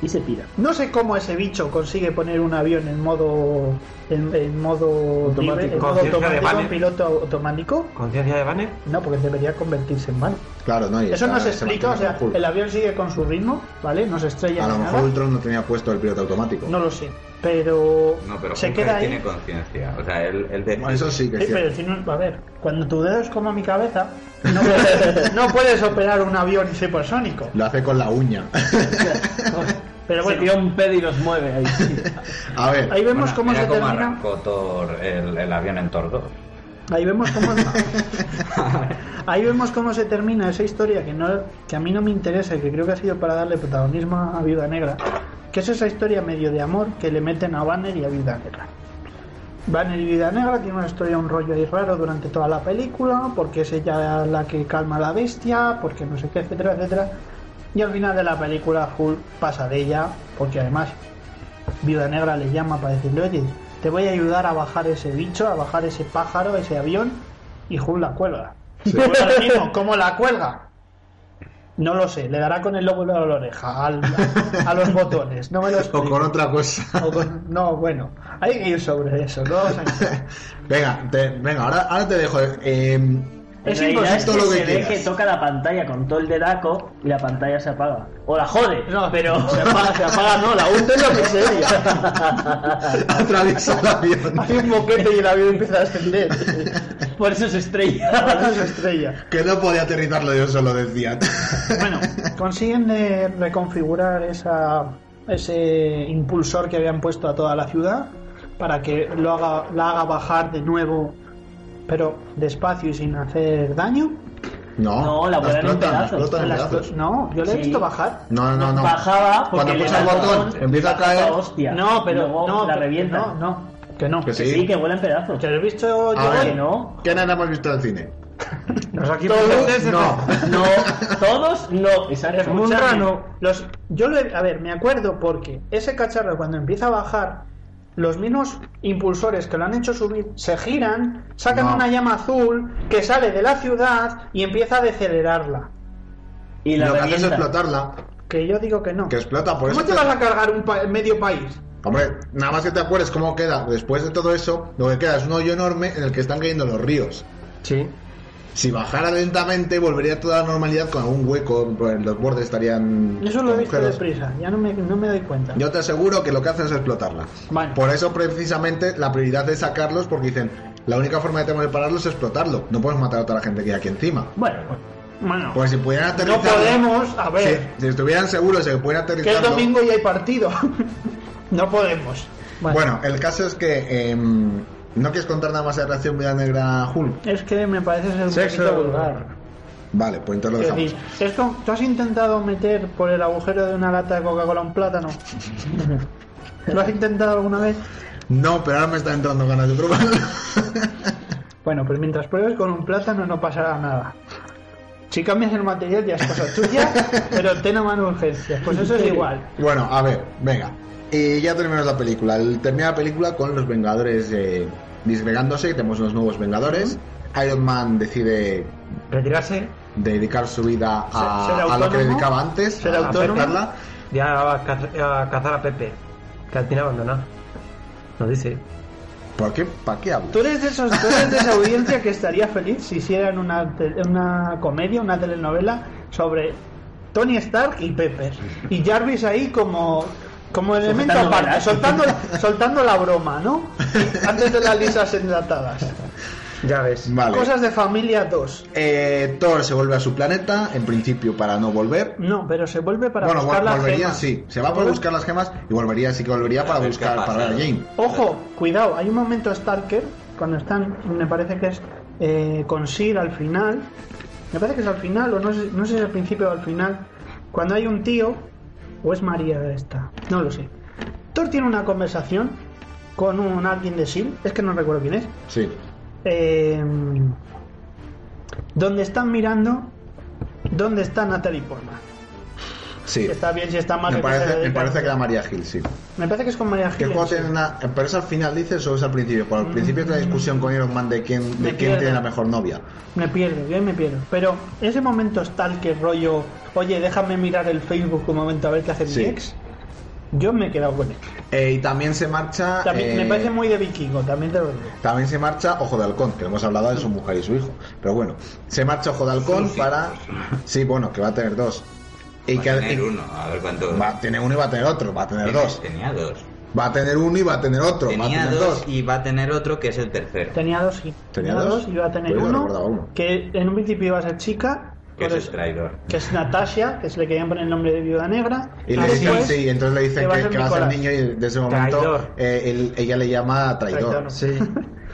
y se tira.
No sé cómo ese bicho consigue poner un avión en modo en, en modo
Automático.
libre, en modo
Conciencia de
automático,
Banner.
en piloto automático.
¿Conciencia de Banner?
No, porque debería convertirse en Banner.
Claro, no. y
Eso
está-
no se
se
explica, o
mantiene
sea,
con Hulk.
el avión sigue con su ritmo, ¿vale? No se estrella
A lo
ni
mejor
nada.
Ultron no tenía puesto el piloto automático.
No lo sé, pero,
No, pero
se
Hulk
queda ahí.
tiene conciencia, o sea, él, él decide-
Eso sí que
Sí, pero si no- a ver, cuando tu dedo es como mi cabeza, no puedes, no puedes operar un avión supersónico.
Lo hace con la uña.
Pero bueno,
tira un pedo y los mueve ahí.
A ver.
Ahí vemos
Bueno,
cómo
mira
se termina.
arrancó Thor el, el avión en Thor 2.
Ahí vemos cómo Ahí vemos cómo se termina esa historia que no que a mí no me interesa y que creo que ha sido para darle protagonismo a Viuda Negra, que es esa historia medio de amor que le meten a Banner y a Viuda Negra. Banner y Vida Negra tiene una historia, un rollo ahí raro durante toda la película, porque es ella la que calma a la bestia, porque no sé qué, etcétera, etcétera. Y al final de la película Hulk pasa de ella, porque además Viuda Negra le llama para decirle, oye, te voy a ayudar a bajar ese bicho, a bajar ese pájaro, ese avión, y Hulk la cuelga. Ahora mismo, ¿Cómo la cuelga? No lo sé, le dará con el lóbulo de la oreja, al- a los botones, no me lo
O
explico.
con otra cosa.
O con- No, bueno, hay que ir sobre eso, no vamos a
Venga, te- venga ahora, ahora te dejo. eh,
Es
esto
imposible
lo que
se ve
quieras.
que toca la pantalla con todo el dedaco y la pantalla se apaga. O la jode, pero...
Se apaga, se apaga, no, la hunde en la miseria.
Atraviesa el avión.
Hay un boquete y el avión empieza a ascender.
Por eso se estrella.
Por eso se estrella.
que no podía aterrizarlo yo solo decía.
Consiguen eh, reconfigurar esa, ese impulsor que habían puesto a toda la ciudad para que lo haga, la haga bajar de nuevo, pero despacio y sin hacer daño.
No,
No, la vuelan en
explotan, la
pedazos.
explotan en
La
pedazos.
No, yo le he
Sí.
visto bajar.
No, no, no.
Bajaba porque
Cuando
le
pulsa el
da
botón, empieza a caer.
hostia.
No, pero
Luego
no,
la
pero-
revienta.
no, no. Que no.
Que
Que
sí.
sí, Ah, que vuela en pedazos.
¿Te lo he visto
A
yo
ver,
hoy?
no.
¿Qué nada hemos visto del cine?
aquí
Todos
No.
No, todos no. Exacto.
Escúchame,
Escuchadme.
Los, yo lo he- a ver, me acuerdo porque ese cacharro cuando empieza a bajar, los mismos impulsores que lo han hecho subir se giran, sacan
No.
una llama azul que sale de la ciudad y empieza a decelerarla.
Y la
Lo que hace es
revienta.
explotarla.
Que yo digo que no.
Que explota, por
¿Cómo
eso.
te vas a cargar un pa- medio país?
Hombre, nada más que te acuerdes cómo queda. Después de todo eso, lo que queda es un hoyo enorme en el que están cayendo los ríos.
Sí.
Si bajara lentamente, volvería a toda la normalidad con algún hueco. pues, Los bordes estarían.
Eso lo he
con
visto
agujeros.
deprisa, ya no me, no me doy cuenta.
Yo te aseguro que lo que hacen es explotarla.
Vale.
Por eso, precisamente, la prioridad es sacarlos porque dicen: la única forma de tener de pararlos es explotarlo. No podemos matar a toda la gente que hay aquí encima.
Bueno,
Bueno,
Pues si pudieran
no
aterrizar.
podemos, a ver,
Si, si estuvieran seguros de que pudieran
que es
aterrizar.
domingo pues. y hay partido. no podemos. Vale.
Bueno, el caso es que. em, ¿No quieres contar nada más de Reacción Vida Negra Hulk?
Es que me parece ser un
Sexo.
poquito vulgar.
Vale, pues entonces lo
Quiero
dejamos.
decir, es como- ¿tú has intentado meter por el agujero de una lata de Coca-Cola un plátano? ¿Lo has intentado alguna vez?
No, pero ahora me está entrando ganas de probarlo.
Bueno, pues mientras pruebes con un plátano no pasará nada. Si cambias el material ya es cosa tuya, pero ten a mano urgencias. Pues eso es igual.
bueno, a ver, venga. Y ya terminamos la película. El- Termina la película con los Vengadores eh, disgregándose. Tenemos unos nuevos Vengadores. Iron Man decide
Retirarse,
dedicar su vida a,
Ser-
a
ser
lo que
autónomo.
dedicaba antes.
Ser
a
autónomo.
aceptarla.
ya va a, caza- a cazar a Pepe, que la tiene abandonada. Nos dice.
¿Por qué? ¿Para qué hablo?
Tú eres de esos, tú eres de esa audiencia que estaría feliz si hicieran una, te- una comedia, una telenovela sobre Tony Stark y Pepper. Y Jarvis ahí como, como elemento
Soltando
aparte,
velas.
soltando, soltando la broma, ¿no? Antes de las lisas enlatadas.
Ya ves.
Vale.
Cosas de familia 2.
Eh, Thor se vuelve a su planeta, en principio para no volver.
No, pero se vuelve para
bueno,
buscar
vol-
las
volvería,
gemas.
sí. Se va por buscar las gemas y volvería, sí que volvería para
ver qué
buscar,
pasa,
para ver a
¿no?
Jane.
Ojo, cuidado, hay un momento Stalker, cuando están, me parece que es eh, con Sir al final, me parece que es al final, o no sé, no sé si es al principio o al final, cuando hay un tío, o es María esta, no lo sé. Thor tiene una conversación con un alguien de Sir, es que no recuerdo quién es,
Sí.
eh, donde están mirando, dónde está Natalie Portman.
Sí.
Está bien si está mal.
Me
que se
parece, me
dedica-
parece que era María Gil, sí.
me parece que es con María
Que
Hill,
juego
sí. Mm.
tiene una- Pero es al final, dices, o es al principio. Por al principio es la discusión con Iron Man de quién, de
Me
quién
pierdo.
tiene la mejor novia.
Me pierdo, yo ahí me pierdo. Pero ese momento que rollo, oye, déjame mirar el Facebook un momento a ver qué hace
Sí.
mi ex. Yo me he quedado con él.
Eh, y también se marcha.
También,
eh,
Me parece muy de vikingo, también te lo digo.
También se marcha Ojo de Halcón, que hemos hablado de su mujer y su hijo. Pero bueno, se marcha Ojo de Halcón para. Sí, bueno, que va a tener dos. Y
Va
que
a tener uno, a ver cuánto.
va a tener uno y va a tener otro, va a tener
Tenía-
dos.
Tenía dos.
Va a tener uno y va a tener otro, va a
Eh, Tenía
tener
dos,
dos.
y va a tener otro que es el tercero.
Tenía dos, sí.
¿Tenía dos?
y iba a tener
Pues yo
uno,
recordaba uno.
Que en un principio iba a ser chica,
Que es
por
el
eso-
traidor.
que es Natasha, que se le querían poner el nombre de viuda negra.
Y le dicen,
Después,
sí, entonces le dicen
Ah, pues,
que,
que va a ser
que va a ser
Nicolás.
niño y desde ese momento
Traidor.
eh, él- ella le llama traidor.
Traidor.
Sí.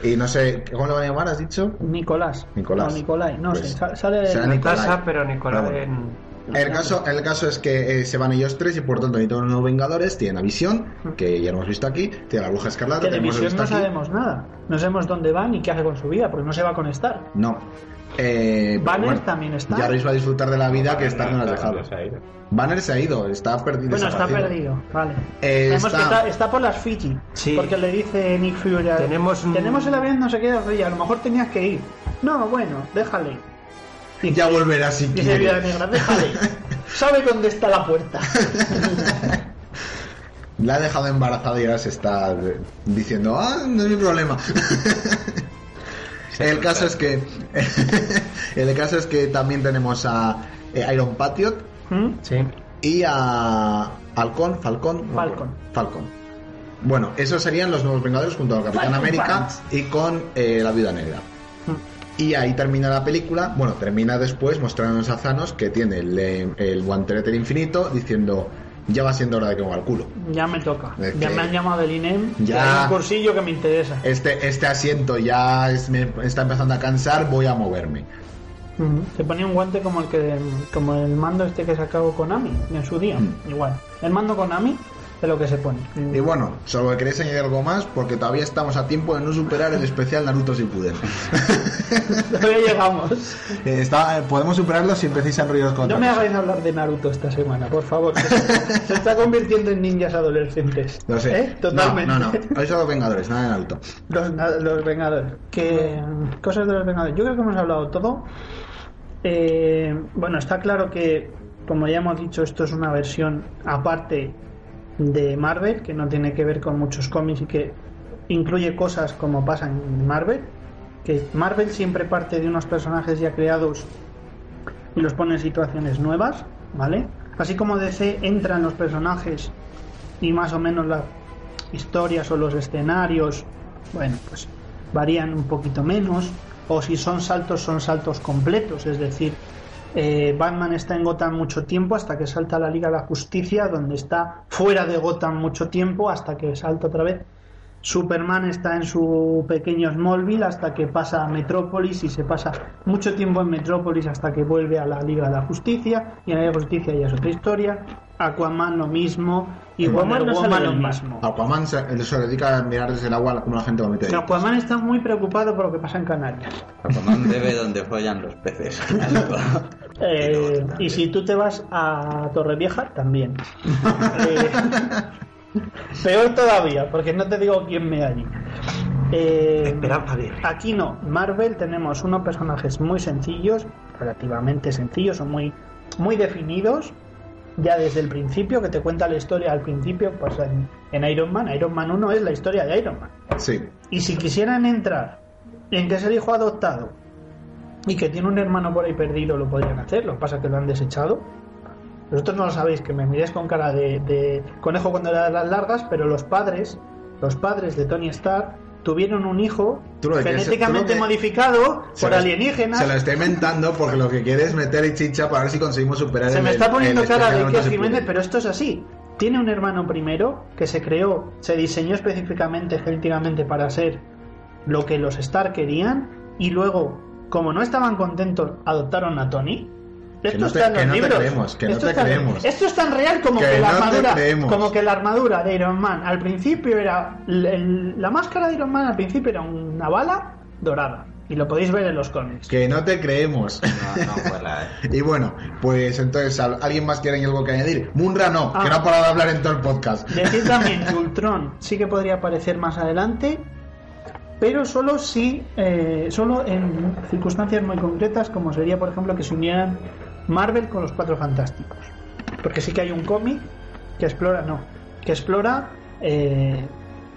Y no sé, ¿cómo le van a llamar? ¿Has dicho?
Nicolás.
Nicolás.
No, Nicolai, no
Pues,
sé, sa- sale
será
de...
Nicolás.
Natasha, pero Nicolás
Pero bueno.
en-
El caso, el caso es que eh, se van ellos tres y por tanto necesitan unos Vengadores. Tienen a Visión, que ya lo hemos visto aquí. Tiene a la Bruja Escarlata.
Que de
tenemos
Visión
esto
no
aquí.
sabemos nada. No sabemos dónde va ni qué hace con su vida, porque no se va con Star.
No. Eh,
Banner
bueno,
también está.
Ya vais a disfrutar de la vida que Star no la ha dejado.
Se ha ido.
Banner se ha ido, está perdido.
Bueno, está
desaparecido.
perdido, vale.
Eh,
Sabemos que
está-
está, está por las Fiji.
Sí.
Porque le dice Nick Fury a-
Tenemos un-
Tenemos el avión, no sé qué, oye, a lo mejor tenías que ir. No, bueno, déjale.
Ya volverá si
Dice Viuda
quieres.
Negra, déjale. Sabe dónde está la puerta.
La ha dejado embarazada y ahora se está eh, diciendo, ah, no es mi problema. el caso es que el caso es que también tenemos a eh, Iron Patriot y a Falcon, Falcon, no me acuerdo. Falcon. Bueno, esos serían los nuevos Vengadores junto al Capitán
Falcon
América
Punch.
y con eh, la Viuda Negra. Y ahí termina la película, bueno, termina después mostrándonos a Thanos que tiene el, eh, el guantelete del infinito diciendo, ya va siendo hora de que mueva el culo.
"Mm, Ya me toca.
Es
ya
que-
me han llamado del INEM.
Ya.
y Hay un cursillo que me interesa.
Este, este asiento ya es- me está empezando a cansar, voy a moverme. Eh.
Ujú. Mm. Se ponía un guante como el que como el mando este que sacó Konami en su día.
Mm.
Igual. El mando Konami es lo que se pone.
Y bueno, solo que queréis añadir algo más, porque todavía estamos a tiempo de no superar el especial Naruto Shippuden.
Todavía llegamos.
Eh, está- eh, podemos superarlo si empecéis a enrollaros con
No
otra
me
cosa.
hagáis hablar de Naruto esta semana, por favor. que Se se está convirtiendo en ninjas adolescentes.
Lo sé.
¿Eh? Totalmente.
No, no, no. Hoy solo Vengadores, nada de Naruto.
Los, na- los Vengadores. Que, cosas de los Vengadores. Yo creo que hemos hablado todo. Eh, bueno, está claro que, como ya hemos dicho, esto es una versión aparte de Marvel, que no tiene que ver con muchos cómics y que incluye cosas como pasa en Marvel. Que Marvel siempre parte de unos personajes ya creados y los pone en situaciones nuevas, ¿vale? Así como DC entran los personajes y más o menos las historias o los escenarios, bueno, pues varían un poquito menos, o si son saltos, son saltos completos, es decir, eh, Batman está en Gotham mucho tiempo hasta que salta a la Liga de la Justicia, donde está fuera de Gotham mucho tiempo hasta que salta otra vez. Superman está en su pequeño Smallville hasta que pasa a Metrópolis y se pasa mucho tiempo en Metrópolis hasta que vuelve a la Liga de la Justicia y en la Liga de la Justicia ya es otra historia. Aquaman lo mismo y Wonder Woman lo mismo.
Aquaman se, él se dedica a mirar desde el agua cómo la gente comete.
Que Aquaman está muy preocupado por lo que pasa en Canarias.
Aquaman debe donde follan los peces.
Eh, y si tú te vas a Torrevieja, también. Eh, peor todavía, porque no te digo quién me allí. Eh, Aquí no, Marvel tenemos unos personajes muy sencillos, relativamente sencillos o muy, muy definidos, ya desde el principio, que te cuenta la historia al principio, pues en, en Iron Man, Iron Man 1 es la historia de Iron Man.
Sí.
Y si quisieran entrar en que es el hijo adoptado y que tiene un hermano por ahí perdido, lo podrían hacer. Lo que pasa es que lo han desechado. Vosotros no lo sabéis, que me miréis con cara de, de conejo cuando le das las largas, pero los padres, los padres de Tony Stark, tuvieron un hijo
Tú lo que quieres- tú lo
genéticamente
que-
modificado
Se
por
lo-
alienígenas.
Se lo está inventando porque lo que quiere es meter el chicha para ver si conseguimos superar
Se
el-
me está
el-
poniendo
el
cara
especial
de
Naruto
que es
Shippuden.
Jiménez, pero esto es así. Tiene un hermano primero que se creó, se diseñó específicamente, genéticamente para ser lo que los Stark querían y luego, como no estaban contentos, adoptaron a Tony.
Que
Esto
no te-
está en
que
los
no te
libros.
creemos, que no
esto,
te
está-
creemos.
esto es tan real como
Que
que, la
no te
armadura,
creemos.
como que la armadura de Iron Man al principio era l- el- la máscara de Iron Man al principio era una bala dorada y lo podéis ver en los cómics.
Que no te creemos.
¿eh?
y bueno, pues entonces, ¿al- ¿alguien más quiere algo que añadir? Munra no,
Ah.
que no ha parado de hablar en todo el podcast.
Decir también que Ultron sí que podría aparecer más adelante, pero solo si, eh, solo en circunstancias muy concretas, como sería, por ejemplo, que se unieran Marvel con los Cuatro Fantásticos, porque sí que hay un cómic que explora, no, que explora eh,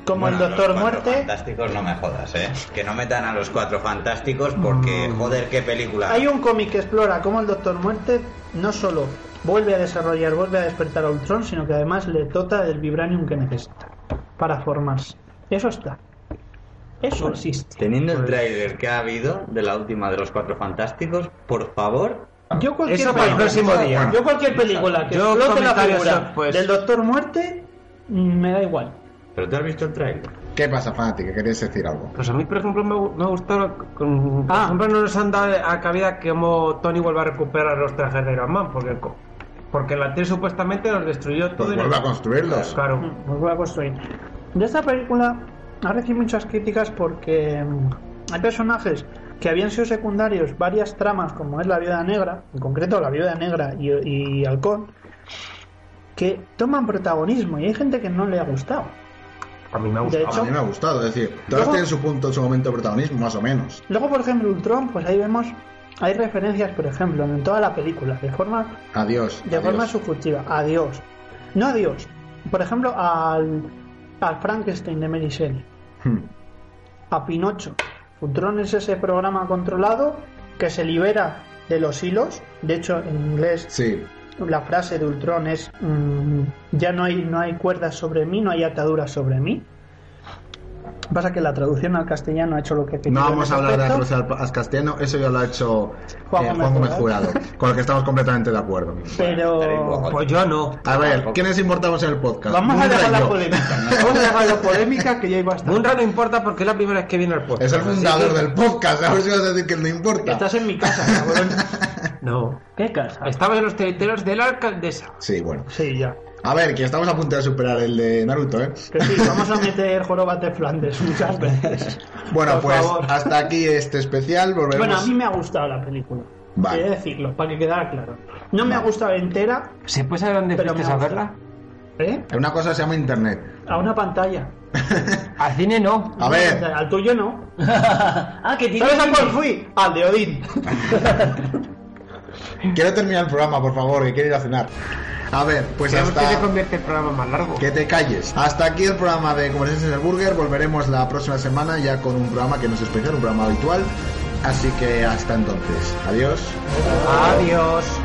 como
Bueno,
el Doctor
los cuatro
Muerte.
Fantásticos, no me jodas, eh. Que no metan a los cuatro fantásticos porque, joder, qué película.
Hay un cómic que explora cómo el Doctor Muerte no solo vuelve a desarrollar, vuelve a despertar a Ultron, sino que además le dota del vibranium que necesita para formarse. Eso está. Eso existe.
Teniendo el tráiler que ha habido de la última de los cuatro fantásticos, por favor.
Yo cualquier película, Yo cualquier película que
Yo
explote la
comentarios
figura
son, pues-
del Doctor Muerte mm, me da igual.
Pero tú has visto el tráiler.
¿Qué pasa, fanática? ¿Querías decir algo?
Pues a mí, por ejemplo, me, gu- me ha gustado. con- Por ejemplo, no nos han dado a cabida que como Tony vuelva a recuperar los trajes de Iron Man, porque, co- porque la T supuestamente los destruyó todo. y
Pues vuelve
los-
a construirlos.
Claro.
Los voy a construir. De esta película ha recibido muchas críticas porque mm, hay personajes que habían sido secundarios, varias tramas, como es la Viuda Negra, en concreto la Viuda Negra y, y Halcón, que toman protagonismo y hay gente que no le ha gustado.
A mí me ha
gustado. De hecho-
a mí me ha gustado, es decir, todos
Luego-
tienen su punto, su momento de protagonismo, más o menos.
Luego, por ejemplo, Ultron, pues ahí vemos, hay referencias, por ejemplo, en toda la película, de forma
Adiós.
De
adiós.
forma subjetiva. Adiós. No adiós. Por ejemplo, al, al Frankenstein de Mary Shelley.
Hmm.
A Pinocho. Ultron es ese programa controlado que se libera de los hilos. De hecho, en inglés
Sí,
la frase de Ultron es mm, ya no hay, no hay cuerdas sobre mí, no hay ataduras sobre mí. Pasa que la traducción al castellano ha hecho lo que
no
quería en
vamos
ese
a hablar de
aspecto.
Arroz al al castellano, eso ya lo ha hecho
Juan
eh,
Gómez
Juan Gómez
Jurado.
Jurado, con el que estamos completamente de acuerdo.
Pero
Pues yo no.
A ver, ¿quiénes importamos en el podcast?
vamos a
Munra
dejar
y
la
yo.
polémica. Vamos a dejar la polémica que ya iba a estar.
Munra no importa porque es la primera vez que viene al podcast.
Es el
así
fundador
que-
del podcast, ahora sí vas a decir que no importa.
Estás en mi casa, cabrón.
No.
¿Qué casa?
Estamos en los territorios de la alcaldesa.
Sí, bueno.
Sí, ya.
A ver, que estamos a punto de superar el de Naruto, ¿eh?
Que sí, vamos a meter jorobas de Flandes muchas veces.
Bueno,
Por
pues
favor.
hasta aquí este especial, volvemos...
Bueno, a mí me ha gustado la película.
Vale.
Quería decirlo, para que quedara claro. No me ha gustado entera,
¿Se puede saber dónde
Pero
fuiste
me
a
gusta.
verla?
¿eh?
Una cosa se llama internet.
A una pantalla.
Al cine no.
A ver,
Al tuyo no.
Ah, que tiene.
¿Sabes a cuál fui? Al de Odín.
quiero terminar el programa, por favor, que quiero ir a cenar. A ver, pues
Queremos que se
hasta...
convierte el programa más largo.
Que te calles. Hasta aquí el programa de Conversaciones del Burger. Volveremos la próxima semana ya con un programa que no es especial, un programa habitual. Así que hasta entonces. Adiós.
Adiós.